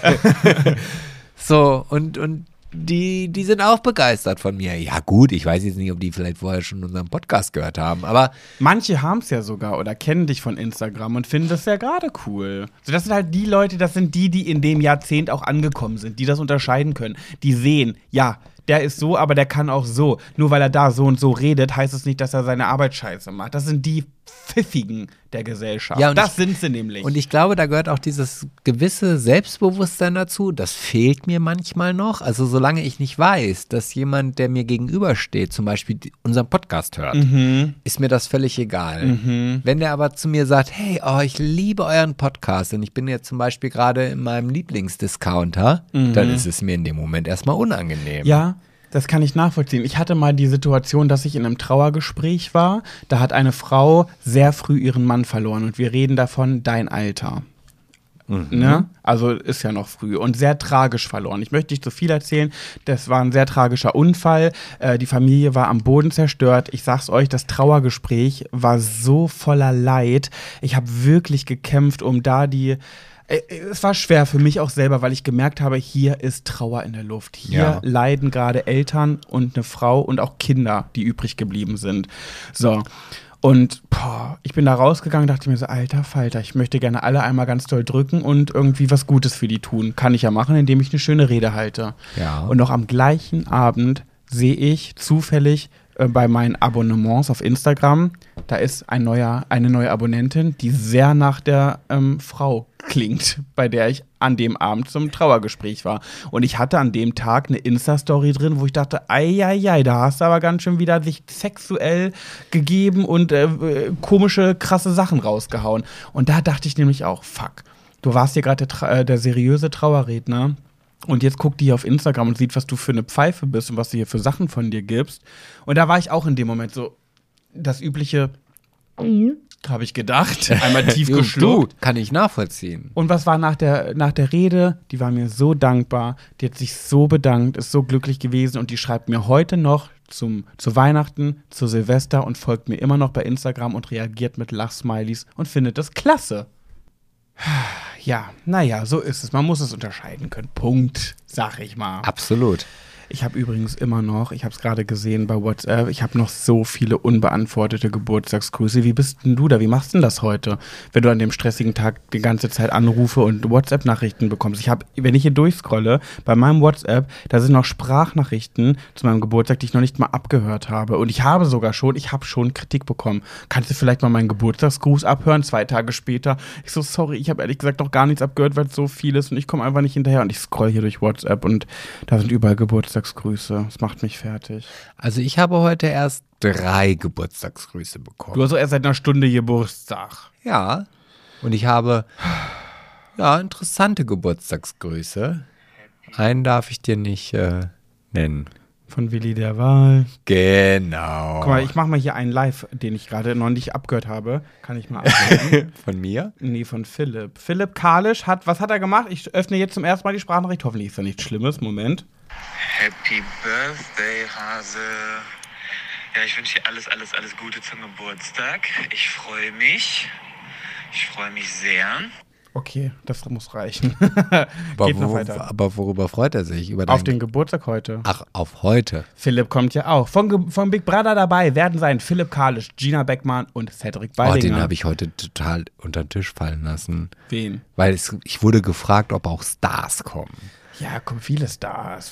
Speaker 2: so, und, und die, die sind auch begeistert von mir. Ja, gut, ich weiß jetzt nicht, ob die vielleicht vorher schon unseren Podcast gehört haben, aber
Speaker 1: <laughs> Manche haben es ja sogar oder kennen dich von Instagram und finden das ja gerade cool. So, das sind halt die Leute, das sind die, die in dem Jahrzehnt auch angekommen sind, die das unterscheiden können, die sehen, ja, der ist so, aber der kann auch so. Nur weil er da so und so redet, heißt es nicht, dass er seine Arbeit scheiße macht. Das sind die Pfiffigen der Gesellschaft.
Speaker 2: Ja, und
Speaker 1: das
Speaker 2: ich-
Speaker 1: sind sie nämlich.
Speaker 2: und ich glaube, da gehört auch dieses gewisse Selbstbewusstsein dazu. Das fehlt mir manchmal noch. Also, solange ich nicht weiß, dass jemand, der mir gegenübersteht, zum Beispiel die- unseren Podcast hört,
Speaker 1: Mhm.
Speaker 2: ist mir das völlig egal. Wenn der aber zu mir sagt, hey, oh, ich liebe euren Podcast und ich bin jetzt zum Beispiel
Speaker 1: Mhm.
Speaker 2: gerade in meinem Lieblingsdiscounter, dann ist es mir in dem Moment erstmal unangenehm.
Speaker 1: ja, Das kann ich nachvollziehen. Ich hatte mal die Situation, dass ich in einem Trauergespräch war. Da hat eine Frau sehr früh ihren Mann verloren und wir reden davon dein Alter. Ne? Also ist ja noch früh und sehr tragisch verloren. Ich möchte nicht zu viel erzählen. Das war ein sehr tragischer Unfall. Äh, die Familie war am Boden zerstört. Ich sag's euch, das Trauergespräch war so voller Leid. Ich habe wirklich gekämpft, um da die. Äh, Es war schwer für mich auch selber, weil ich gemerkt habe, hier ist Trauer in der Luft. Hier
Speaker 2: Ja.
Speaker 1: leiden gerade Eltern und eine Frau und auch Kinder, die übrig geblieben sind. So. Und boah, ich bin da rausgegangen, dachte mir so, alter Falter, ich möchte gerne alle einmal ganz doll drücken und irgendwie was Gutes für die tun. Kann ich ja machen, indem ich eine schöne Rede halte.
Speaker 2: Ja.
Speaker 1: Und noch am gleichen Abend sehe ich zufällig äh, bei meinen Abonnements auf Instagram, da ist ein neuer, eine neue Abonnentin, die sehr nach der ähm, Frau klingt, <laughs> bei der ich an dem Abend zum Trauergespräch war. Und ich hatte an dem Tag eine Insta-Story drin, wo ich dachte, ei, ei, ei, da hast du aber ganz schön wieder sich sexuell gegeben und äh, äh, komische, krasse Sachen rausgehauen. Und da dachte ich nämlich auch, fuck, du warst hier gerade der, Tra- äh, der seriöse Trauerredner. Und jetzt guckt die hier auf Instagram und sieht, was du für eine Pfeife bist und was du hier für Sachen von dir gibst. Und da war ich auch in dem Moment so, das übliche, habe
Speaker 2: <laughs>
Speaker 1: ich gedacht, einmal tief geschluckt.
Speaker 2: Du, kann ich nachvollziehen.
Speaker 1: Und was war nach der, nach der Rede? Die war mir so dankbar, die hat sich so bedankt, ist so glücklich gewesen und die schreibt mir heute noch zum, zu Weihnachten, zu Silvester und folgt mir immer noch bei Instagram und reagiert mit Lachsmileys und findet das klasse. <sighs> Ja, naja, so ist es. Man muss es unterscheiden können. Punkt, sag ich mal.
Speaker 2: Absolut.
Speaker 1: Ich habe übrigens immer noch, ich habe es gerade gesehen bei WhatsApp, ich habe noch so viele unbeantwortete Geburtstagsgrüße. Wie bist denn du da? Wie machst denn das heute, wenn du an dem stressigen Tag die ganze Zeit Anrufe und WhatsApp-Nachrichten bekommst? Ich habe, wenn ich hier durchscrolle, bei meinem WhatsApp, da sind noch Sprachnachrichten zu meinem Geburtstag, die ich noch nicht mal abgehört habe. Und ich habe sogar schon, ich habe schon Kritik bekommen. Kannst du vielleicht mal meinen Geburtstagsgruß abhören, zwei Tage später? Ich so, sorry, ich habe ehrlich gesagt noch gar nichts abgehört, weil es so viel ist und ich komme einfach nicht hinterher. Und ich scroll hier durch WhatsApp und da sind überall Geburtstagsgrüße. Das macht mich fertig.
Speaker 2: Also ich habe heute erst drei Geburtstagsgrüße bekommen.
Speaker 1: Du hast doch erst seit einer Stunde Geburtstag.
Speaker 2: Ja. Und ich habe ja interessante Geburtstagsgrüße. Einen darf ich dir nicht äh, nennen.
Speaker 1: Von Willi der Wahl.
Speaker 2: Genau.
Speaker 1: Guck mal, ich mache mal hier einen Live, den ich gerade noch nicht abgehört habe. Kann ich mal abhören.
Speaker 2: <laughs> Von mir?
Speaker 1: Nee, von Philipp. Philipp Kalisch hat, was hat er gemacht? Ich öffne jetzt zum ersten Mal die Sprachnachricht. Hoffentlich ist da nichts Schlimmes. Moment.
Speaker 3: Happy Birthday, Hase. Ja, ich wünsche dir alles, alles, alles Gute zum Geburtstag. Ich freue mich. Ich freue mich sehr.
Speaker 1: Okay, das muss reichen. <laughs>
Speaker 2: Aber,
Speaker 1: Geht noch
Speaker 2: wo- Ah.
Speaker 1: weiter.
Speaker 2: aber worüber freut er sich? Über
Speaker 1: Auf
Speaker 2: deinen-
Speaker 1: den Geburtstag heute.
Speaker 2: Ach, auf heute.
Speaker 1: Philipp kommt ja auch. Von, Ge- von Big Brother dabei werden sein Philipp Kalisch, Gina Beckmann und Cedric
Speaker 2: Oh,
Speaker 1: Baldinger.
Speaker 2: den habe ich heute total unter den Tisch fallen lassen.
Speaker 1: Wen?
Speaker 2: Weil es, ich wurde gefragt, ob auch Stars kommen.
Speaker 1: Ja, kommen viele Stars.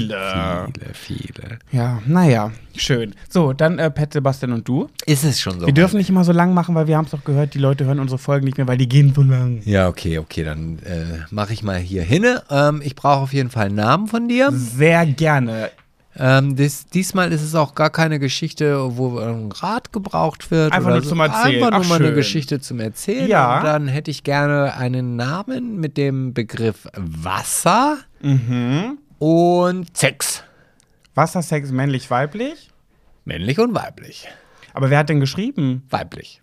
Speaker 1: Viele.
Speaker 2: Viele, viele.
Speaker 1: Ja, naja, schön. So, dann äh, Pat, Sebastian und du.
Speaker 2: Ist es schon so?
Speaker 1: Wir dürfen nicht immer so lang machen, weil wir haben es doch gehört, die Leute hören unsere Folgen nicht mehr, weil die gehen so lang.
Speaker 2: Ja, okay, okay, dann äh, mache ich mal hier hinne. Ähm, ich brauche auf jeden Fall einen Namen von dir.
Speaker 1: Sehr gerne.
Speaker 2: Ähm, dies, diesmal ist es auch gar keine Geschichte, wo ein Rat gebraucht wird.
Speaker 1: Einfach
Speaker 2: oder
Speaker 1: nur zum Erzählen.
Speaker 2: Einfach nur
Speaker 1: Ach,
Speaker 2: mal eine
Speaker 1: schön.
Speaker 2: Geschichte zum Erzählen.
Speaker 1: Ja.
Speaker 2: Und dann hätte ich gerne einen Namen mit dem Begriff Wasser
Speaker 1: Mhm.
Speaker 2: und Sex.
Speaker 1: Wasser, Sex, männlich, weiblich?
Speaker 2: Männlich und weiblich.
Speaker 1: Aber wer hat denn geschrieben?
Speaker 2: Weiblich.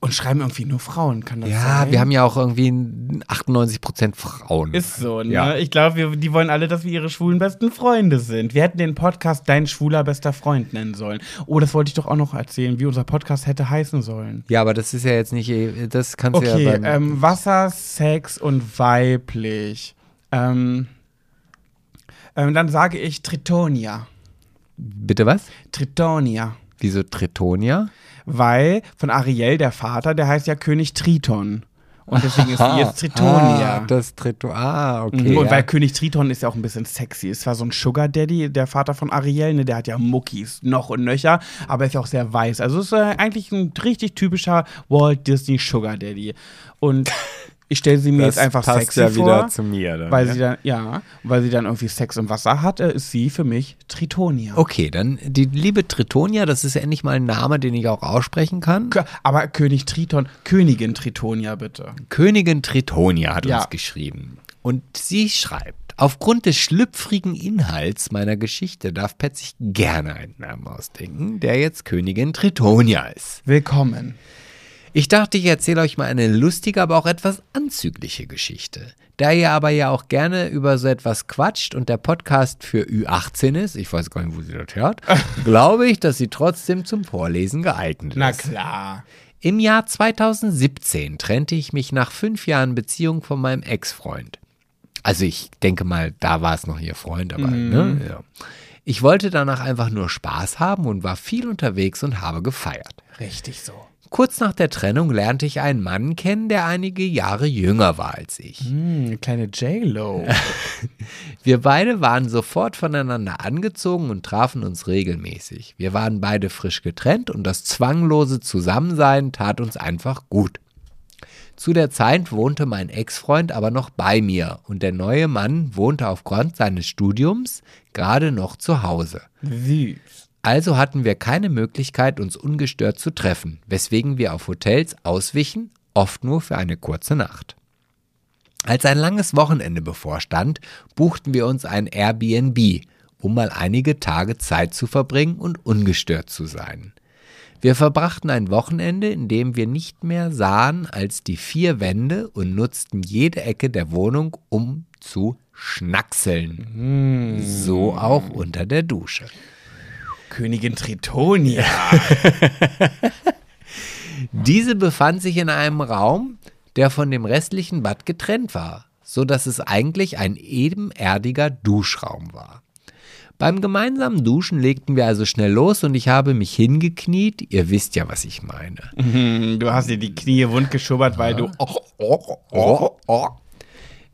Speaker 1: Und schreiben irgendwie nur Frauen, kann das
Speaker 2: Ja,
Speaker 1: sein?
Speaker 2: wir haben ja auch irgendwie 98% Frauen.
Speaker 1: Ist so, ne?
Speaker 2: Ja.
Speaker 1: Ich glaube, die wollen alle, dass wir ihre schwulen besten Freunde sind. Wir hätten den Podcast Dein schwuler bester Freund nennen sollen. Oh, das wollte ich doch auch noch erzählen, wie unser Podcast hätte heißen sollen.
Speaker 2: ja, aber das ist ja jetzt nicht, eh- das kannst du
Speaker 1: Okay,
Speaker 2: ja beim,
Speaker 1: ähm, Wasser, Sex und weiblich. Ähm, ähm, dann sage ich Tritonia.
Speaker 2: Bitte was?
Speaker 1: Tritonia.
Speaker 2: Wieso Tritonia?
Speaker 1: Weil von Ariel, der Vater, der heißt ja König Triton. Und deswegen ist sie jetzt Tritonia.
Speaker 2: Ah, das Trito. Ah, okay.
Speaker 1: Mhm, Und
Speaker 2: ja.
Speaker 1: weil König Triton ist ja auch ein bisschen sexy. Es war so ein Sugar Daddy, der Vater von Ariel, ne, der hat ja Muckis noch und nöcher, aber ist ja auch sehr weiß. Also ist äh, eigentlich ein richtig typischer Walt Disney Sugar Daddy. Und ich stelle sie mir
Speaker 2: Das
Speaker 1: jetzt einfach
Speaker 2: passt
Speaker 1: sexy
Speaker 2: ja
Speaker 1: vor.
Speaker 2: wieder zu mir dann,
Speaker 1: weil
Speaker 2: ja.
Speaker 1: sie dann ja, weil sie dann irgendwie Sex und Wasser hat, äh, ist sie für mich Tritonia.
Speaker 2: Okay, dann die liebe Tritonia, das ist endlich mal ein Name, den ich auch aussprechen kann.
Speaker 1: Kö- Aber König Triton, Königin Tritonia bitte.
Speaker 2: Königin Tritonia hat
Speaker 1: Ja.
Speaker 2: uns geschrieben. Und sie schreibt, Aufgrund des schlüpfrigen Inhalts meiner Geschichte darf Pat sich gerne einen Namen ausdenken, der jetzt Königin Tritonia ist.
Speaker 1: Willkommen.
Speaker 2: Ich dachte, ich erzähle euch mal eine lustige, aber auch etwas anzügliche Geschichte. Da ihr aber ja auch gerne über so etwas quatscht und der Podcast für Ü18 ist, ich weiß gar nicht, wo sie das hört, glaube ich, dass sie trotzdem zum Vorlesen geeignet
Speaker 1: Na
Speaker 2: ist.
Speaker 1: klar.
Speaker 2: Im Jahr 2017 trennte ich mich nach fünf Jahren Beziehung von meinem Ex-Freund. Also ich denke mal, da war es noch ihr Freund, aber ne? Ja. Ich wollte danach einfach nur Spaß haben und war viel unterwegs und habe gefeiert.
Speaker 1: Richtig so.
Speaker 2: Kurz nach der Trennung lernte ich einen Mann kennen, der einige Jahre jünger war als ich.
Speaker 1: Hm, kleine J-Lo.
Speaker 2: Wir beide waren sofort voneinander angezogen und trafen uns regelmäßig. Wir waren beide frisch getrennt und das zwanglose Zusammensein tat uns einfach gut. Zu der Zeit wohnte mein Ex-Freund aber noch bei mir und der neue Mann wohnte aufgrund seines Studiums gerade noch zu Hause.
Speaker 1: <laughs> Süß.
Speaker 2: Also hatten wir keine Möglichkeit, uns ungestört zu treffen, weswegen wir auf Hotels auswichen, oft nur für eine kurze Nacht. Als ein langes Wochenende bevorstand, buchten wir uns ein Airbnb, um mal einige Tage Zeit zu verbringen und ungestört zu sein. Wir verbrachten ein Wochenende, in dem wir nicht mehr sahen als die vier Wände und nutzten jede Ecke der Wohnung, um zu schnackseln. So auch unter der Dusche.
Speaker 1: Königin Tritonia.
Speaker 2: Diese befand sich in einem Raum, der von dem restlichen Bad getrennt war, so dass es eigentlich ein ebenerdiger Duschraum war. Beim gemeinsamen Duschen legten wir also schnell los und ich habe mich hingekniet. Ihr wisst ja, was ich meine.
Speaker 1: Hm, du hast dir die Knie wund geschubbert, weil du.
Speaker 2: Oh, oh, oh, oh.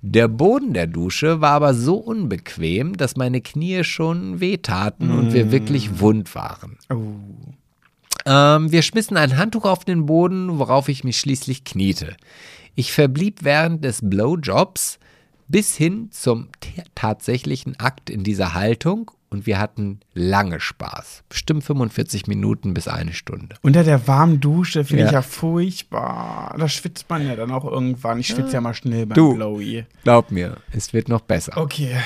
Speaker 2: Der Boden der Dusche war aber so unbequem, dass meine Knie schon wehtaten und wir wirklich wund waren. Ähm, wir schmissen ein Handtuch auf den Boden, worauf ich mich schließlich kniete. Ich verblieb während des Blowjobs bis hin zum t- tatsächlichen Akt in dieser Haltung und wir hatten lange Spaß. Bestimmt 45 Minuten bis eine Stunde.
Speaker 1: Unter der warmen Dusche finde
Speaker 2: Ja.
Speaker 1: ich ja furchtbar. Da schwitzt man ja dann auch irgendwann. Ich schwitze ja mal schnell beim
Speaker 2: Du.
Speaker 1: Blowy.
Speaker 2: Glaub mir, es wird noch besser.
Speaker 1: Okay.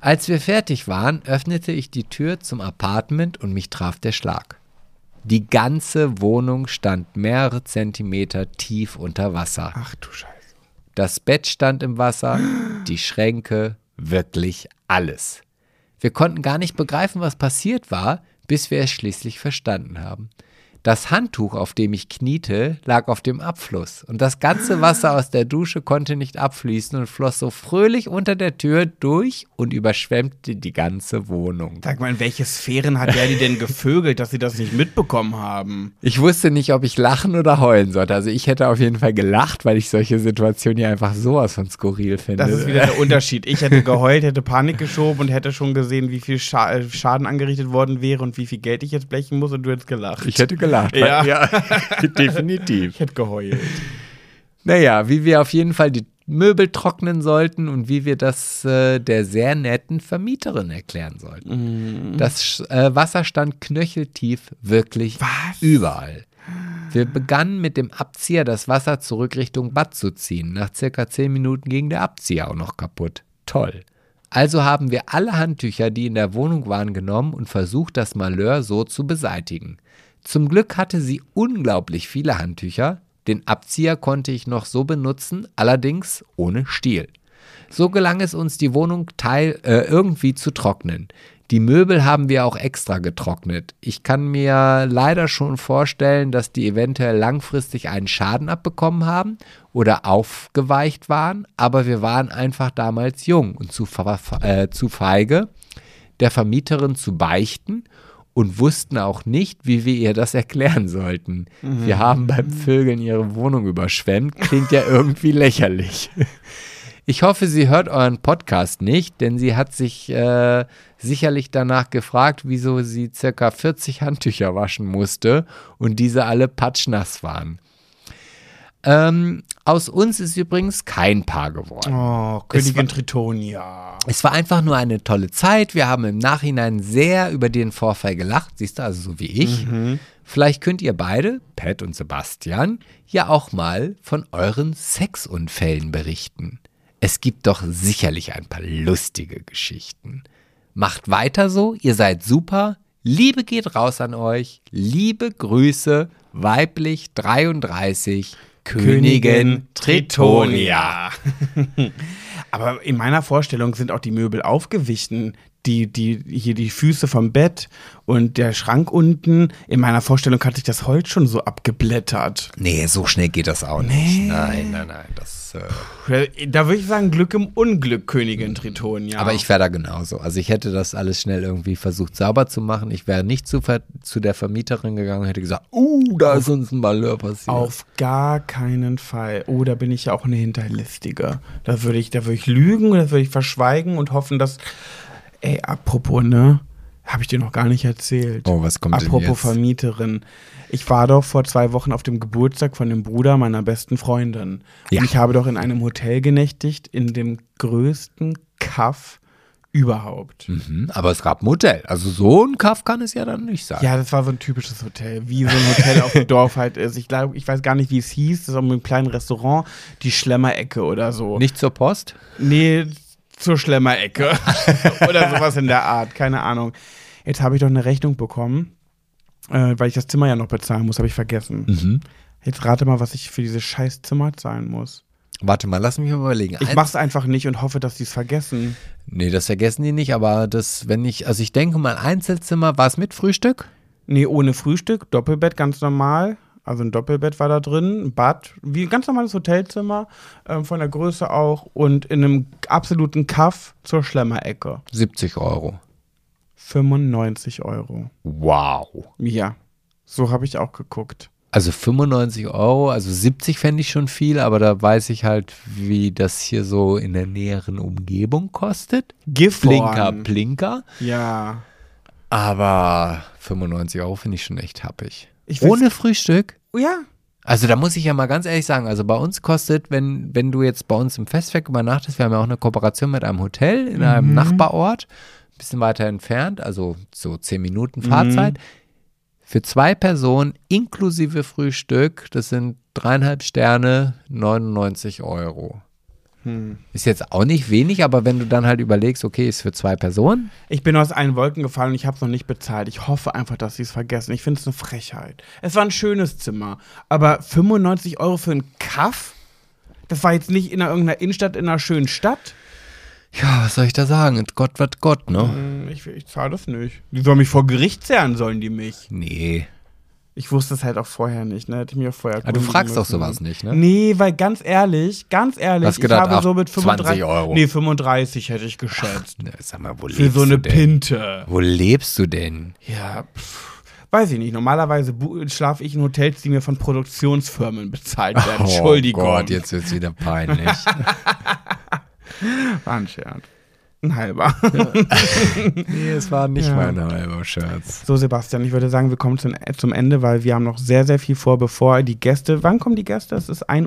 Speaker 2: Als wir fertig waren, öffnete ich die Tür zum Apartment und mich traf der Schlag. Die ganze Wohnung stand mehrere Zentimeter tief unter Wasser.
Speaker 1: Ach du Scheiße.
Speaker 2: Das Bett stand im Wasser, die Schränke, wirklich alles. Wir konnten gar nicht begreifen, was passiert war, bis wir es schließlich verstanden haben. Das Handtuch, auf dem ich kniete, lag auf dem Abfluss und das ganze Wasser aus der Dusche konnte nicht abfließen und floss so fröhlich unter der Tür durch und überschwemmte die ganze Wohnung.
Speaker 1: Sag mal, in welche Sphären hat der die denn gevögelt, dass sie das nicht mitbekommen haben?
Speaker 2: Ich wusste nicht, ob ich lachen oder heulen sollte. Also ich hätte auf jeden Fall gelacht, weil ich solche Situationen ja einfach sowas von skurril finde.
Speaker 1: Das ist wieder der Unterschied. Ich hätte geheult, hätte Panik geschoben und hätte schon gesehen, wie viel Scha äh, Schaden angerichtet worden wäre und wie viel Geld ich jetzt blechen muss und du hättest gelacht.
Speaker 2: Ich hätte gelacht. weil-
Speaker 1: Ja.
Speaker 2: definitiv.
Speaker 1: Ich hätte geheult.
Speaker 2: Naja, wie wir auf jeden Fall die Möbel trocknen sollten und wie wir das äh, der sehr netten Vermieterin erklären sollten. Das Sch- äh, Wasser stand knöcheltief wirklich überall. Wir begannen mit dem Abzieher das Wasser zurück Richtung Bad zu ziehen. Nach circa 10 Minuten ging der Abzieher auch noch kaputt. Toll. Also haben wir alle Handtücher, die in der Wohnung waren, genommen und versucht, das Malheur so zu beseitigen. Zum Glück hatte sie unglaublich viele Handtücher. Den Abzieher konnte ich noch so benutzen, allerdings ohne Stiel. So gelang es uns, die Wohnung teil, äh, irgendwie zu trocknen. Die Möbel haben wir auch extra getrocknet. Ich kann mir leider schon vorstellen, dass die eventuell langfristig einen Schaden abbekommen haben oder aufgeweicht waren, aber wir waren einfach damals jung und zu, ver- äh, zu feige, der Vermieterin zu beichten und wussten auch nicht, wie wir ihr das erklären sollten. Wir haben beim Vögeln ihre Wohnung überschwemmt, klingt ja irgendwie lächerlich. Ich hoffe, sie hört euren Podcast nicht, denn sie hat sich äh, sicherlich danach gefragt, wieso sie circa 40 Handtücher waschen musste und diese alle patschnass waren. Ähm, aus uns ist übrigens kein Paar geworden.
Speaker 1: Oh, Königin Tritonia.
Speaker 2: Es war einfach nur eine tolle Zeit. Wir haben im Nachhinein sehr über den Vorfall gelacht. Siehst du, also so wie ich. Vielleicht könnt ihr beide, Pat und Sebastian, ja auch mal von euren Sexunfällen berichten. Es gibt doch sicherlich ein paar lustige Geschichten. Macht weiter so, ihr seid super. Liebe geht raus an euch. Liebe Grüße, weiblich 33, Königin Tritonia.
Speaker 1: <laughs> Aber in meiner Vorstellung sind auch die Möbel aufgewichen. Die, die, hier die Füße vom Bett und der Schrank unten. In meiner Vorstellung hatte ich das Holz schon so abgeblättert.
Speaker 2: Nee, so schnell geht das auch nicht. Nein, nein, nein. Das, äh,
Speaker 1: Da würde ich sagen, Glück im Unglück, Königin Tritonia.
Speaker 2: Aber ich wäre da genauso. Also ich hätte das alles schnell irgendwie versucht sauber zu machen. Ich wäre nicht zu, ver zu der Vermieterin gegangen und hätte gesagt, uh, da ist uns ein Malheur passiert.
Speaker 1: Auf gar keinen Fall. Oh, da bin ich ja auch eine Hinterlistige. Da würde ich, da würde ich lügen, da würde ich verschweigen und hoffen, dass. Ey, apropos, ne? Habe ich dir noch gar nicht erzählt.
Speaker 2: Oh, was kommt denn
Speaker 1: Apropos
Speaker 2: jetzt?
Speaker 1: Vermieterin. Ich war doch vor zwei Wochen auf dem Geburtstag von dem Bruder meiner besten Freundin.
Speaker 2: Ja.
Speaker 1: Und ich habe doch in einem Hotel genächtigt, in dem größten Kaff überhaupt.
Speaker 2: Mhm, aber es gab ein Hotel. Also so ein Kaff kann es ja dann nicht sein.
Speaker 1: Ja, das war so ein typisches Hotel, wie so ein Hotel auf dem Dorf halt ist. Ich glaube, ich weiß gar nicht, wie es hieß. Das ist auch mit einem kleinen Restaurant, die Schlemmerecke oder so.
Speaker 2: Nicht zur Post?
Speaker 1: Nee, zur Schlemmerecke. oder sowas in der Art, keine Ahnung. Jetzt habe ich doch eine Rechnung bekommen, äh, weil ich das Zimmer ja noch bezahlen muss, habe ich vergessen. Jetzt rate mal, was ich für dieses scheiß Zimmer zahlen muss.
Speaker 2: Warte mal, lass mich mal überlegen.
Speaker 1: Ich
Speaker 2: Ein-
Speaker 1: mach's einfach nicht und hoffe, dass die es vergessen.
Speaker 2: nee, das vergessen die nicht, aber das, wenn ich, also ich denke mal, Einzelzimmer, war es mit Frühstück?
Speaker 1: Nee, ohne Frühstück, Doppelbett ganz normal. Also ein Doppelbett war da drin, ein Bad, wie ein ganz normales Hotelzimmer, ähm, von der Größe auch und in einem absoluten Kaff zur Schlemmerecke.
Speaker 2: 70 Euro.
Speaker 1: 95 Euro.
Speaker 2: Wow.
Speaker 1: Ja, so habe ich auch geguckt.
Speaker 2: Also 95 Euro, also 70 fände ich schon viel, aber da weiß ich halt, wie das hier so in der näheren Umgebung kostet. Blinker,
Speaker 1: Gifhorn.
Speaker 2: Blinker.
Speaker 1: Ja.
Speaker 2: Aber 95 Euro finde ich schon echt happig.
Speaker 1: Ich weiß-
Speaker 2: Ohne Frühstück?
Speaker 1: Oh Ja.
Speaker 2: Also da muss ich ja mal ganz ehrlich sagen, also bei uns kostet, wenn, wenn du jetzt bei uns im Festwerk übernachtest, wir haben ja auch eine Kooperation mit einem Hotel
Speaker 1: Mhm.
Speaker 2: in einem Nachbarort, ein bisschen weiter entfernt, also so zehn
Speaker 1: Mhm.
Speaker 2: Minuten Fahrzeit. Für zwei Personen inklusive Frühstück, das sind dreieinhalb Sterne, 99 Euro.
Speaker 1: Hm.
Speaker 2: Ist jetzt auch nicht wenig, aber wenn du dann halt überlegst, okay, ist für zwei Personen,
Speaker 1: Ich bin aus allen Wolken gefallen und ich habe es noch nicht bezahlt. Ich hoffe einfach, dass sie es vergessen. Ich finde es eine Frechheit. Es war ein schönes Zimmer, aber 95 Euro für einen Kaff? Das war jetzt nicht in einer- irgendeiner Innenstadt, in einer schönen Stadt?
Speaker 2: ja, was soll ich da sagen? Gott wird Gott, ne?
Speaker 1: Hm, Ich, ich zahle das nicht. Die sollen mich vor Gericht zerren, sollen die mich.
Speaker 2: Nee.
Speaker 1: Ich wusste es halt auch vorher nicht, ne? Hätte ich mir auch vorher
Speaker 2: Ah, du
Speaker 1: erkundigen
Speaker 2: fragst doch
Speaker 1: müssen.
Speaker 2: sowas nicht, ne?
Speaker 1: Nee, weil ganz ehrlich, ganz ehrlich,
Speaker 2: Hast gedacht,
Speaker 1: ich habe
Speaker 2: ach,
Speaker 1: so mit
Speaker 2: 20
Speaker 1: 35
Speaker 2: Euro.
Speaker 1: Nee, 35 hätte ich geschätzt.
Speaker 2: Ne, Sag mal, wo
Speaker 1: für
Speaker 2: lebst
Speaker 1: so
Speaker 2: du
Speaker 1: eine
Speaker 2: denn?
Speaker 1: Pinte.
Speaker 2: Wo lebst du denn?
Speaker 1: Ja, pff, weiß ich nicht. Normalerweise schlafe ich in Hotels, die mir von Produktionsfirmen bezahlt werden. Entschuldigung.
Speaker 2: Oh Gott, jetzt wird's wieder
Speaker 1: <laughs>
Speaker 2: peinlich.
Speaker 1: War ein Scherz. Ein halber.
Speaker 2: nee, es war nicht
Speaker 1: Ja.
Speaker 2: mein halber Scherz.
Speaker 1: So, Sebastian, ich würde sagen, wir kommen zum, zum Ende, weil wir haben noch sehr, sehr viel vor, bevor die Gäste. Wann kommen die Gäste? Es ist 1.10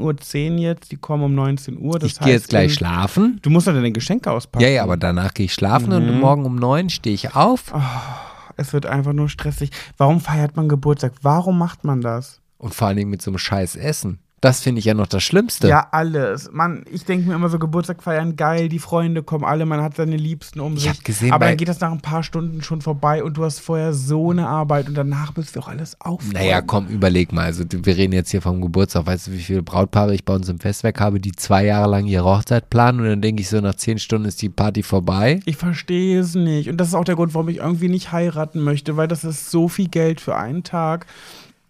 Speaker 1: Uhr jetzt, die kommen um 19 Uhr. Das
Speaker 2: ich gehe jetzt
Speaker 1: heißt,
Speaker 2: gleich
Speaker 1: in-
Speaker 2: schlafen.
Speaker 1: Du musst doch deine Geschenke auspacken.
Speaker 2: Ja, ja, aber danach gehe ich schlafen
Speaker 1: Mhm.
Speaker 2: und morgen um neun stehe ich auf
Speaker 1: Ah. Es wird einfach nur stressig. Warum feiert man Geburtstag? Warum macht man das?
Speaker 2: und vor allen Dingen mit so einem scheiß Essen. Das finde ich ja noch das Schlimmste.
Speaker 1: Ja, alles. Mann, ich denke mir immer so, Geburtstag feiern, geil, die Freunde kommen alle, man hat seine Liebsten um
Speaker 2: Ich
Speaker 1: sich.
Speaker 2: hab gesehen,
Speaker 1: aber
Speaker 2: bei-
Speaker 1: dann geht das nach ein paar Stunden schon vorbei und du hast vorher so eine Arbeit und danach müssen wir auch alles aufräumen.
Speaker 2: Naja, komm, überleg mal. Also, du- wir reden jetzt hier vom Geburtstag. Weißt du, wie viele Brautpaare ich bei uns im Festwerk habe, die zwei Jahre lang ihre Hochzeit planen und dann denke ich so, nach zehn Stunden ist die Party vorbei.
Speaker 1: Ich verstehe es nicht. Und das ist auch der Grund, warum ich irgendwie nicht heiraten möchte, weil das ist so viel Geld für einen Tag.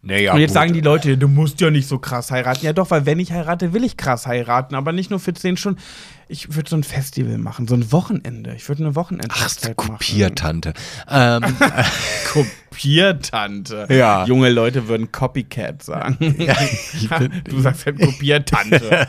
Speaker 2: Naja,
Speaker 1: und jetzt sagen die Leute, du musst ja nicht so krass heiraten. Ja doch, weil wenn ich heirate, will ich krass heiraten, aber nicht nur für 10 Stunden. Ich würde so ein Festival machen, so ein Wochenende. Ich würde eine Wochenende.
Speaker 2: Ach, du
Speaker 1: <laughs>
Speaker 2: Kopiertante. Ähm,
Speaker 1: Kopiertante.
Speaker 2: Ja.
Speaker 1: Junge Leute würden Copycat <laughs> sagen. du sagst halt Kopiertante.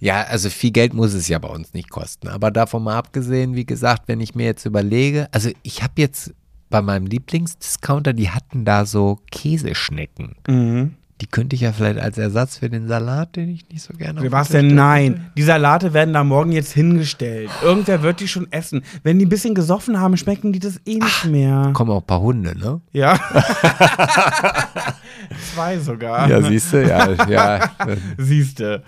Speaker 2: Ja, also viel Geld muss es ja bei uns nicht kosten. Aber davon mal abgesehen, wie gesagt, wenn ich mir jetzt überlege, also ich habe jetzt bei meinem Lieblingsdiscounter, die hatten da so Käseschnecken.
Speaker 1: Mhm.
Speaker 2: Die könnte ich ja vielleicht als Ersatz für den Salat, den ich nicht so gerne auf
Speaker 1: Was
Speaker 2: dem Tisch
Speaker 1: denn?
Speaker 2: habe.
Speaker 1: Nein. Die Salate werden da morgen jetzt hingestellt. Irgendwer wird die schon essen. Wenn die ein bisschen gesoffen haben, schmecken die das eh nicht mehr.
Speaker 2: Kommen auch ein paar Hunde, ne?
Speaker 1: Ja. Zwei sogar.
Speaker 2: siehst du, ja, ja.
Speaker 1: Siehste.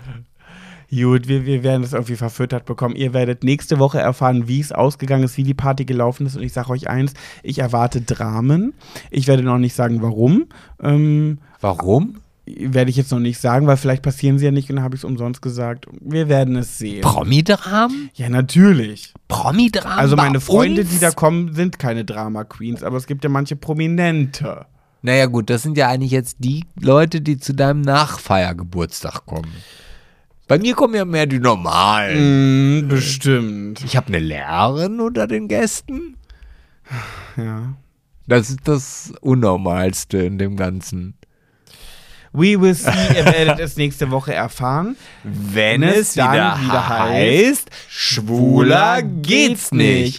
Speaker 1: Gut, wir, wir werden das irgendwie verfüttert bekommen. Ihr werdet nächste Woche erfahren, wie es ausgegangen ist, wie die Party gelaufen ist. Und ich sage euch eins, ich erwarte Dramen. Ich werde noch nicht sagen, warum. Ähm,
Speaker 2: <laughs> Warum?
Speaker 1: werde ich jetzt noch nicht sagen, weil vielleicht passieren sie ja nicht und dann habe ich es umsonst gesagt. Wir werden es sehen.
Speaker 2: Promi-Dramen?
Speaker 1: ja, natürlich.
Speaker 2: Promi-Dramen?
Speaker 1: Also
Speaker 2: bei
Speaker 1: meine Freunde,
Speaker 2: uns?
Speaker 1: die da kommen, sind keine Drama-Queens, aber es gibt ja manche Prominente.
Speaker 2: Naja, gut, das sind ja eigentlich jetzt die Leute, die zu deinem Nachfeiergeburtstag kommen. Bei mir kommen ja mehr die normalen.
Speaker 1: Mhm, bestimmt.
Speaker 2: Ich habe eine Lehrerin unter den Gästen.
Speaker 1: Ja.
Speaker 2: Das ist das Unnormalste in dem Ganzen.
Speaker 1: We will see, ihr werdet es nächste Woche erfahren.
Speaker 2: Wenn
Speaker 1: es wieder heißt,
Speaker 2: schwuler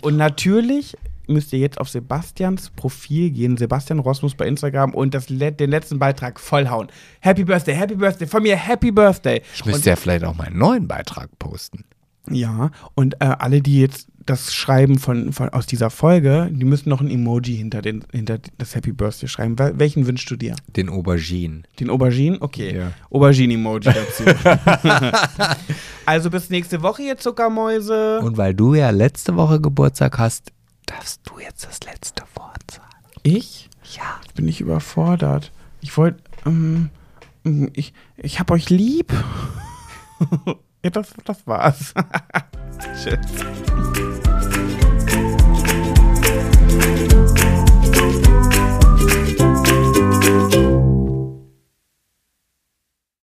Speaker 1: Und natürlich müsst ihr jetzt auf Sebastians Profil gehen, Sebastian Rosmus bei Instagram und das, le- den letzten Beitrag vollhauen. Happy Birthday, Happy Birthday, von mir Happy Birthday.
Speaker 2: Ich müsste ja vielleicht auch meinen neuen Beitrag posten.
Speaker 1: Ja, und äh, alle, die jetzt das schreiben von, von, aus dieser Folge, die müssen noch ein Emoji hinter, den, hinter das Happy Birthday schreiben. Wel welchen wünschst du dir?
Speaker 2: Den Auberginen.
Speaker 1: Den Aubergine? Okay.
Speaker 2: Ja.
Speaker 1: Aubergine-Emoji dazu. <laughs> also bis nächste Woche, ihr Zuckermäuse.
Speaker 2: Und weil du ja letzte Woche Geburtstag hast, darfst du jetzt das letzte Wort sagen.
Speaker 1: ich?
Speaker 2: Ja.
Speaker 1: Jetzt bin ich überfordert. Ich wollte, ähm, ich, ich <laughs> hab euch lieb. ja, das, das war's. <laughs> Tschüss.